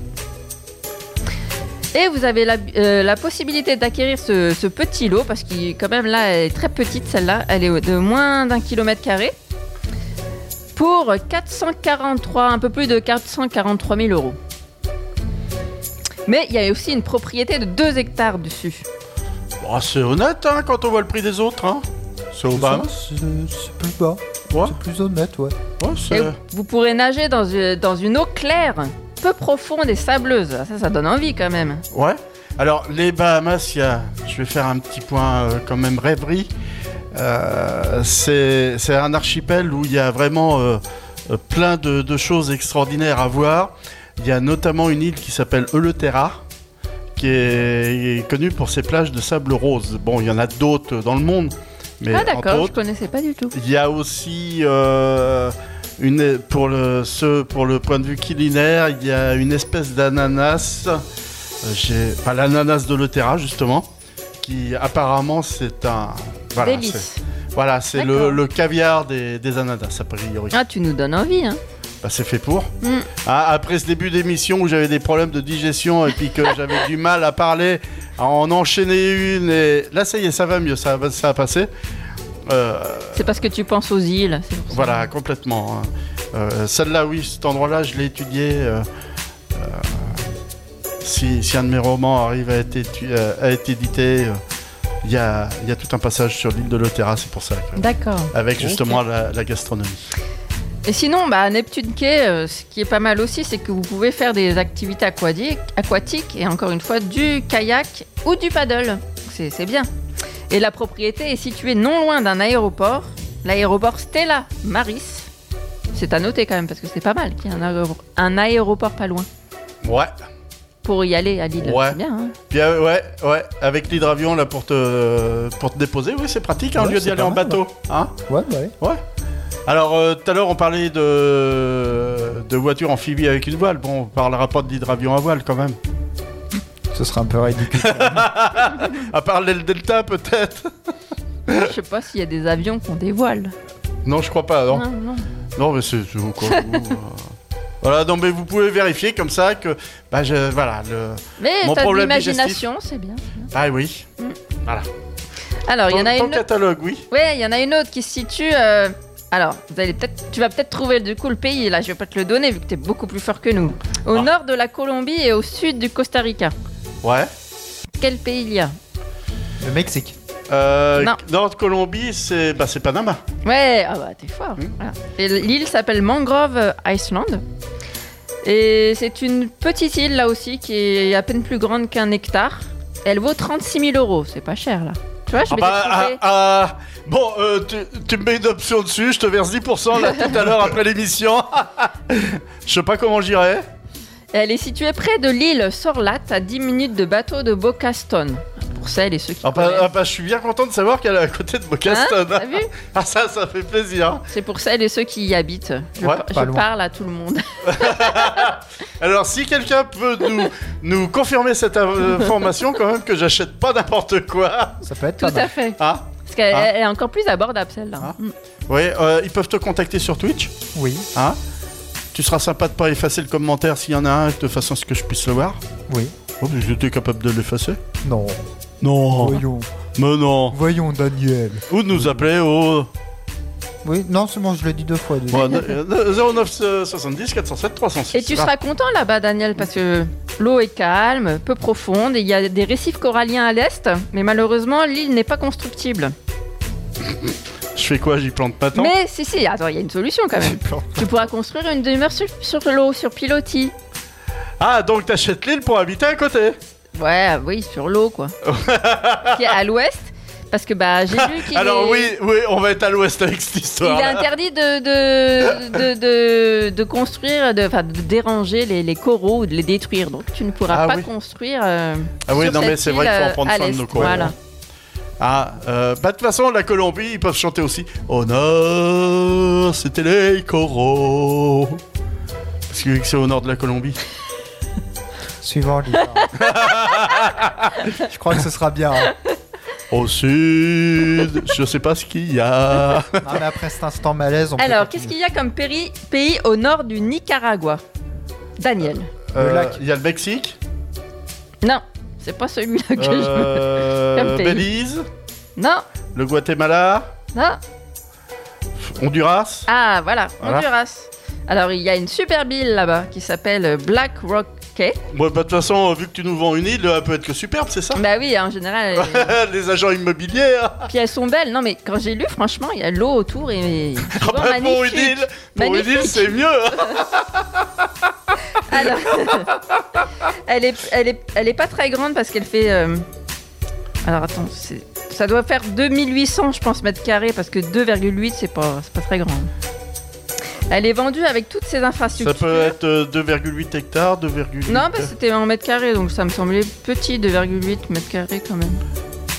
[SPEAKER 4] Et vous avez la, euh, la possibilité d'acquérir ce, ce petit lot, parce qu'il quand même là, elle est très petite celle-là, elle est au- de moins d'un kilomètre carré, pour 443, un peu plus de 443 000 euros. Mais il y a aussi une propriété de 2 hectares dessus.
[SPEAKER 2] Bon, c'est honnête hein, quand on voit le prix des autres. Hein. C'est au bas.
[SPEAKER 3] C'est c'est plus bas. C'est plus honnête, ouais.
[SPEAKER 2] Ouais,
[SPEAKER 4] Et
[SPEAKER 2] c'est.
[SPEAKER 4] vous pourrez nager dans, une- dans une eau claire, peu profonde et sableuse. Ça, ça donne envie quand même.
[SPEAKER 2] Ouais. Alors, les Bahamas, il y a... je vais faire un petit point euh, quand même rêverie. Euh, c'est c'est un archipel où il y a vraiment euh, euh, plein de, de choses extraordinaires à voir. Il y a notamment une île qui s'appelle Eleutera, qui est, est connue pour ses plages de sable rose. Bon, il y en a d'autres dans le monde. Mais
[SPEAKER 4] ah
[SPEAKER 2] entre
[SPEAKER 4] d'accord, je
[SPEAKER 2] autres,
[SPEAKER 4] connaissais pas du tout.
[SPEAKER 2] Il y a aussi euh, une pour le ce- pour le point de vue culinaire, il y a une espèce d'ananas. euh, j'ai- enfin, l'ananas de l'Otera justement, qui apparemment c'est un voilà,
[SPEAKER 4] Délice.
[SPEAKER 2] c'est- voilà, c'est le, le caviar des, des ananas a priori.
[SPEAKER 4] Ah, tu nous donnes envie, hein
[SPEAKER 2] Bah, c'est fait pour.
[SPEAKER 4] Mm.
[SPEAKER 2] Ah, après ce début d'émission où j'avais des problèmes de digestion et puis que j'avais du mal à parler, à en enchaîner une et là ça y est, ça va mieux, ça va ça a passé. Euh,
[SPEAKER 4] C'est parce que tu penses aux îles. c'est pour ça.
[SPEAKER 2] voilà, complètement. hein. Euh, Celle-là, oui, cet endroit-là, je l'ai étudié. euh, euh, si, si un de mes romans arrive à être, étu- euh, à être édité, euh, il y, a, il y a tout un passage sur l'île de l'Otera, c'est pour ça. que-
[SPEAKER 4] D'accord.
[SPEAKER 2] Avec
[SPEAKER 4] Ok.
[SPEAKER 2] justement la, la gastronomie.
[SPEAKER 4] Et sinon, bah, à Neptune Quai, euh, ce qui est pas mal aussi, c'est que vous pouvez faire des activités aquatiques, aquatiques et encore une fois du kayak ou du paddle. C'est c'est bien. Et la propriété est située non loin d'un aéroport, l'aéroport Stella Maris. C'est à noter quand même parce que c'est pas mal qu'il y ait un, aéro- un aéroport pas loin
[SPEAKER 2] Ouais,
[SPEAKER 4] pour y aller à l'île.
[SPEAKER 2] Ouais.
[SPEAKER 4] C'est bien. hein.
[SPEAKER 2] Puis, euh, ouais, ouais, avec l'hydravion là pour te, pour te déposer, oui, c'est pratique hein, au
[SPEAKER 3] Ouais,
[SPEAKER 2] lieu
[SPEAKER 3] c'est
[SPEAKER 2] d'y aller
[SPEAKER 3] pas
[SPEAKER 2] en
[SPEAKER 3] mal,
[SPEAKER 2] bateau. Hein
[SPEAKER 3] Ouais, bah ouais.
[SPEAKER 2] Ouais. Alors, euh, tout à l'heure, on parlait de, de voiture amphibie avec une voile. Bon, on parlera pas de l'hydravion à voile quand même.
[SPEAKER 3] Ce serait un peu ridicule.
[SPEAKER 2] À part le Delta, peut-être
[SPEAKER 4] Je sais pas s'il y a des avions qu'on dévoile.
[SPEAKER 2] Non, je crois pas, Ah non.
[SPEAKER 4] Non, non.
[SPEAKER 2] Non, mais c'est. c'est vous, quoi, vous, euh. Voilà, non, mais vous pouvez vérifier comme ça que. Bah, je, voilà, le.
[SPEAKER 4] Mais
[SPEAKER 2] Mon
[SPEAKER 4] t'as de
[SPEAKER 2] problème
[SPEAKER 4] l'imagination, Mm. c'est bien.
[SPEAKER 2] Ah oui. Voilà.
[SPEAKER 4] Alors, il y en a
[SPEAKER 2] Ton- ton
[SPEAKER 4] une.
[SPEAKER 2] catalogue, oui.
[SPEAKER 4] Ouais, il y en a une autre qui se situe. euh, Alors, vous allez peut-être, tu vas peut-être trouver du coup le pays. Là, je vais pas te le donner vu que t'es beaucoup plus fort que nous. Au
[SPEAKER 2] Ah.
[SPEAKER 4] nord de la Colombie et au sud du Costa Rica.
[SPEAKER 2] Ouais.
[SPEAKER 4] Quel pays il y a
[SPEAKER 3] Le Mexique.
[SPEAKER 2] Euh,
[SPEAKER 4] Non.
[SPEAKER 2] Nord Colombie, c'est. Bah, c'est Panama.
[SPEAKER 4] Ouais, ah bah t'es fort.
[SPEAKER 2] Hmm.
[SPEAKER 4] voilà. Et l'île s'appelle Mangrove Island. Et c'est une petite île là aussi qui est à peine plus grande qu'un hectare. Elle vaut 36 000 euros. C'est pas cher là. Tu vois, je
[SPEAKER 2] Ah,
[SPEAKER 4] m'étais
[SPEAKER 2] bah,
[SPEAKER 4] trompée.
[SPEAKER 2] ah, ah, bon, euh, tu, tu me mets une option dessus, je te verse 10% là tout à l'heure après l'émission. je sais pas comment j'irai.
[SPEAKER 4] Elle est située près de l'île Sorlat, à 10 minutes de bateau de Bocaston. Pour celles et ceux qui
[SPEAKER 2] Ah bah,
[SPEAKER 4] connaissent.
[SPEAKER 2] ah bah, je suis bien content de savoir qu'elle est à côté de Bocaston.
[SPEAKER 4] Hein T'as vu
[SPEAKER 2] ah ça, ça fait plaisir.
[SPEAKER 4] C'est pour celles et ceux qui y habitent. Je,
[SPEAKER 2] Ouais,
[SPEAKER 4] par-
[SPEAKER 2] pas
[SPEAKER 4] je
[SPEAKER 2] loin.
[SPEAKER 4] parle à tout le monde.
[SPEAKER 2] Alors si quelqu'un peut nous, nous confirmer cette euh, information quand même que j'achète pas n'importe quoi.
[SPEAKER 3] Ça peut être
[SPEAKER 4] Tout à fait.
[SPEAKER 2] Ah
[SPEAKER 4] Parce qu'elle
[SPEAKER 2] Ah.
[SPEAKER 4] elle est encore plus abordable celle-là. Mm.
[SPEAKER 2] Oui, euh, ils peuvent te contacter sur Twitch.
[SPEAKER 3] Oui.
[SPEAKER 2] Hein tu seras sympa de pas effacer le commentaire s'il y en a un de façon à ce que je puisse le voir.
[SPEAKER 3] Oui.
[SPEAKER 2] Oh, mais j'étais capable de l'effacer.
[SPEAKER 3] Non.
[SPEAKER 2] Non.
[SPEAKER 3] Voyons.
[SPEAKER 2] Mais non.
[SPEAKER 3] Voyons, Daniel.
[SPEAKER 2] Ou de nous appeler au
[SPEAKER 3] Oui, non, c'est bon, je l'ai dit deux fois. déjà.
[SPEAKER 2] Ouais, euh, 09 70 407 306.
[SPEAKER 4] Et tu
[SPEAKER 2] Ah.
[SPEAKER 4] seras content là-bas, Daniel, parce que l'eau est calme, peu profonde, et il y a des récifs coralliens à l'est, mais malheureusement, l'île n'est pas constructible.
[SPEAKER 2] Je fais quoi J'y plante pas tant
[SPEAKER 4] Mais si, si, attends, il y a une solution quand même. tu pourras construire une demeure sur, sur l'eau, sur pilotis.
[SPEAKER 2] Ah, donc t'achètes l'île pour habiter à côté
[SPEAKER 4] Ouais, oui, sur l'eau, quoi. qui est à l'ouest. Parce que bah, j'ai vu qu'il
[SPEAKER 2] Alors oui,
[SPEAKER 4] est-
[SPEAKER 2] oui, on va être à l'ouest avec cette histoire.
[SPEAKER 4] Il est interdit de, de, de, de, de construire, de, enfin, de déranger les, les coraux ou de les détruire. Donc tu ne pourras
[SPEAKER 2] Ah
[SPEAKER 4] pas
[SPEAKER 2] oui.
[SPEAKER 4] construire. euh,
[SPEAKER 2] Ah oui,
[SPEAKER 4] sur
[SPEAKER 2] non mais
[SPEAKER 4] cette
[SPEAKER 2] c'est vrai
[SPEAKER 4] île,
[SPEAKER 2] qu'il faut en
[SPEAKER 4] euh,
[SPEAKER 2] prendre
[SPEAKER 4] à
[SPEAKER 2] soin de
[SPEAKER 4] l'est.
[SPEAKER 2] nos coraux.
[SPEAKER 4] Voilà.
[SPEAKER 2] Ah, euh, bah de toute façon, la Colombie, ils peuvent chanter aussi Oh non, c'était les coraux. Parce que vu que c'est au nord de la Colombie.
[SPEAKER 3] Suivant l'histoire. Je crois que ce sera bien. hein.
[SPEAKER 2] Au sud, je sais pas ce qu'il y a.
[SPEAKER 3] Non, mais après cet instant malaise, on peut
[SPEAKER 4] Alors,
[SPEAKER 3] continuer.
[SPEAKER 4] qu'est-ce qu'il y a comme péri- pays au nord du Nicaragua Daniel.
[SPEAKER 2] Euh, Il y a le Mexique,
[SPEAKER 4] Non, c'est pas celui-là que je
[SPEAKER 2] euh,
[SPEAKER 4] Comme pays.
[SPEAKER 2] Belize,
[SPEAKER 4] Non,
[SPEAKER 2] le Guatemala,
[SPEAKER 4] non.
[SPEAKER 2] Honduras.
[SPEAKER 4] Ah, voilà,
[SPEAKER 2] Voilà.
[SPEAKER 4] Honduras. Alors, il y a une superbe île là-bas qui s'appelle Black Rock Cay.
[SPEAKER 2] Bon, bah, de toute façon, vu que tu nous vends une île, elle peut être que superbe, c'est ça
[SPEAKER 4] Bah oui, en général. elle-
[SPEAKER 2] Les agents immobiliers. hein.
[SPEAKER 4] Puis elles sont belles. Non, mais quand j'ai lu, franchement, il y a l'eau autour et.
[SPEAKER 2] Ah bah, pour une
[SPEAKER 4] Oh, magnifique.
[SPEAKER 2] île, pour une île,
[SPEAKER 4] Magnifique.
[SPEAKER 2] c'est mieux. hein.
[SPEAKER 4] Alors, elle, est, elle, est, elle est pas très grande parce qu'elle fait. euh, Alors attends, c'est- ça doit faire 2800, je pense, mètres carrés parce que 2,8, c'est pas, c'est pas très grand. Elle est vendue avec toutes ses
[SPEAKER 2] Ça
[SPEAKER 4] infrastructures.
[SPEAKER 2] peut être euh, 2,8 hectares, 2,8.
[SPEAKER 4] Non, bah, parce que c'était en mètres carrés, donc ça me semblait petit, 2,8 mètres carrés quand même.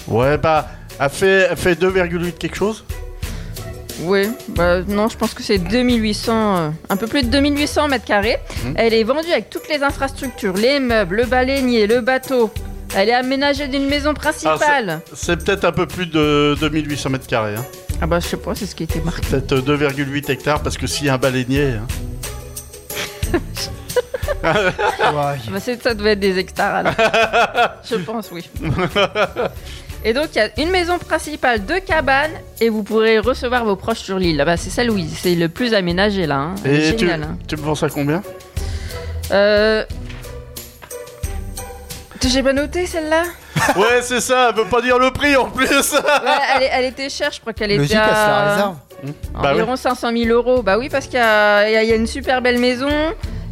[SPEAKER 2] Ouais, bah, elle fait, elle fait 2,8 quelque chose.
[SPEAKER 4] Oui, bah, non, je pense que c'est 2800, euh, un peu plus de 2800 mètres carrés.
[SPEAKER 2] Mhm.
[SPEAKER 4] Elle est vendue avec toutes les infrastructures, les meubles, le baleinier, le bateau. Elle est aménagée d'une maison
[SPEAKER 2] Alors, c'est-
[SPEAKER 4] principale.
[SPEAKER 2] C'est peut-être un peu plus de 2800 mètres carrés. hein.
[SPEAKER 4] Ah bah je sais pas, c'est ce qui était marqué.
[SPEAKER 2] Peut-être euh, 2,8 hectares, parce que s'il y a un baleinier. hein. Ah,
[SPEAKER 4] Bah, c'est- ça devait être des hectares alors. je pense oui. Et donc il y a une maison principale, deux cabanes et vous pourrez recevoir vos proches sur l'île. Ah Bah, c'est celle où il- c'est le plus aménagé là. hein. Elle est
[SPEAKER 2] Et tu,
[SPEAKER 4] géniale, hein.
[SPEAKER 2] tu me penses à combien
[SPEAKER 4] Euh... J'ai pas noté celle-là
[SPEAKER 2] Ouais, c'est ça, elle veut pas dire le prix en plus.
[SPEAKER 4] Ouais, elle, est- elle était chère, je crois qu'elle était
[SPEAKER 2] Logique,
[SPEAKER 4] à...
[SPEAKER 2] elle se la réserve. Bah oui.
[SPEAKER 4] environ 500 000 euros. Bah oui, parce qu'il y, a il y a- il y a une super belle maison,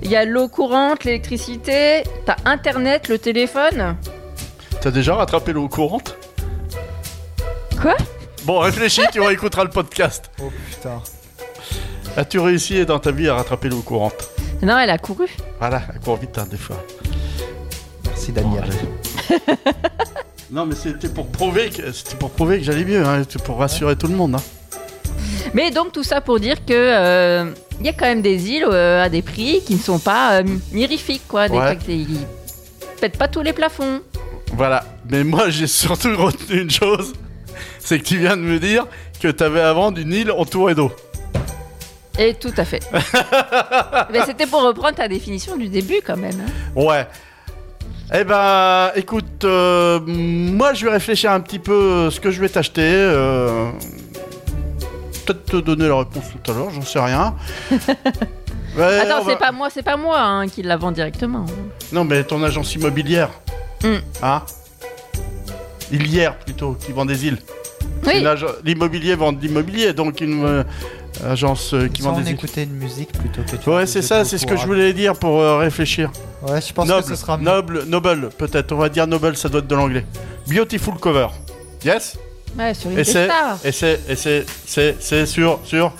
[SPEAKER 4] il y a l'eau courante, l'électricité, t'as internet, le téléphone.
[SPEAKER 2] T'as déjà rattrapé l'eau courante
[SPEAKER 4] Quoi
[SPEAKER 2] Bon, réfléchis, tu réécouteras le podcast.
[SPEAKER 3] Oh putain.
[SPEAKER 2] As-tu réussi eh, dans ta vie à rattraper l'eau courante
[SPEAKER 4] Non, elle a couru.
[SPEAKER 2] Voilà, elle court vite hein, des fois.
[SPEAKER 3] Merci Daniel.
[SPEAKER 2] non, mais c'était pour prouver que c'était pour prouver que j'allais mieux, hein, c'était pour rassurer tout le monde. hein.
[SPEAKER 4] Mais donc tout ça pour dire que euh, il y a quand même des îles euh, à des prix qui ne sont pas euh, mirifiques, quoi. Des
[SPEAKER 2] Ouais.
[SPEAKER 4] qui ils pètent pas tous les plafonds.
[SPEAKER 2] Voilà. Mais moi, j'ai surtout retenu une chose, c'est que tu viens de me dire que t'avais à vendre une île entourée d'eau.
[SPEAKER 4] Et tout à fait. Mais c'était pour reprendre ta définition du début quand même. hein.
[SPEAKER 2] Ouais. Eh ben, écoute, euh, moi je vais réfléchir un petit peu euh, ce que je vais t'acheter. euh, Peut-être te donner la réponse tout à l'heure, j'en sais rien. Ouais,
[SPEAKER 4] Attends,
[SPEAKER 2] Euh, on
[SPEAKER 4] c'est
[SPEAKER 2] va-
[SPEAKER 4] pas moi, c'est pas moi hein, qui la vend directement.
[SPEAKER 2] Non, mais ton agence immobilière,
[SPEAKER 4] Hmm.
[SPEAKER 2] hein Ilière plutôt, qui vend des îles. C'est
[SPEAKER 4] Oui.
[SPEAKER 2] une ag- L'immobilier vend de l'immobilier, donc une euh, agence euh, qui
[SPEAKER 3] Ça,
[SPEAKER 2] vend
[SPEAKER 3] on
[SPEAKER 2] des îles.
[SPEAKER 3] écoutait une musique plutôt que.
[SPEAKER 2] Ouais, c'est ça, c'est ce que je voulais dire pour euh, réfléchir.
[SPEAKER 3] Ouais, je pense
[SPEAKER 2] noble,
[SPEAKER 3] que ce sera mieux.
[SPEAKER 2] noble, noble, peut-être. On va dire noble, ça doit être de l'anglais. Beautiful cover. Yes.
[SPEAKER 4] Ouais, sur
[SPEAKER 2] Et c'est,
[SPEAKER 4] Indestar.
[SPEAKER 2] et c'est, et c'est, c'est, c'est sûr, sûr.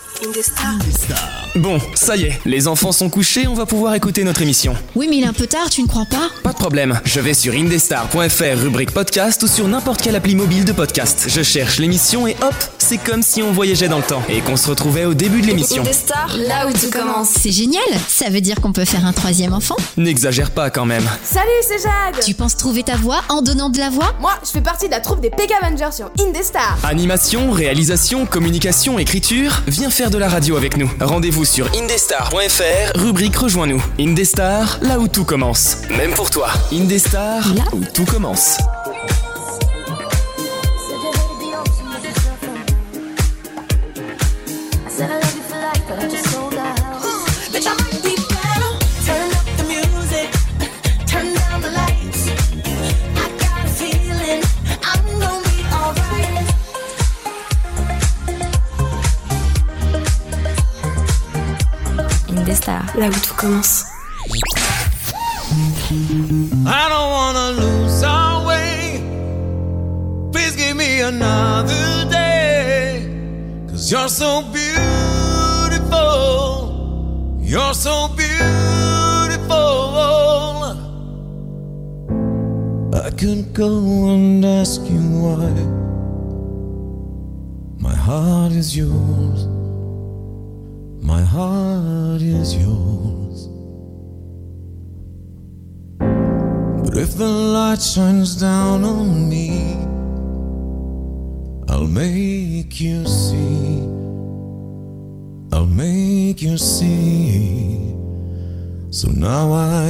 [SPEAKER 6] Bon, ça y est, les enfants sont couchés, on va pouvoir écouter notre émission.
[SPEAKER 10] Oui, mais il est un peu tard, tu ne crois pas
[SPEAKER 6] Pas de problème, je vais sur indestar.fr rubrique podcast ou sur n'importe quelle appli mobile de podcast. Je cherche l'émission et hop, c'est comme si on voyageait dans le temps et qu'on se retrouvait au début de l'émission.
[SPEAKER 10] stars, là où tout commence.
[SPEAKER 1] C'est génial Ça veut dire qu'on peut faire un troisième enfant
[SPEAKER 6] N'exagère pas quand même.
[SPEAKER 14] Salut, c'est Jade
[SPEAKER 1] Tu penses trouver ta voix en donnant de la voix
[SPEAKER 14] Moi, je fais partie de la troupe des Pega Avengers sur Indestar.
[SPEAKER 6] Animation, réalisation, communication, écriture, viens faire de la radio avec nous. Rendez-vous sur indestar.fr, rubrique Rejoins-nous. Indestar, là où tout commence. Même pour toi. Indestar, là où tout commence.
[SPEAKER 7] Said I love you for life, but I just sold our house.
[SPEAKER 15] Bitch, I might be better. Turn up the music, turn down the lights. I got a feeling I'm gonna be alright.
[SPEAKER 7] Indestar, là où tout commence.
[SPEAKER 13] I don't wanna lose, I
[SPEAKER 16] be another day. Cause you're so beautiful. You're so beautiful. I could go and ask you why. My heart is yours. My heart is yours. But if the light shines down on me, I'll make you see. I'll make you see. So now I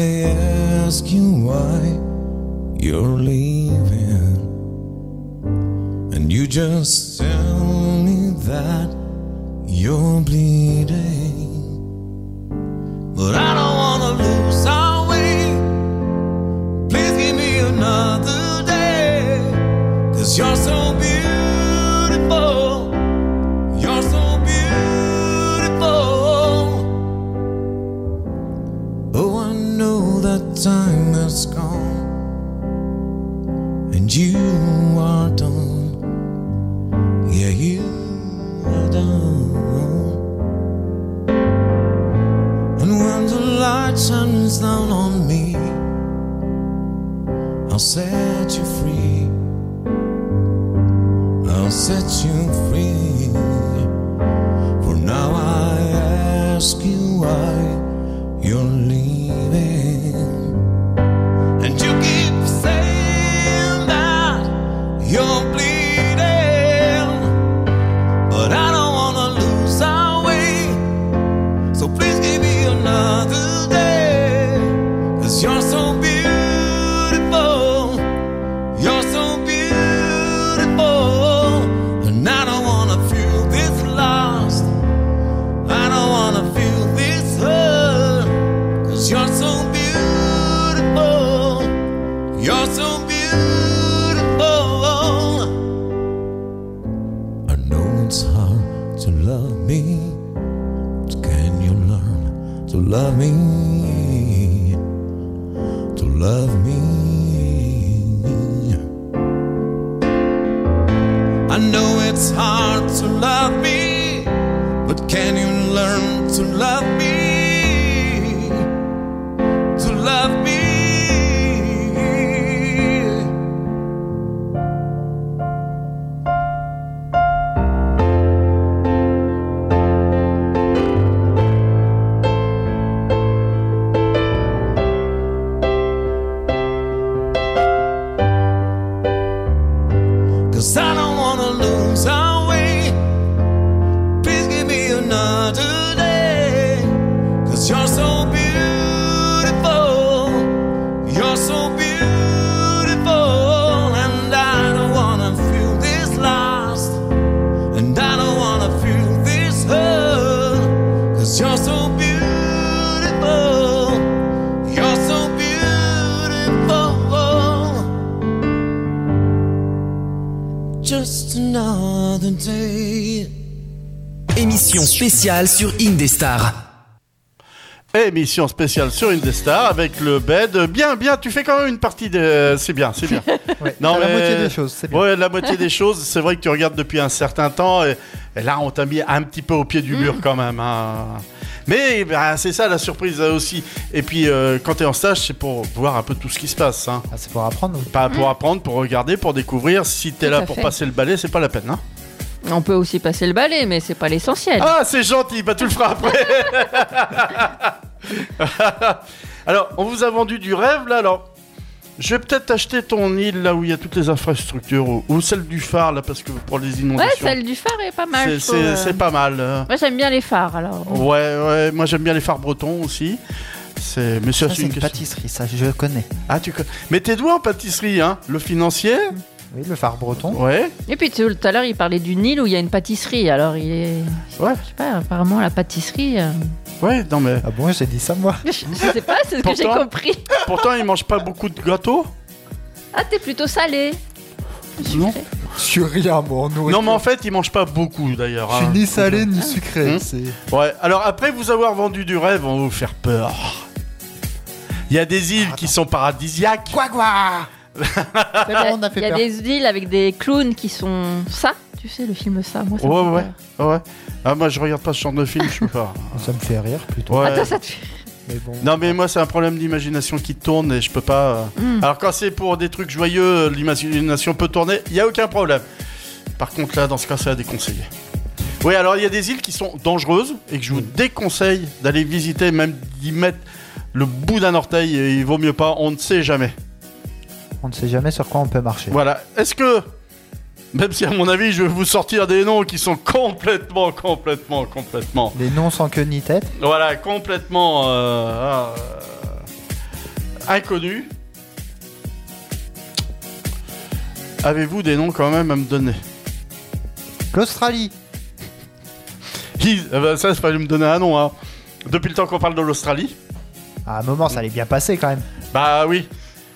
[SPEAKER 16] ask you why you're leaving. And you just tell me that you're bleeding. But I don't wanna lose our way. Please give me another day. Cause you're so beautiful. You're so beautiful. Oh, I know that time has gone. And you are done. Yeah, you are done. And when the light shines down on me, I'll set you free. I'll set you free. For now I ask you why you're leaving. And you keep saying that you're bleeding. But I don't wanna lose our way. So please give me another day. Cause you're so beautiful. You're so beautiful. And I don't wanna feel this lost. I don't wanna feel this hurt. Cause you're so beautiful. You're so beautiful. I know it's hard to love me. But can you learn to love me? To love me. I know it's hard to love me. But can you learn to love me? To love me. Cause I don't wanna lose our way. Please give me another day. Cause you're so beautiful. You're so beautiful. And I don't wanna feel this lost. And I don't wanna feel this hurt. Cause you're so beautiful. You're so beautiful. Just another day.
[SPEAKER 9] Émission spéciale sur Indestar.
[SPEAKER 2] Émission spéciale sur Indestar avec le bed. Bien, bien, tu fais quand même une partie de. euh, C'est bien, c'est bien.
[SPEAKER 3] t'as la moitié des choses, c'est bien.
[SPEAKER 2] Ouais, la moitié des choses. C'est vrai que tu regardes depuis un certain temps et, et là, on t'a mis un petit peu au pied du
[SPEAKER 3] Mm.
[SPEAKER 2] mur quand même. hein. Mais bah, c'est ça la surprise euh, aussi. Et puis, euh, quand tu es en stage, c'est pour voir un peu tout ce qui se passe. hein.
[SPEAKER 3] Ah, c'est pour apprendre. Mm.
[SPEAKER 2] Pas pour apprendre, pour regarder, pour découvrir. Si tu es
[SPEAKER 4] Tout
[SPEAKER 2] là
[SPEAKER 4] à
[SPEAKER 2] pour
[SPEAKER 4] fait.
[SPEAKER 2] passer le balai, c'est pas la peine. hein.
[SPEAKER 4] On peut aussi passer le balai, mais c'est pas l'essentiel.
[SPEAKER 2] Ah, c'est gentil, bah tu le feras après. alors, on vous a vendu du rêve là, alors. Je vais peut-être acheter ton île là où il y a toutes les infrastructures ou, ou celle du phare là parce que pour les
[SPEAKER 4] ouais,
[SPEAKER 2] inondations.
[SPEAKER 4] celle du phare est pas mal.
[SPEAKER 2] c'est,
[SPEAKER 4] je trouve,
[SPEAKER 2] c'est-
[SPEAKER 4] euh.
[SPEAKER 2] c'est pas Oh. mal. euh.
[SPEAKER 4] Moi j'aime bien les phares alors.
[SPEAKER 2] Ouais, ouais, moi j'aime bien les phares bretons aussi. C'est, mais ça,
[SPEAKER 3] Ça,
[SPEAKER 2] c'est
[SPEAKER 3] c'est
[SPEAKER 2] une
[SPEAKER 3] une
[SPEAKER 2] question-
[SPEAKER 3] pâtisserie, ça, je connais.
[SPEAKER 2] Ah, tu connais. Mais t'es doué en pâtisserie, hein Le financier
[SPEAKER 3] Oui, le phare breton.
[SPEAKER 2] Ouais.
[SPEAKER 4] Et puis tout à l'heure il parlait du Nil où il y a une pâtisserie. Alors il est.
[SPEAKER 2] Ouais.
[SPEAKER 4] Je sais pas, apparemment la pâtisserie. euh,
[SPEAKER 2] Ouais, non mais.
[SPEAKER 3] Ah bon, j'ai dit ça moi.
[SPEAKER 4] Je je sais pas, c'est ce que j'ai
[SPEAKER 2] Pourtant-
[SPEAKER 4] compris.
[SPEAKER 2] Pourtant, ils mangent pas beaucoup de gâteaux.
[SPEAKER 4] Ah, t'es plutôt salé.
[SPEAKER 2] Non.
[SPEAKER 3] Je suis rien, moi, en nourriture.
[SPEAKER 2] Non, mais en fait, ils mangent pas beaucoup d'ailleurs.
[SPEAKER 3] Je suis
[SPEAKER 2] hein.
[SPEAKER 3] ni salé ni sucré.
[SPEAKER 2] Hum.
[SPEAKER 3] c'est-
[SPEAKER 2] Ouais, alors après vous avoir vendu du rêve, on va vous faire peur. Il y a des îles qui sont paradisiaques.
[SPEAKER 3] Ah, Quoi, quoi
[SPEAKER 4] Il y a des îles avec des clowns qui sont ça. Tu sais, le film ça. Moi, ça me
[SPEAKER 2] Ouais,
[SPEAKER 4] fait
[SPEAKER 2] ouais,
[SPEAKER 4] peur.
[SPEAKER 2] ouais. Ah, moi, je regarde pas ce genre de film, je peux pas.
[SPEAKER 3] Ça me fait rire plutôt.
[SPEAKER 4] Ah, toi, ça te fait-
[SPEAKER 3] Mais bon.
[SPEAKER 2] Non, mais moi, c'est un problème d'imagination qui tourne et je peux pas. euh.
[SPEAKER 4] Mm.
[SPEAKER 2] Alors, quand c'est pour des trucs joyeux, euh, l'imagination peut tourner, il n'y a aucun problème. Par contre, là, dans ce cas, c'est à déconseiller. Oui, alors il y a des îles qui sont dangereuses et que je
[SPEAKER 3] Mm.
[SPEAKER 2] vous déconseille d'aller visiter, même d'y mettre le bout d'un orteil, et il vaut mieux pas, on ne sait jamais.
[SPEAKER 3] On ne sait jamais sur quoi on peut marcher.
[SPEAKER 2] Voilà. Est-ce que, même si à mon avis, je vais vous sortir des noms qui sont complètement, complètement, complètement.
[SPEAKER 3] Des noms sans queue ni tête.
[SPEAKER 2] Voilà, complètement euh, euh, inconnu. Avez-vous des noms quand même à me donner
[SPEAKER 3] L'Australie
[SPEAKER 2] Qui- Ah bah Ça, il fallait me donner un nom. hein. Depuis le temps qu'on parle de l'Australie.
[SPEAKER 3] Ah, À un moment, ça allait bien passer quand même.
[SPEAKER 2] Bah oui.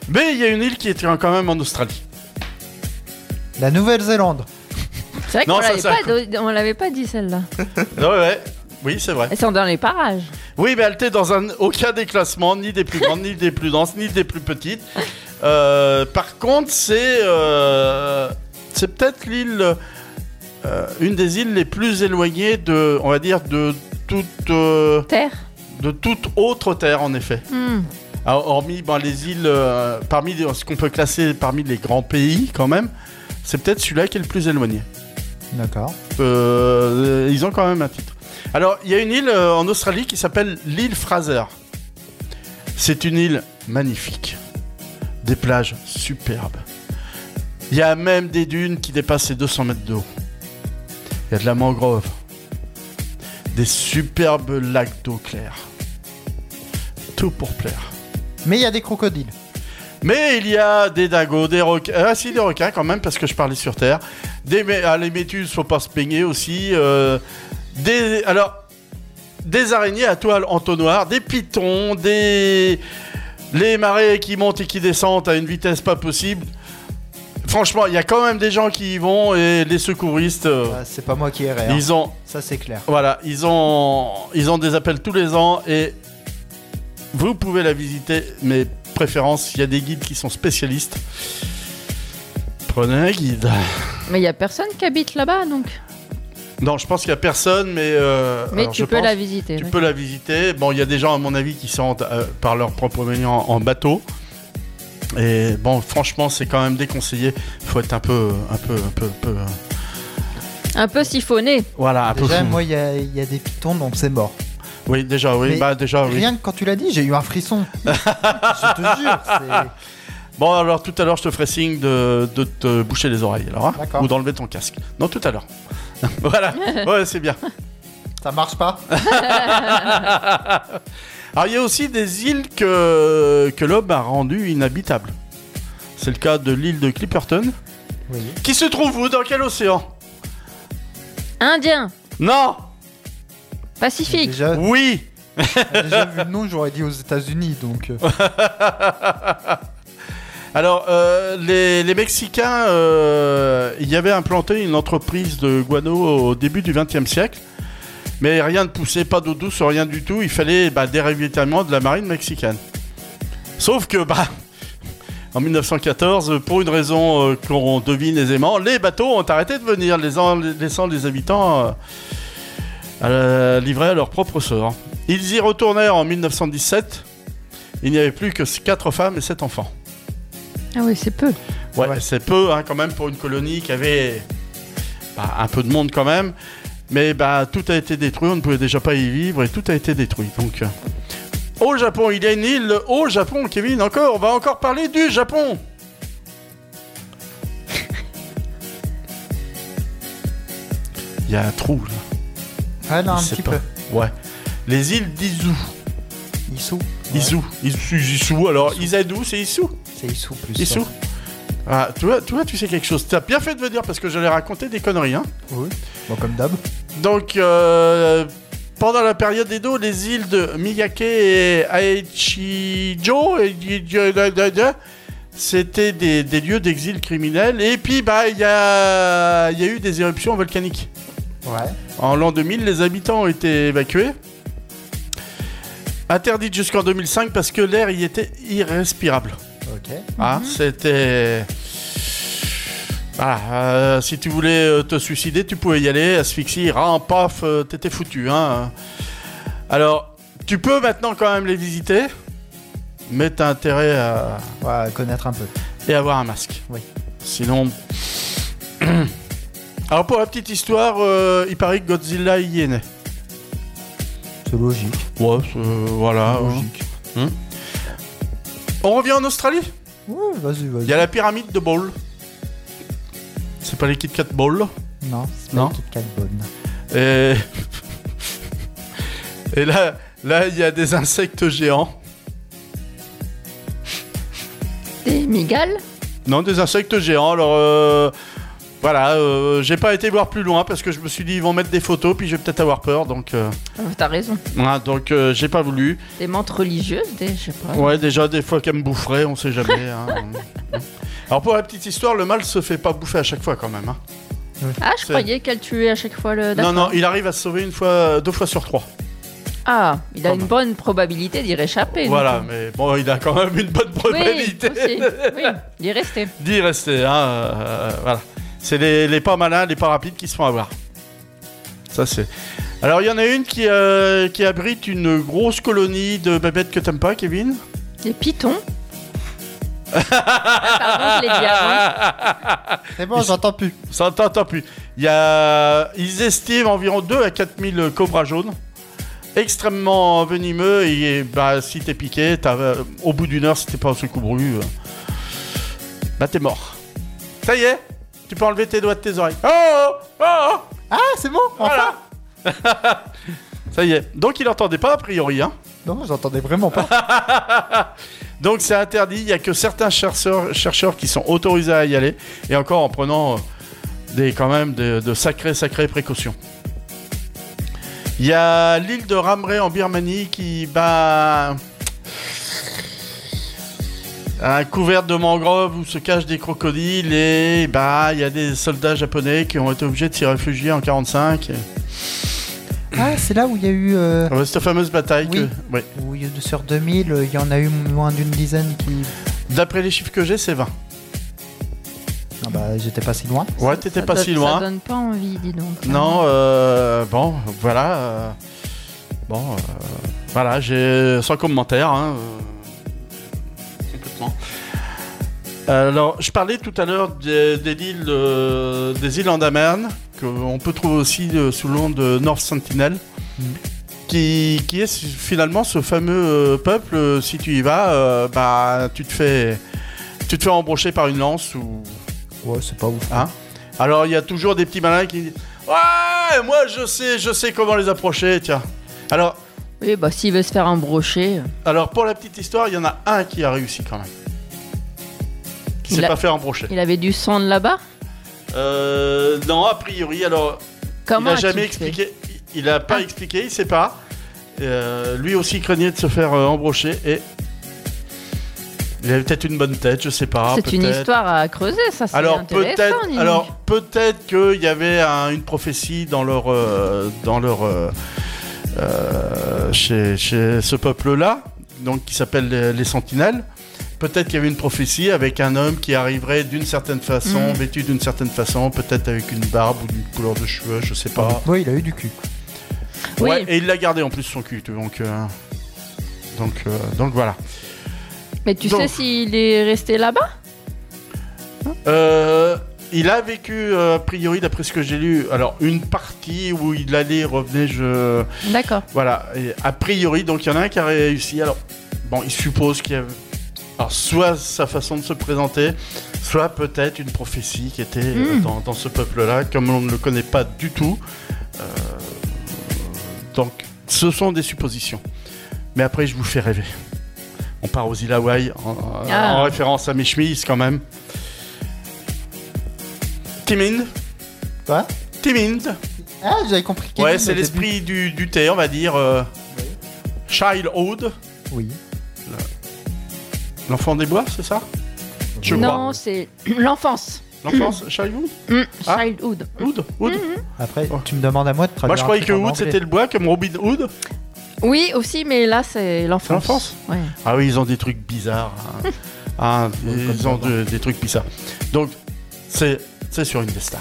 [SPEAKER 2] Mais il y a une île qui est quand même en Australie.
[SPEAKER 3] La Nouvelle-Zélande.
[SPEAKER 4] C'est vrai
[SPEAKER 2] Non,
[SPEAKER 4] qu'on
[SPEAKER 2] ça,
[SPEAKER 4] l'avait
[SPEAKER 2] ça
[SPEAKER 4] pas, do- on l'avait pas dit celle-là.
[SPEAKER 2] Ouais, ouais. Oui, c'est vrai.
[SPEAKER 4] Elles sont dans les parages.
[SPEAKER 2] Oui, mais elle était dans un, aucun des classements, ni des plus grandes, ni des plus denses, ni des plus petites. Euh, par contre, c'est euh, c'est peut-être l'île, euh, une des îles les plus éloignées de, on va dire, de toute euh,
[SPEAKER 4] terre,
[SPEAKER 2] de toute autre terre, en effet.
[SPEAKER 4] Hmm.
[SPEAKER 2] Ah, hormis ben, les îles, euh, parmi les- ce qu'on peut classer parmi les grands pays, quand même, c'est peut-être celui-là qui est le plus éloigné.
[SPEAKER 3] D'accord.
[SPEAKER 2] Euh, ils ont quand même un titre. Alors, il y a une île euh, en Australie qui s'appelle l'île Fraser. C'est une île magnifique. Des plages superbes. Il y a même des dunes qui dépassent les 200 mètres d'eau. Il y a de la mangrove. Des superbes lacs d'eau claire. Tout pour plaire.
[SPEAKER 3] Mais il y a des crocodiles.
[SPEAKER 2] Mais il y a des dagos, des requins. Ah, si, des requins quand même, parce que je parlais sur Terre. Des mé- ah, les métuses, faut pas se peigner aussi. euh, des. Alors. Des araignées à toile entonnoir, des pitons, des. Les marées qui montent et qui descendent à une vitesse pas possible. Franchement, il y a quand même des gens qui y vont et les secouristes. euh,
[SPEAKER 3] Ah, C'est pas moi qui errais. hein.
[SPEAKER 2] Ils ont.
[SPEAKER 3] Ça, c'est clair.
[SPEAKER 2] Voilà, ils ont, ils ont des appels tous les ans et vous pouvez la visiter, mais préférence, il y a des guides qui sont spécialistes. Prenez un guide.
[SPEAKER 4] Mais il y a personne qui habite là-bas donc.
[SPEAKER 2] Non, je pense qu'il n'y a personne, mais. euh,
[SPEAKER 4] Mais
[SPEAKER 2] alors,
[SPEAKER 4] tu
[SPEAKER 2] je
[SPEAKER 4] peux
[SPEAKER 2] pense-
[SPEAKER 4] la visiter.
[SPEAKER 2] Tu
[SPEAKER 4] ouais.
[SPEAKER 2] peux la visiter. Bon, il y a des gens, à mon avis, qui se rendent euh, par leur propre moyen en, en bateau. Et bon, franchement, c'est quand même déconseillé. Faut être un peu. Un peu. Un peu. un peu, euh,
[SPEAKER 4] Un peu siphonné.
[SPEAKER 2] voilà, un peu.
[SPEAKER 3] Déjà,
[SPEAKER 2] fou.
[SPEAKER 3] moi, il y, a- il y a des pitons, donc c'est mort.
[SPEAKER 2] Oui, déjà, oui.
[SPEAKER 3] Mais
[SPEAKER 2] Bah, déjà, oui.
[SPEAKER 3] Rien que quand tu l'as dit, j'ai eu un frisson. je te jure. c'est-
[SPEAKER 2] Bon, alors tout à l'heure, je te ferai signe de, de te boucher les oreilles, alors, hein
[SPEAKER 3] D'accord.
[SPEAKER 2] ou d'enlever ton casque. Non, tout à l'heure. voilà, ouais, c'est bien.
[SPEAKER 3] Ça marche pas.
[SPEAKER 2] Alors, il y a aussi des îles que, que l'homme a rendues inhabitables. C'est le cas de l'île de Clipperton.
[SPEAKER 3] Oui.
[SPEAKER 2] Qui se trouve où Dans quel océan
[SPEAKER 4] Indien,
[SPEAKER 2] Non
[SPEAKER 4] Pacifique.
[SPEAKER 3] Déjà,
[SPEAKER 2] Oui
[SPEAKER 3] déjà vu le nom, j'aurais dit aux États-Unis, donc. euh,
[SPEAKER 2] Alors, euh, les, les Mexicains, euh, il y avait implanté une entreprise de guano au début du XXe siècle, mais rien ne poussait, pas d'eau douce, rien du tout. Il fallait bah, des ravitaillements de la marine mexicaine. Sauf que, bah, en 1914, pour une raison euh, qu'on devine aisément, les bateaux ont arrêté de venir, les en- laissant les habitants euh, à la- livrés à leur propre sort. Ils y retournèrent en 1917. Il n'y avait plus que quatre femmes et sept enfants.
[SPEAKER 4] Ah oui, c'est peu.
[SPEAKER 2] Ouais, c'est peu hein, quand même pour une colonie qui avait bah, un peu de monde quand même. Mais bah, tout a été détruit, on ne pouvait déjà pas y vivre et tout a été détruit. Donc, euh, au Japon, il y a une île au Japon, Kevin, encore, on va encore parler du Japon. Il y a un trou là.
[SPEAKER 3] Ah non, un
[SPEAKER 2] Je sais
[SPEAKER 3] petit
[SPEAKER 2] pas.
[SPEAKER 3] peu.
[SPEAKER 2] Ouais. Les îles d'Izu.
[SPEAKER 3] Issou.
[SPEAKER 2] Izu. Izu, Izu, alors Izadu, c'est Izu.
[SPEAKER 3] C'est Issou plus.
[SPEAKER 2] Issou
[SPEAKER 3] ouais.
[SPEAKER 2] Ah, tu vois, tu vois, tu sais quelque chose. T'as bien fait de venir parce que j'allais raconter des conneries, hein.
[SPEAKER 3] Oui. Bon, comme d'hab.
[SPEAKER 2] Donc, euh, pendant la période Edo, les îles de Miyake et Aichijo, et- c'était des, des lieux d'exil criminel. Et puis, bah, il y a, il y a eu des éruptions volcaniques.
[SPEAKER 3] Ouais.
[SPEAKER 2] En l'an 2000, les habitants ont été évacués. Interdite jusqu'en 2005 parce que l'air y était irrespirable.
[SPEAKER 3] Ok.
[SPEAKER 2] Ah, c'était. Voilà, euh, si tu voulais euh, te suicider, tu pouvais y aller, asphyxie, ram, paf, euh, t'étais foutu. Hein. Alors, tu peux maintenant quand même les visiter, mais t'as intérêt à...
[SPEAKER 3] Ouais, connaître un peu.
[SPEAKER 2] Et avoir un masque.
[SPEAKER 3] Oui.
[SPEAKER 2] Sinon... Alors pour la petite histoire, euh, il paraît que Godzilla y est né.
[SPEAKER 3] C'est logique.
[SPEAKER 2] Ouais, c'est- voilà. hein. Hein On revient en Australie
[SPEAKER 3] Ouais, vas-y, vas-y.
[SPEAKER 2] Il y a la pyramide de Ball. C'est pas les Kit Kat Ball
[SPEAKER 3] Non, c'est
[SPEAKER 2] Non.
[SPEAKER 3] pas Kit Kat Bone.
[SPEAKER 2] Et, Et là, là, il y a des insectes géants.
[SPEAKER 4] Des migales
[SPEAKER 2] Non, des insectes géants. Alors, euh, voilà, euh, j'ai pas été voir plus loin parce que je me suis dit, ils vont mettre des photos, puis je vais peut-être avoir peur. Donc, euh,
[SPEAKER 4] Ah, T'as raison.
[SPEAKER 2] ouais, donc euh, j'ai pas voulu.
[SPEAKER 4] Des mentes religieuses, des, je sais pas.
[SPEAKER 2] Ouais, déjà, des fois qu'elle me boufferait, on sait jamais. hein. Alors, pour la petite histoire, le mal se fait pas bouffer à chaque fois quand même. hein.
[SPEAKER 4] Ah, je
[SPEAKER 2] C'est-
[SPEAKER 4] croyais qu'elle tuait à chaque fois le.
[SPEAKER 2] Non,
[SPEAKER 4] Euh, d'accord.
[SPEAKER 2] non, il arrive à se sauver une fois, euh, deux fois sur trois.
[SPEAKER 4] Ah, il a une bonne probabilité d'y réchapper.
[SPEAKER 2] Voilà,
[SPEAKER 4] donc.
[SPEAKER 2] mais bon, il a quand même une bonne
[SPEAKER 4] Oui,
[SPEAKER 2] probabilité
[SPEAKER 4] aussi. oui, il est resté.
[SPEAKER 2] d'y rester. hein, euh, voilà. C'est les, les pas malins, les pas rapides qui se font avoir. Ça, c'est. Alors, il y en a une qui, euh, qui abrite une grosse colonie de bébêtes que t'aimes pas, Kevin
[SPEAKER 4] Des pitons. pardon, je l'ai dit
[SPEAKER 2] avant.
[SPEAKER 3] C'est bon, j'entends plus.
[SPEAKER 2] J'entends plus. Il y a... Ils estiment environ 2 à 4000 cobras jaunes, extrêmement venimeux, et bah, si t'es piqué, t'as, euh, au bout d'une heure, si t'es pas en secouru, euh, bah t'es mort. Ça y est, tu peux enlever tes doigts de tes oreilles. Oh, oh, oh, oh.
[SPEAKER 3] Ah, c'est bon
[SPEAKER 2] Voilà Ça y est. Donc il entendait pas, a priori, hein
[SPEAKER 3] Non, j'entendais vraiment pas.
[SPEAKER 2] Donc c'est interdit, il n'y a que certains chercheurs, chercheurs qui sont autorisés à y aller, et encore en prenant euh, des, quand même de, de sacrées, sacrées précautions. Il y a l'île de Ramré en Birmanie qui bah, a couverte de mangroves où se cachent des crocodiles et bah il y a des soldats japonais qui ont été obligés de s'y réfugier en 45.
[SPEAKER 3] Ah, c'est là où il y a eu. euh,
[SPEAKER 2] Ouais, Ah bah, Cette fameuse bataille que-
[SPEAKER 3] Oui.
[SPEAKER 2] oui.
[SPEAKER 3] où il y a eu- sur 2000, euh, il y en a eu moins d'une dizaine qui.
[SPEAKER 2] D'après les chiffres que j'ai, c'est 20.
[SPEAKER 3] Ah bah, j'étais pas si loin.
[SPEAKER 2] Ouais, t'étais pas si loin.
[SPEAKER 4] Ça donne pas envie, dis donc.
[SPEAKER 2] Non, euh, bon, voilà. euh, bon, euh, voilà, j'ai sans commentaire. hein, euh, complètement. Euh, Alors, je parlais tout à l'heure des, des îles, euh, des îles Andaman, qu'on peut trouver aussi euh, sous le nom de North Sentinel,
[SPEAKER 3] Mm.
[SPEAKER 2] qui, qui est finalement ce fameux euh, peuple. euh, Si tu y vas, euh, bah, tu te fais, tu te fais embrocher par une lance ou
[SPEAKER 3] Ouais, c'est pas ouf.
[SPEAKER 2] Hein Alors il y a toujours des petits malins qui disent Ouais, moi je sais, je sais comment les approcher, tiens. Alors,
[SPEAKER 4] Oui, bah s'il veut se faire embrocher.
[SPEAKER 2] alors pour la petite histoire, il y en a un qui a réussi quand même. Qui
[SPEAKER 4] Il
[SPEAKER 2] s'est
[SPEAKER 4] a-
[SPEAKER 2] pas fait embrocher.
[SPEAKER 4] Il avait du sang de là-bas
[SPEAKER 2] Euh, non, a priori, alors. Il
[SPEAKER 4] Comment Ah.
[SPEAKER 2] a
[SPEAKER 4] a-t-il
[SPEAKER 2] jamais
[SPEAKER 4] fait
[SPEAKER 2] expliqué. Il il a pas expliqué, il sait pas. Euh, lui aussi craignait de se faire euh, embrocher et. Il avait peut-être une bonne tête, je sais pas.
[SPEAKER 4] C'est une
[SPEAKER 2] Ah, peut-être.
[SPEAKER 4] histoire à creuser, ça c'est
[SPEAKER 2] Alors
[SPEAKER 4] intéressant.
[SPEAKER 2] peut-être,
[SPEAKER 4] dis donc.
[SPEAKER 2] alors peut-être qu'il y avait un- une prophétie dans leur, euh, dans leur, euh, euh, chez, chez ce peuple-là, donc qui s'appelle les, les Sentinelles. Peut-être qu'il y avait une prophétie avec un homme qui arriverait d'une certaine façon,
[SPEAKER 4] Mm.
[SPEAKER 3] Mhm.
[SPEAKER 2] vêtu d'une certaine façon, peut-être avec une barbe ou d'une couleur de cheveux, je sais pas.
[SPEAKER 3] Ouais, il a eu du cul. Oui.
[SPEAKER 2] Ouais, et il l'a gardé en plus son cul, donc, euh, donc, euh, donc voilà.
[SPEAKER 4] Mais tu
[SPEAKER 2] Donc-
[SPEAKER 4] sais s'il est resté là-bas
[SPEAKER 2] Euh, il a vécu, euh, a priori, d'après ce que j'ai lu, alors une partie où il allait, et revenait, je.
[SPEAKER 4] D'accord.
[SPEAKER 2] Voilà, et a priori, donc il y en a un qui a réussi. Alors, bon, il suppose qu'il y avait. Alors, soit sa façon de se présenter, soit peut-être une prophétie qui était euh,
[SPEAKER 4] Mm.
[SPEAKER 2] dans, dans ce peuple-là, comme on ne le connaît pas du tout. euh, donc, ce sont des suppositions. Mais après, je vous fais rêver. On part aux îles Hawaï en,
[SPEAKER 4] Ah.
[SPEAKER 2] en référence à mes chemises quand même. Timide.
[SPEAKER 3] Quoi
[SPEAKER 2] Timide.
[SPEAKER 3] Ah, j'avais compris. Kevin,
[SPEAKER 4] hein,
[SPEAKER 2] Ouais, c'est
[SPEAKER 3] au début.
[SPEAKER 2] l'esprit du, du thé, on va dire. euh, Childhood.
[SPEAKER 3] Oui.
[SPEAKER 2] L'enfant des bois, c'est ça Je crois.
[SPEAKER 4] Non, c'est l'enfance.
[SPEAKER 2] L'enfance, childhood
[SPEAKER 4] Mm,
[SPEAKER 2] Ah.
[SPEAKER 4] Childhood. Mm-hmm.
[SPEAKER 2] Hood, Hood.
[SPEAKER 3] Après, tu me demandes à moi de traduire.
[SPEAKER 2] Oh. Moi, je
[SPEAKER 3] un
[SPEAKER 2] croyais
[SPEAKER 3] truc
[SPEAKER 2] que
[SPEAKER 3] en
[SPEAKER 2] Hood,
[SPEAKER 3] anglais.
[SPEAKER 2] c'était le bois, comme Robin Hood.
[SPEAKER 4] Oui, aussi, mais là c'est l'enfance.
[SPEAKER 2] L'enfance
[SPEAKER 4] Ouais.
[SPEAKER 2] Ah oui, ils ont des trucs bizarres. hein. Ah, ils ont de- des trucs bizarres. Donc, c'est c'est sur Indestar.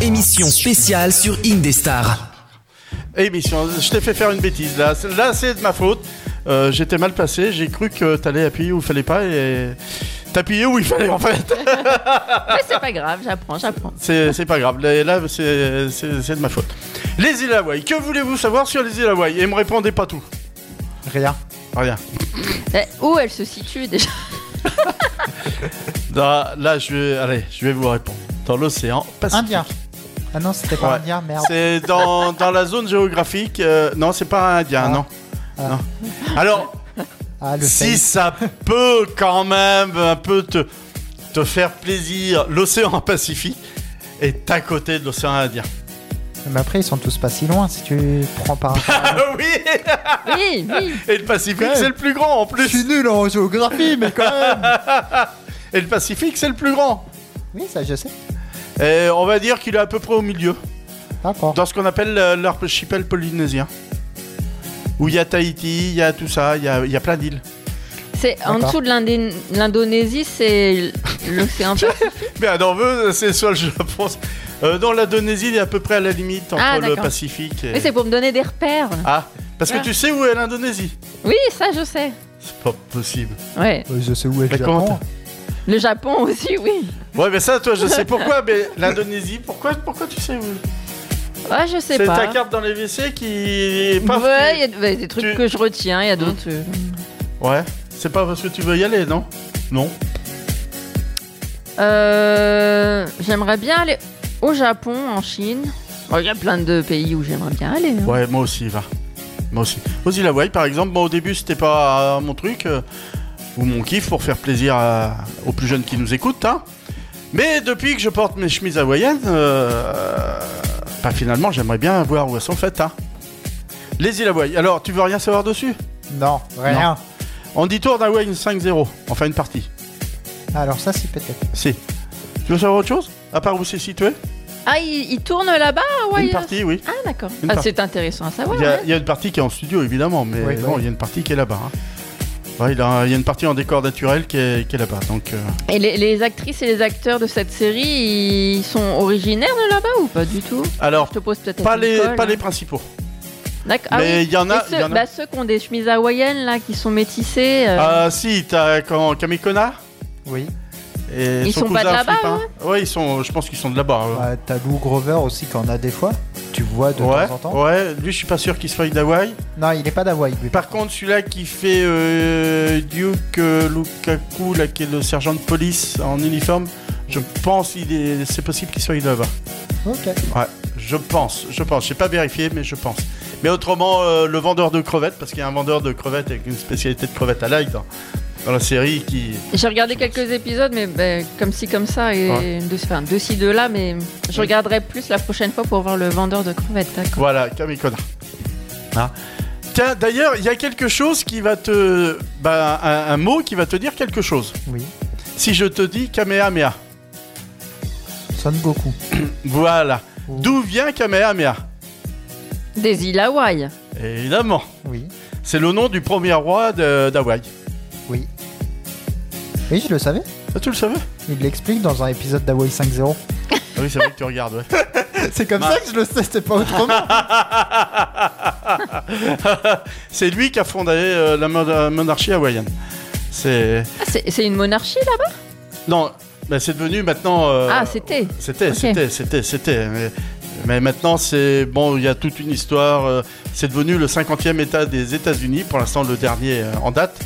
[SPEAKER 6] Émission spéciale sur Indestar.
[SPEAKER 2] Émission, je t'ai fait faire une bêtise là. C'est- Là, c'est de ma faute. Euh, J'étais mal placé. J'ai cru que t'allais appuyer où il fallait pas et t'appuyer où il fallait en fait.
[SPEAKER 4] Mais c'est pas grave, j'apprends, j'apprends.
[SPEAKER 2] C'est c'est pas grave. Là, là, c'est c'est- c'est de ma faute. Les îles Hawaï. Que voulez-vous savoir sur les îles Hawaï Et me répondez pas tout.
[SPEAKER 3] Rien.
[SPEAKER 2] Rien.
[SPEAKER 4] Eh, Où elle se situe déjà
[SPEAKER 2] Là, là, je vais, allez, je vais vous répondre. Dans l'océan Pacifique.
[SPEAKER 3] Indien. Ah non, c'était pas
[SPEAKER 2] Ouais.
[SPEAKER 3] indien, merde.
[SPEAKER 2] C'est dans, dans la zone géographique. euh, non, c'est pas indien, non. Non. Alors,
[SPEAKER 3] Ah, le
[SPEAKER 2] si
[SPEAKER 3] fail.
[SPEAKER 2] ça peut quand même un peu te, te faire plaisir, l'océan Pacifique est à côté de l'océan Indien.
[SPEAKER 3] Mais après, ils sont tous pas si loin si tu prends par.
[SPEAKER 2] Ah oui
[SPEAKER 4] Oui, oui
[SPEAKER 2] Et le Pacifique, c'est le plus grand en plus.
[SPEAKER 3] Je suis nul en géographie, mais quand même.
[SPEAKER 2] Et le Pacifique, c'est le plus grand.
[SPEAKER 3] Oui, ça je sais.
[SPEAKER 2] Et on va dire qu'il est à peu près au milieu.
[SPEAKER 3] D'accord.
[SPEAKER 2] Dans ce qu'on appelle euh, l'archipel polynésien. Où il y a Tahiti, il y a tout ça, il y a, il y a plein d'îles.
[SPEAKER 4] C'est en
[SPEAKER 2] D'accord.
[SPEAKER 4] dessous de l'Indé- l'Indonésie, c'est l'océan Pacifique.
[SPEAKER 2] Mais à Norveux, c'est soit le Japon. soit- Euh, dans l'Indonésie, il est à peu près à la limite entre
[SPEAKER 4] Ah,
[SPEAKER 2] le
[SPEAKER 4] d'accord.
[SPEAKER 2] Pacifique et.
[SPEAKER 4] Mais c'est pour me donner des repères.
[SPEAKER 2] Ah, parce que
[SPEAKER 4] Ah.
[SPEAKER 2] tu sais où est l'Indonésie
[SPEAKER 4] Oui, ça je sais.
[SPEAKER 2] C'est pas possible.
[SPEAKER 4] Ouais.
[SPEAKER 3] Je sais où est
[SPEAKER 2] le Japon.
[SPEAKER 4] Le Japon aussi, oui.
[SPEAKER 2] Ouais, mais ça, toi, je sais pourquoi, mais l'Indonésie, pourquoi, pourquoi tu sais où
[SPEAKER 4] Ouais, Ah, je sais
[SPEAKER 2] C'est
[SPEAKER 4] pas.
[SPEAKER 2] ta carte dans les WC qui. paf,
[SPEAKER 4] ouais,
[SPEAKER 2] tu- Mm.
[SPEAKER 4] il y a ouais, des trucs que je retiens, il y a d'autres. euh,
[SPEAKER 2] Ouais, c'est pas parce que tu veux y aller, non Non.
[SPEAKER 4] Euh, j'aimerais bien aller au Japon, en Chine. Oh, Il y a plein de pays où j'aimerais bien aller. hein.
[SPEAKER 2] Ouais, moi aussi, va. Moi aussi. Ozzy Lawai, par exemple, bon, au début, c'était pas euh, mon truc euh, ou mon kiff pour faire plaisir à- aux plus jeunes qui nous écoutent. hein. Mais depuis que je porte mes chemises hawaïennes, euh, bah, finalement, j'aimerais bien voir où elles sont faites. Hein. Les îles Hawaï. Alors, tu veux rien savoir dessus
[SPEAKER 3] Non, rien.
[SPEAKER 2] On dit tour d'Hawaï 5-0, enfin une partie.
[SPEAKER 3] Alors ça, c'est peut-être.
[SPEAKER 2] Si. Tu veux savoir autre chose À part où c'est situé
[SPEAKER 4] Ah, il, il tourne là-bas, ouais.
[SPEAKER 2] Une partie, oui.
[SPEAKER 4] Ah, d'accord.
[SPEAKER 2] Une
[SPEAKER 4] Ah,
[SPEAKER 2] partie.
[SPEAKER 4] c'est intéressant à savoir.
[SPEAKER 2] Il y, a,
[SPEAKER 4] ouais.
[SPEAKER 2] il y a une partie qui est en studio, évidemment, mais
[SPEAKER 4] Oui,
[SPEAKER 2] bon,
[SPEAKER 4] oui.
[SPEAKER 2] il y a une partie qui est là-bas. hein. Ouais, il, a- il y a une partie en décor naturel qui est, qui est là-bas. Donc, euh,
[SPEAKER 4] Et les, les actrices et les acteurs de cette série, ils sont originaires de là-bas ou pas du tout
[SPEAKER 2] Alors,
[SPEAKER 4] Je te pose peut-être
[SPEAKER 2] pas
[SPEAKER 4] une
[SPEAKER 2] les,
[SPEAKER 4] colle,
[SPEAKER 2] pas
[SPEAKER 4] hein.
[SPEAKER 2] les principaux.
[SPEAKER 4] D'accord. Ah
[SPEAKER 2] Mais
[SPEAKER 4] oui.
[SPEAKER 2] il y en a-
[SPEAKER 4] Et Ceux,
[SPEAKER 2] il y en a-
[SPEAKER 4] bah, ceux qui ont des chemises hawaïennes, là, qui sont métissées. euh,
[SPEAKER 2] Ah si, t'as quand Camille Connard
[SPEAKER 3] Oui.
[SPEAKER 2] Et
[SPEAKER 4] Ils
[SPEAKER 2] son
[SPEAKER 4] sont pas de
[SPEAKER 2] cousin
[SPEAKER 4] là-bas, hein
[SPEAKER 2] Flipin. Ouais, ils sont, je pense qu'ils sont de là-bas. ouais.
[SPEAKER 3] Euh, T'as Lou Grover aussi qu'on a des fois. Tu vois de
[SPEAKER 2] Ouais,
[SPEAKER 3] temps en temps.
[SPEAKER 2] ouais, lui je suis pas sûr qu'il soit d'Hawaï.
[SPEAKER 3] Non, il est pas d'Hawaï. lui.
[SPEAKER 2] Par contre, celui-là qui fait euh, Duke euh, Lukaku, là, qui est le sergent de police en uniforme, je pense qu'il est, c'est possible qu'il soit là-bas.
[SPEAKER 3] Ok.
[SPEAKER 2] Ouais, je pense, je pense. J'ai pas vérifié, mais je pense. Mais autrement, euh, le vendeur de crevettes, parce qu'il y a un vendeur de crevettes avec une spécialité de crevettes à l'ail dans, dans la série qui.
[SPEAKER 4] J'ai regardé quelques épisodes, mais ben, comme ci, comme ça, et
[SPEAKER 2] Ouais.
[SPEAKER 4] de, enfin, de ci, de là, mais je regarderai plus la prochaine fois pour voir le vendeur de crevettes. d'accord.
[SPEAKER 2] Voilà, Camille Connard. Hein Tiens, d'ailleurs, il y a quelque chose qui va te. bah, un, un mot qui va te dire quelque chose.
[SPEAKER 3] Oui.
[SPEAKER 2] Si je te dis Kamehameha.
[SPEAKER 3] Son Goku.
[SPEAKER 2] Voilà.
[SPEAKER 3] Mmh.
[SPEAKER 2] D'où vient Kamehameha
[SPEAKER 4] Des îles Hawaï.
[SPEAKER 2] Évidemment.
[SPEAKER 3] Oui.
[SPEAKER 2] C'est le nom du premier roi de- d'Hawaï.
[SPEAKER 3] Oui. Oui, je le savais.
[SPEAKER 2] Ah, tu le savais
[SPEAKER 3] Il l'explique dans un épisode d'Hawaii 5.0.
[SPEAKER 2] Ah oui, c'est vrai que tu regardes, ouais.
[SPEAKER 3] C'est comme ça que je le sais, c'est pas autrement.
[SPEAKER 2] c'est lui qui a fondé euh, la mon- la monarchie hawaïenne. C'est.
[SPEAKER 4] Ah, c'est c'est une monarchie là-bas
[SPEAKER 2] Non, bah, c'est devenu maintenant. euh,
[SPEAKER 4] Ah, c'était.
[SPEAKER 2] C'était,
[SPEAKER 4] Ok.
[SPEAKER 2] c'était, c'était, c'était. Mais, mais maintenant, c'est bon, il y a toute une histoire. euh, c'est devenu le 50e État des États-Unis, pour l'instant le dernier euh, en date,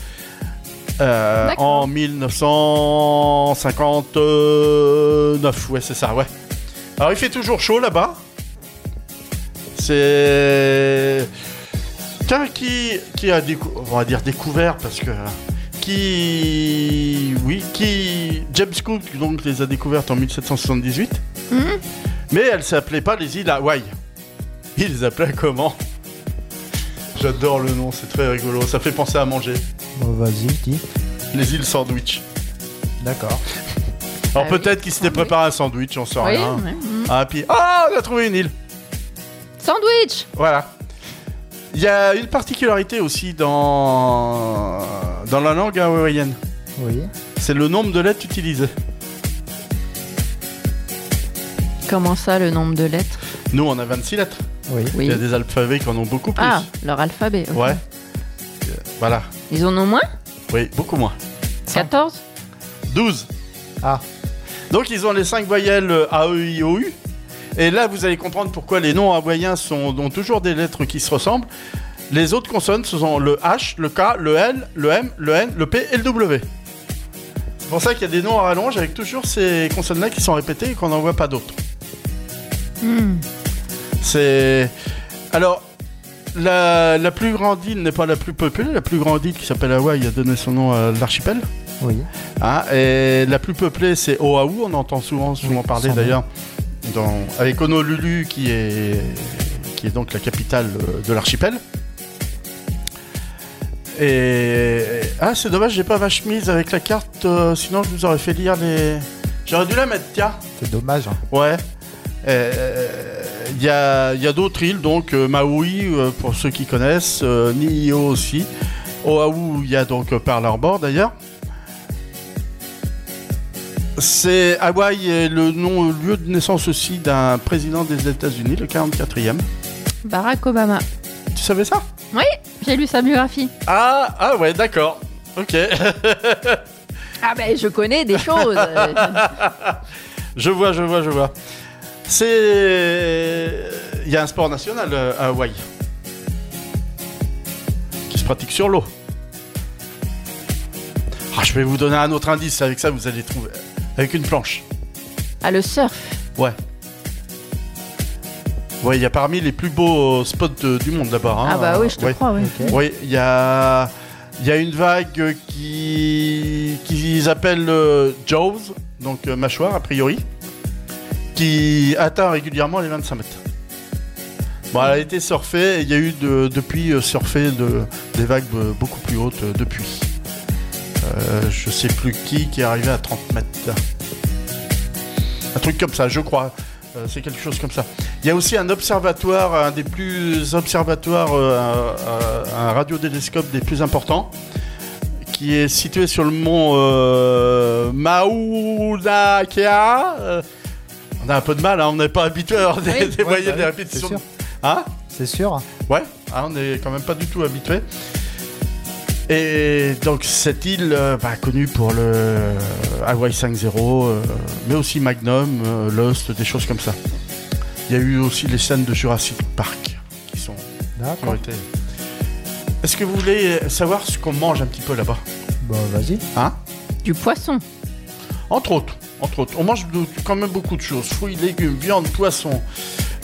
[SPEAKER 2] Euh,
[SPEAKER 4] D'accord.
[SPEAKER 2] en 1959. Ouais, c'est ça, ouais. Alors, il fait toujours chaud là-bas. C'est. Tiens, qui, qui a décou- on va dire découvert parce que qui oui qui James Cook donc les a découvertes en 1778
[SPEAKER 4] Hmm.
[SPEAKER 2] mais elles s'appelaient pas les îles Hawaï ils les appelaient comment j'adore le nom c'est très rigolo ça fait penser à manger
[SPEAKER 3] Bon, Vas-y, dis.
[SPEAKER 2] les îles sandwich
[SPEAKER 3] D'accord.
[SPEAKER 2] alors peut-être qu'ils s'étaient préparé un sandwich j'en sais
[SPEAKER 4] Ah Oui,
[SPEAKER 2] rien
[SPEAKER 4] ouais, mhm.
[SPEAKER 2] ah puis ah on a trouvé une île
[SPEAKER 4] Sandwich
[SPEAKER 2] Voilà. Il y a une particularité aussi dans, dans la langue hawaïenne.
[SPEAKER 3] Oui.
[SPEAKER 2] C'est le nombre de lettres utilisées.
[SPEAKER 4] Comment ça, le nombre de lettres
[SPEAKER 2] Nous, on a 26 lettres.
[SPEAKER 3] Oui.
[SPEAKER 2] Il y a des alphabets qui en ont beaucoup plus.
[SPEAKER 4] Ah, leur alphabet. ok.
[SPEAKER 2] Ouais. Euh, Voilà.
[SPEAKER 4] Ils en ont moins
[SPEAKER 2] Oui, beaucoup moins.
[SPEAKER 4] 14
[SPEAKER 2] 12.
[SPEAKER 3] Ah.
[SPEAKER 2] Donc ils ont les 5 voyelles euh, A, E, I, O, U. Et là, vous allez comprendre pourquoi les noms hawaïens sont, ont toujours des lettres qui se ressemblent. Les autres consonnes, ce sont le H, le K, le L, le M, le N, le P et le W. C'est pour ça qu'il y a des noms à rallonge avec toujours ces consonnes-là qui sont répétées et qu'on n'en voit pas d'autres.
[SPEAKER 4] Hmm.
[SPEAKER 2] C'est. Alors, la, la plus grande île n'est pas la plus peuplée. La plus grande île qui s'appelle Hawaï a donné son nom à l'archipel.
[SPEAKER 3] Oui.
[SPEAKER 2] Hein, et la plus peuplée, c'est Oahu. On entend souvent, souvent parler
[SPEAKER 3] sans doute.
[SPEAKER 2] d'ailleurs, dans- avec Honolulu, qui est, qui est donc la capitale euh, de l'archipel. Et. Ah, c'est dommage, j'ai pas ma chemise avec la carte, euh, sinon je vous aurais fait lire les. J'aurais dû la mettre, tiens.
[SPEAKER 3] C'est dommage. hein.
[SPEAKER 2] Ouais. Euh, Il y a, il y a d'autres îles, donc euh, Maui, euh, pour ceux qui connaissent, euh, Niihau aussi. Oahu, il y a donc euh, Pearl Harbor d'ailleurs. C'est Hawaï est le nom, le lieu de naissance aussi d'un président des États-Unis, le 44e.
[SPEAKER 4] Barack Obama.
[SPEAKER 2] Tu savais ça
[SPEAKER 4] Oui, j'ai lu sa biographie.
[SPEAKER 2] Ah, ah ouais, d'accord. Ok.
[SPEAKER 4] Ah ben, je connais des choses. euh,
[SPEAKER 2] je vois, je vois, je vois. C'est. Il y a un sport national euh, à Hawaï. Qui se pratique sur l'eau. Ah, je vais vous donner un autre indice, avec ça vous allez trouver. Avec une planche.
[SPEAKER 4] Ah, le surf.
[SPEAKER 2] Ouais. Ouais, il y a parmi les plus beaux euh, spots de- du monde là-bas. hein.
[SPEAKER 4] Ah bah oui, je te
[SPEAKER 2] Ouais.
[SPEAKER 4] crois, oui.
[SPEAKER 2] Ok. Oui, il y a, il y a une vague qui qu'ils appellent euh, Jaws, donc euh, mâchoire a priori, qui atteint régulièrement les 25 mètres. Bon, elle a été surfée, et il y a eu de- depuis euh, surfé de, des vagues euh, beaucoup plus hautes euh, depuis. Euh, je sais plus qui qui est arrivé à 30 mètres. Un truc comme ça, je crois. Euh, c'est quelque chose comme ça. Il y a aussi un observatoire, un des plus observatoires, euh, un, un- un radiodélescope des plus importants, qui est situé sur le mont euh, Mauna Kea. Euh, on a un peu de mal, hein, on n'est pas habitué à avoir des,
[SPEAKER 3] Oui.
[SPEAKER 2] des
[SPEAKER 3] Ouais,
[SPEAKER 2] voyages,
[SPEAKER 3] bah
[SPEAKER 2] des
[SPEAKER 3] oui,
[SPEAKER 2] répétitions.
[SPEAKER 3] c'est sûr.
[SPEAKER 2] Hein
[SPEAKER 3] C'est sûr.
[SPEAKER 2] Ouais, ah, on n'est quand même pas du tout habitué. Et donc cette île, euh, bah, connue pour le euh, Hawaii 5.0, euh, mais aussi Magnum, euh, Lost, des choses comme ça. Il y a eu aussi les scènes de Jurassic Park qui sont qui ont
[SPEAKER 3] D'accord.
[SPEAKER 2] été. Est-ce que vous voulez savoir ce qu'on mange un petit peu là-bas
[SPEAKER 3] Bah vas-y.
[SPEAKER 2] Hein
[SPEAKER 4] Du poisson.
[SPEAKER 2] Entre autres, entre autres. On mange de- quand même beaucoup de choses. Fruits, légumes, viande, poisson.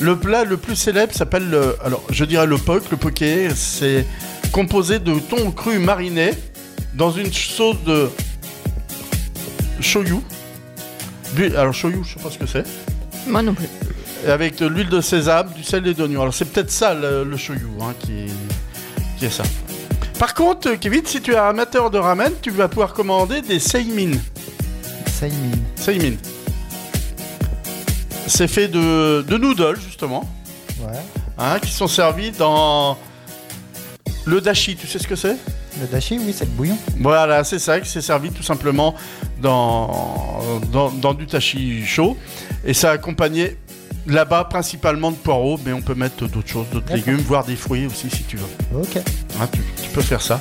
[SPEAKER 2] Le plat le plus célèbre s'appelle, le- alors je dirais le poke. Le poké, c'est composé de thon cru mariné dans une sauce de shoyu. D'huile- Alors shoyu, je sais pas ce que c'est.
[SPEAKER 4] Moi non plus.
[SPEAKER 2] Et avec de l'huile de sésame, du sel et d'oignon. Alors c'est peut-être ça le, le shoyu hein, qui, est, qui est ça. Par contre, euh, Kevin, si tu es amateur de ramen, tu vas pouvoir commander des seimin.
[SPEAKER 3] Seimin.
[SPEAKER 2] Seimin. C'est fait de, de noodles, justement,
[SPEAKER 3] Ouais.
[SPEAKER 2] hein, qui sont servis dans le dashi. Tu sais ce que c'est
[SPEAKER 3] Le dashi, oui, c'est le bouillon.
[SPEAKER 2] Voilà, c'est ça, qui s'est servi tout simplement dans, dans, dans du tachi chaud. Et ça accompagné là-bas principalement de poireaux, mais on peut mettre d'autres choses, d'autres
[SPEAKER 3] D'accord.
[SPEAKER 2] légumes, voire des fruits aussi si tu veux.
[SPEAKER 3] Ok.
[SPEAKER 2] Hein, tu, tu peux faire ça.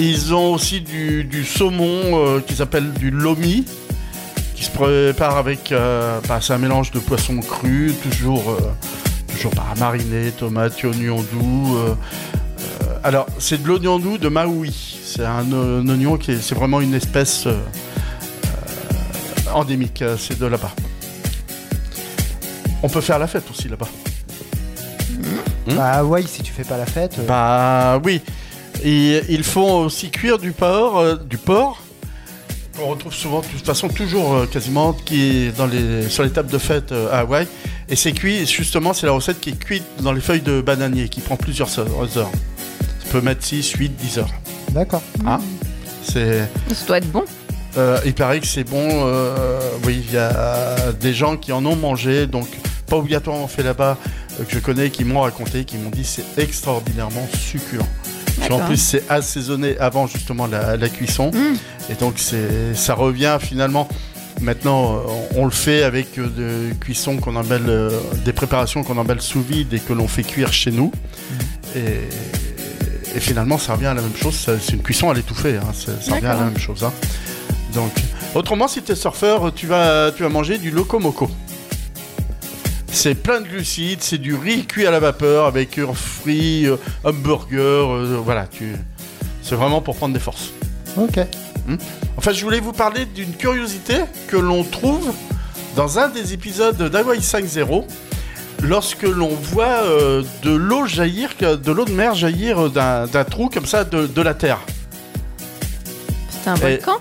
[SPEAKER 2] Ils ont aussi du, du saumon euh, qui s'appelle du lomi, qui se prépare avec. euh, bah, c'est un mélange de poisson cru, toujours, euh, toujours bah, mariné, tomate, oignon doux. euh, euh, alors, c'est de l'oignon doux de Maui. C'est un, euh, un oignon qui est, c'est vraiment une espèce euh, euh, endémique, euh, c'est de là-bas. On peut faire la fête aussi là-bas.
[SPEAKER 3] Bah Hawaï, si tu fais pas la fête. euh,
[SPEAKER 2] Hmm? Bah oui. Et ils font aussi cuire du porc, euh, du porc qu'on retrouve souvent, de toute façon, toujours euh, quasiment qui est dans les, sur les tables de fête euh, à Hawaï. Et c'est cuit, justement, c'est la recette qui est cuite dans les feuilles de bananier, qui prend plusieurs so- heures. Tu peux mettre 6, 8, 10 heures.
[SPEAKER 3] D'accord.
[SPEAKER 2] Hein c'est.
[SPEAKER 4] Ça doit être bon.
[SPEAKER 2] Euh, il paraît que c'est bon. euh, oui, il y a des gens qui en ont mangé, donc pas obligatoirement fait là-bas, euh, que je connais, qui m'ont raconté, qui m'ont dit c'est extraordinairement succulent. Puis En
[SPEAKER 17] D'accord.
[SPEAKER 2] plus, c'est assaisonné avant justement la, la cuisson, et donc c'est ça revient finalement. Maintenant, euh, on on le fait avec euh, des cuissons qu'on embelle, euh, des préparations qu'on embelle sous vide et que l'on fait cuire chez nous. Et, et finalement, ça revient à la même chose. ça- C'est une cuisson à l'étouffer. hein, ça- Ça revient à la
[SPEAKER 17] D'accord.
[SPEAKER 2] même chose. hein. Donc, autrement, si tu es surfeur, tu vas, tu vas manger du locomoco. C'est plein de glucides, c'est du riz cuit à la vapeur avec euh, fruits, euh, hamburger, euh, voilà. Tu... C'est vraiment pour prendre des forces.
[SPEAKER 3] Ok.
[SPEAKER 2] Hmm. Enfin, je voulais vous parler d'une curiosité que l'on trouve dans un des épisodes d'Hawaii 5.0 lorsque l'on voit euh, de l'eau jaillir, de l'eau de mer jaillir euh, d'un d'un trou comme ça de, de la terre.
[SPEAKER 4] C'est un
[SPEAKER 2] Et-
[SPEAKER 4] volcan.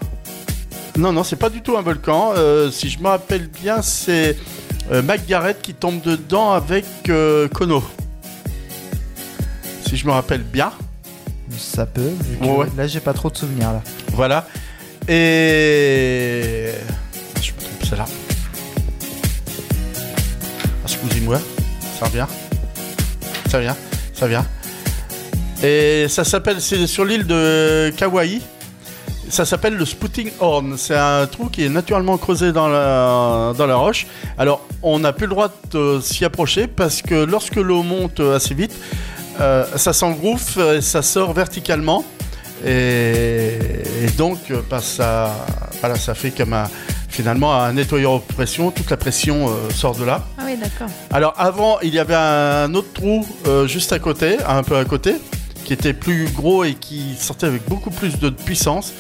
[SPEAKER 2] Non, non, c'est pas du tout un volcan. Euh, si je me rappelle bien, c'est euh, McGarrett qui tombe dedans avec euh, Kono. Si je me rappelle bien.
[SPEAKER 3] Ça peut. vu que
[SPEAKER 2] Ouais, ouais.
[SPEAKER 3] Là, j'ai pas trop de souvenirs là.
[SPEAKER 2] Voilà. Et. Je me trompe, celle-là. Excusez-moi. Ça revient. Ça vient. Ça vient. Et ça s'appelle. C'est sur l'île de Kauai. Ça s'appelle le Spouting Horn. C'est un trou qui est naturellement creusé dans la, dans la roche. Alors, on n'a plus le droit de s'y approcher parce que lorsque l'eau monte assez vite, euh, ça s'engouffre et ça sort verticalement. Et, et donc, euh, bah, ça, voilà, ça fait comme un, finalement un nettoyeur de pression. Toute la pression euh, sort de là.
[SPEAKER 4] Ah oui, d'accord.
[SPEAKER 2] Alors avant, il y avait un autre trou euh, juste à côté, un peu à côté, qui était plus gros et qui sortait avec beaucoup plus de puissance.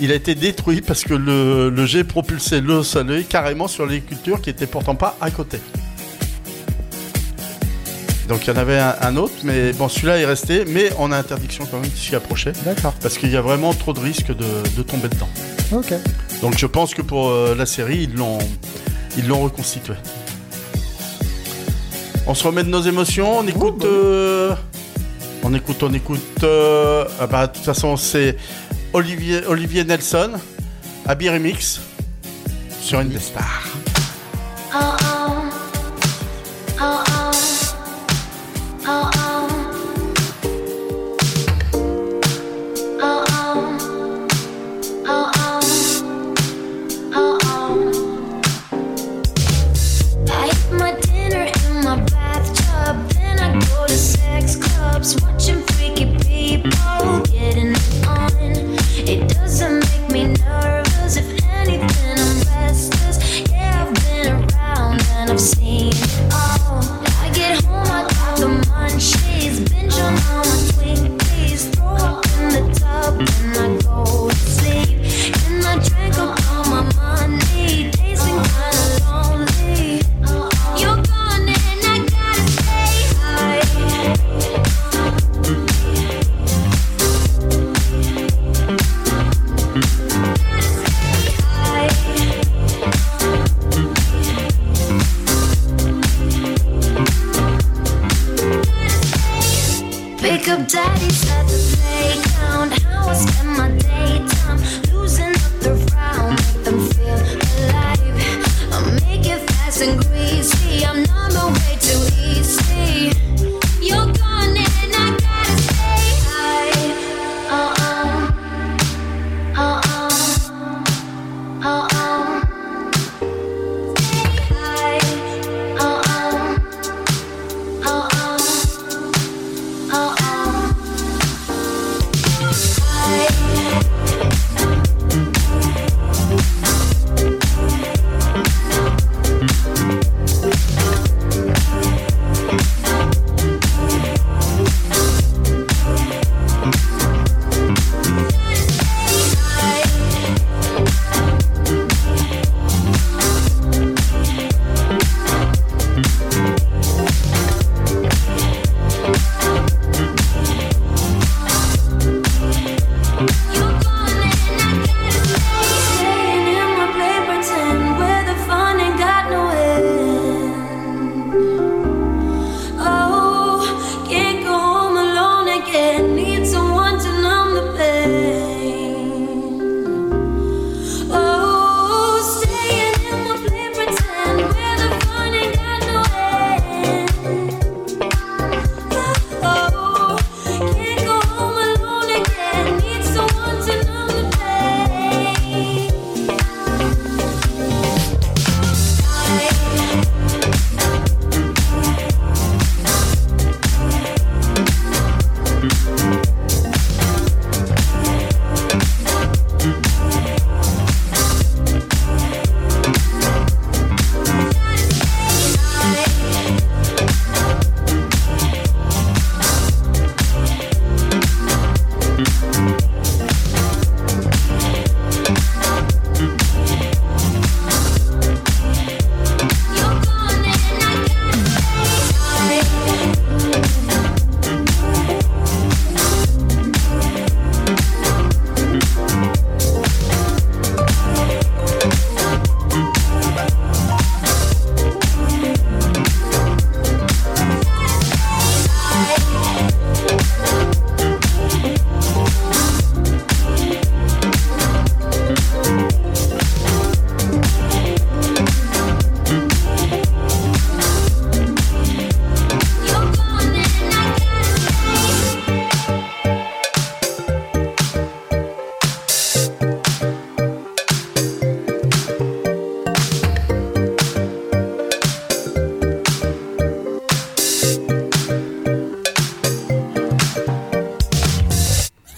[SPEAKER 2] Il a été détruit parce que le, le jet propulsait l'eau salée carrément sur les cultures qui étaient pourtant pas à côté. Donc il y en avait un, un autre, mais bon, celui-là est resté, mais on a interdiction quand même de s'y approcher.
[SPEAKER 3] D'accord.
[SPEAKER 2] Parce qu'il y a vraiment trop de risques de, de tomber dedans.
[SPEAKER 3] Ok.
[SPEAKER 2] Donc je pense que pour euh, la série, ils l'ont, ils l'ont reconstitué. On se remet de nos émotions, on écoute, euh, on écoute, on écoute. euh, ah bah, de toute façon, c'est Olivier, Olivier Nelson, Abby Remix, sur une des stars.
[SPEAKER 15] Oh oh, oh oh, oh oh, oh oh, oh oh, oh oh. I eat my dinner in my bathtub, then I go to sex clubs, watching freaky people getting on. It doesn't make me nervous. If anything, I'm restless. Yeah, I've been around and I've seen it all. I get home, I got the munchies. Binge on all my Twinkies. Throw up in the tub and I go to sleep. And I drink up all my money. Tasting kinda lonely. You're gone and I gotta stay high. Pick up daddy's at the playground. How I spend my daytime losing up the round. Make them feel alive. I make it fast and greasy. I'm number way too easy. You're gone and I gotta stay high. Oh oh, oh oh, oh oh. Stay high. Oh oh, oh oh. Oh Staying in my play pretend where the fun ain't got no end. Oh, can't go home alone again. Need someone to numb the pain. Oh, staying in my play pretend where the fun ain't got no end. Oh, can't go home alone again. Need someone to numb the pain.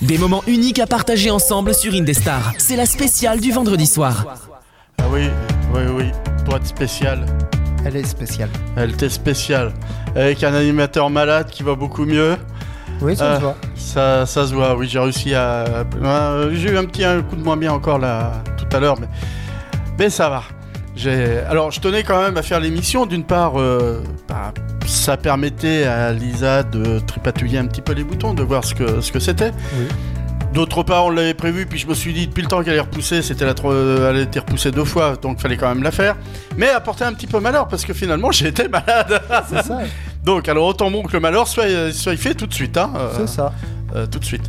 [SPEAKER 6] Des moments uniques à partager ensemble sur Indestar. C'est la spéciale du vendredi soir.
[SPEAKER 2] Ah oui, oui, oui, pour être spécial.
[SPEAKER 3] Elle est spéciale.
[SPEAKER 2] Elle était spéciale. Avec un animateur malade qui va beaucoup mieux. Ah,
[SPEAKER 3] Oui, ça se voit.
[SPEAKER 2] Ça, ça se voit, oui, j'ai réussi à. Euh, J'ai eu un petit un coup de moins bien encore là tout à l'heure, mais, mais ça va. J'ai- Alors, je tenais quand même à faire l'émission. D'une part, euh, bah, ça permettait à Lisa de tripatouiller un petit peu les boutons, de voir ce que ce que c'était. D'autre part, on l'avait prévu, puis je me suis dit, depuis le temps qu'elle est repoussée, c'était la tro- euh, elle a été repoussée deux fois, donc fallait quand même la faire. Mais apporter un petit peu malheur, parce que finalement, j'étais malade. donc, alors autant bon que le malheur soit, euh, soit fait tout de suite. Hein, euh,
[SPEAKER 3] C'est ça.
[SPEAKER 2] euh, tout de suite.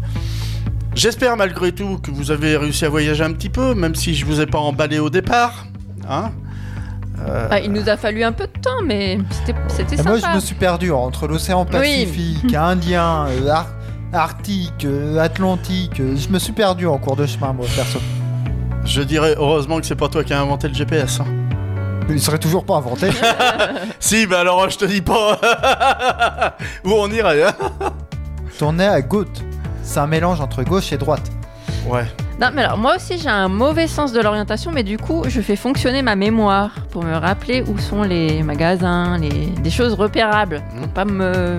[SPEAKER 2] J'espère malgré tout que vous avez réussi à voyager un petit peu, même si je vous ai pas emballé au départ. Hein Euh,
[SPEAKER 4] Ah, il nous a fallu un peu de temps, mais c'était- c'était
[SPEAKER 3] Et
[SPEAKER 4] sympa.
[SPEAKER 3] moi, je me suis perdu entre l'océan Pacifique, Indien, euh, Ar- Arctique, euh, Atlantique. euh, je me suis perdu en cours de chemin, moi, perso.
[SPEAKER 2] Je dirais heureusement que c'est pas toi qui as inventé le GPS. hein.
[SPEAKER 3] Mais il serait toujours pas inventé.
[SPEAKER 2] si, bah alors je te dis pas où on irait. hein.
[SPEAKER 3] Tourner à gauche. C'est un mélange entre gauche et droite.
[SPEAKER 2] Ouais.
[SPEAKER 4] Non, mais alors moi aussi j'ai un mauvais sens de l'orientation, mais du coup je fais fonctionner ma mémoire pour me rappeler où sont les magasins, les... des choses repérables.
[SPEAKER 2] Mmh.
[SPEAKER 4] Pour pas me.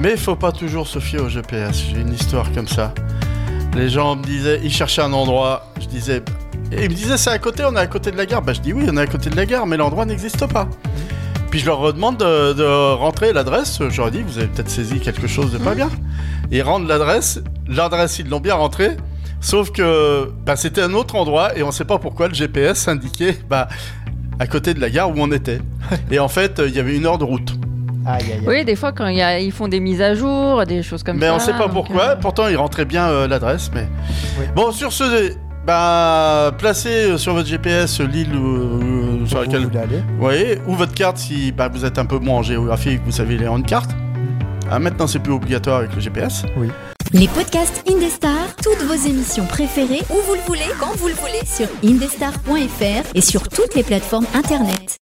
[SPEAKER 2] Mais faut pas toujours se fier au GPS. J'ai une histoire comme ça. Les gens me disaient, ils cherchaient un endroit. Je disais, et ils me disaient, c'est à côté, on est à côté de la gare. Bah, je dis oui, on est à côté de la gare, mais l'endroit n'existe pas. Puis je leur redemande de, de rentrer l'adresse. Je leur dis, vous avez peut-être saisi quelque chose de pas
[SPEAKER 3] Mm.
[SPEAKER 2] bien. Ils rendent l'adresse. L'adresse, ils l'ont bien rentrée. Sauf que bah, c'était un autre endroit et on sait pas pourquoi le GPS indiquait bah, à côté de la gare où on était. et en fait, il y avait une heure de route.
[SPEAKER 3] Aïe, aïe,
[SPEAKER 4] Oui, des fois quand il y a- ils font des mises à jour, des choses comme
[SPEAKER 2] mais
[SPEAKER 4] ça.
[SPEAKER 2] on sait pas
[SPEAKER 4] donc,
[SPEAKER 2] pourquoi.
[SPEAKER 4] euh,
[SPEAKER 2] Pourtant, il rentrait bien euh, l'adresse. Mais bon, sur ce, bah, placez euh, sur votre GPS l'île où- où- sur laquelle vous
[SPEAKER 3] voulez
[SPEAKER 2] voyez, ou votre carte si bah, vous êtes un peu moins en géographie et que vous savez lire une carte. Ah, maintenant, c'est plus obligatoire avec le GPS.
[SPEAKER 3] Oui.
[SPEAKER 1] Les podcasts Indestar, toutes vos émissions préférées, où vous le voulez, quand vous le voulez, sur indestar.fr et sur toutes les plateformes internet.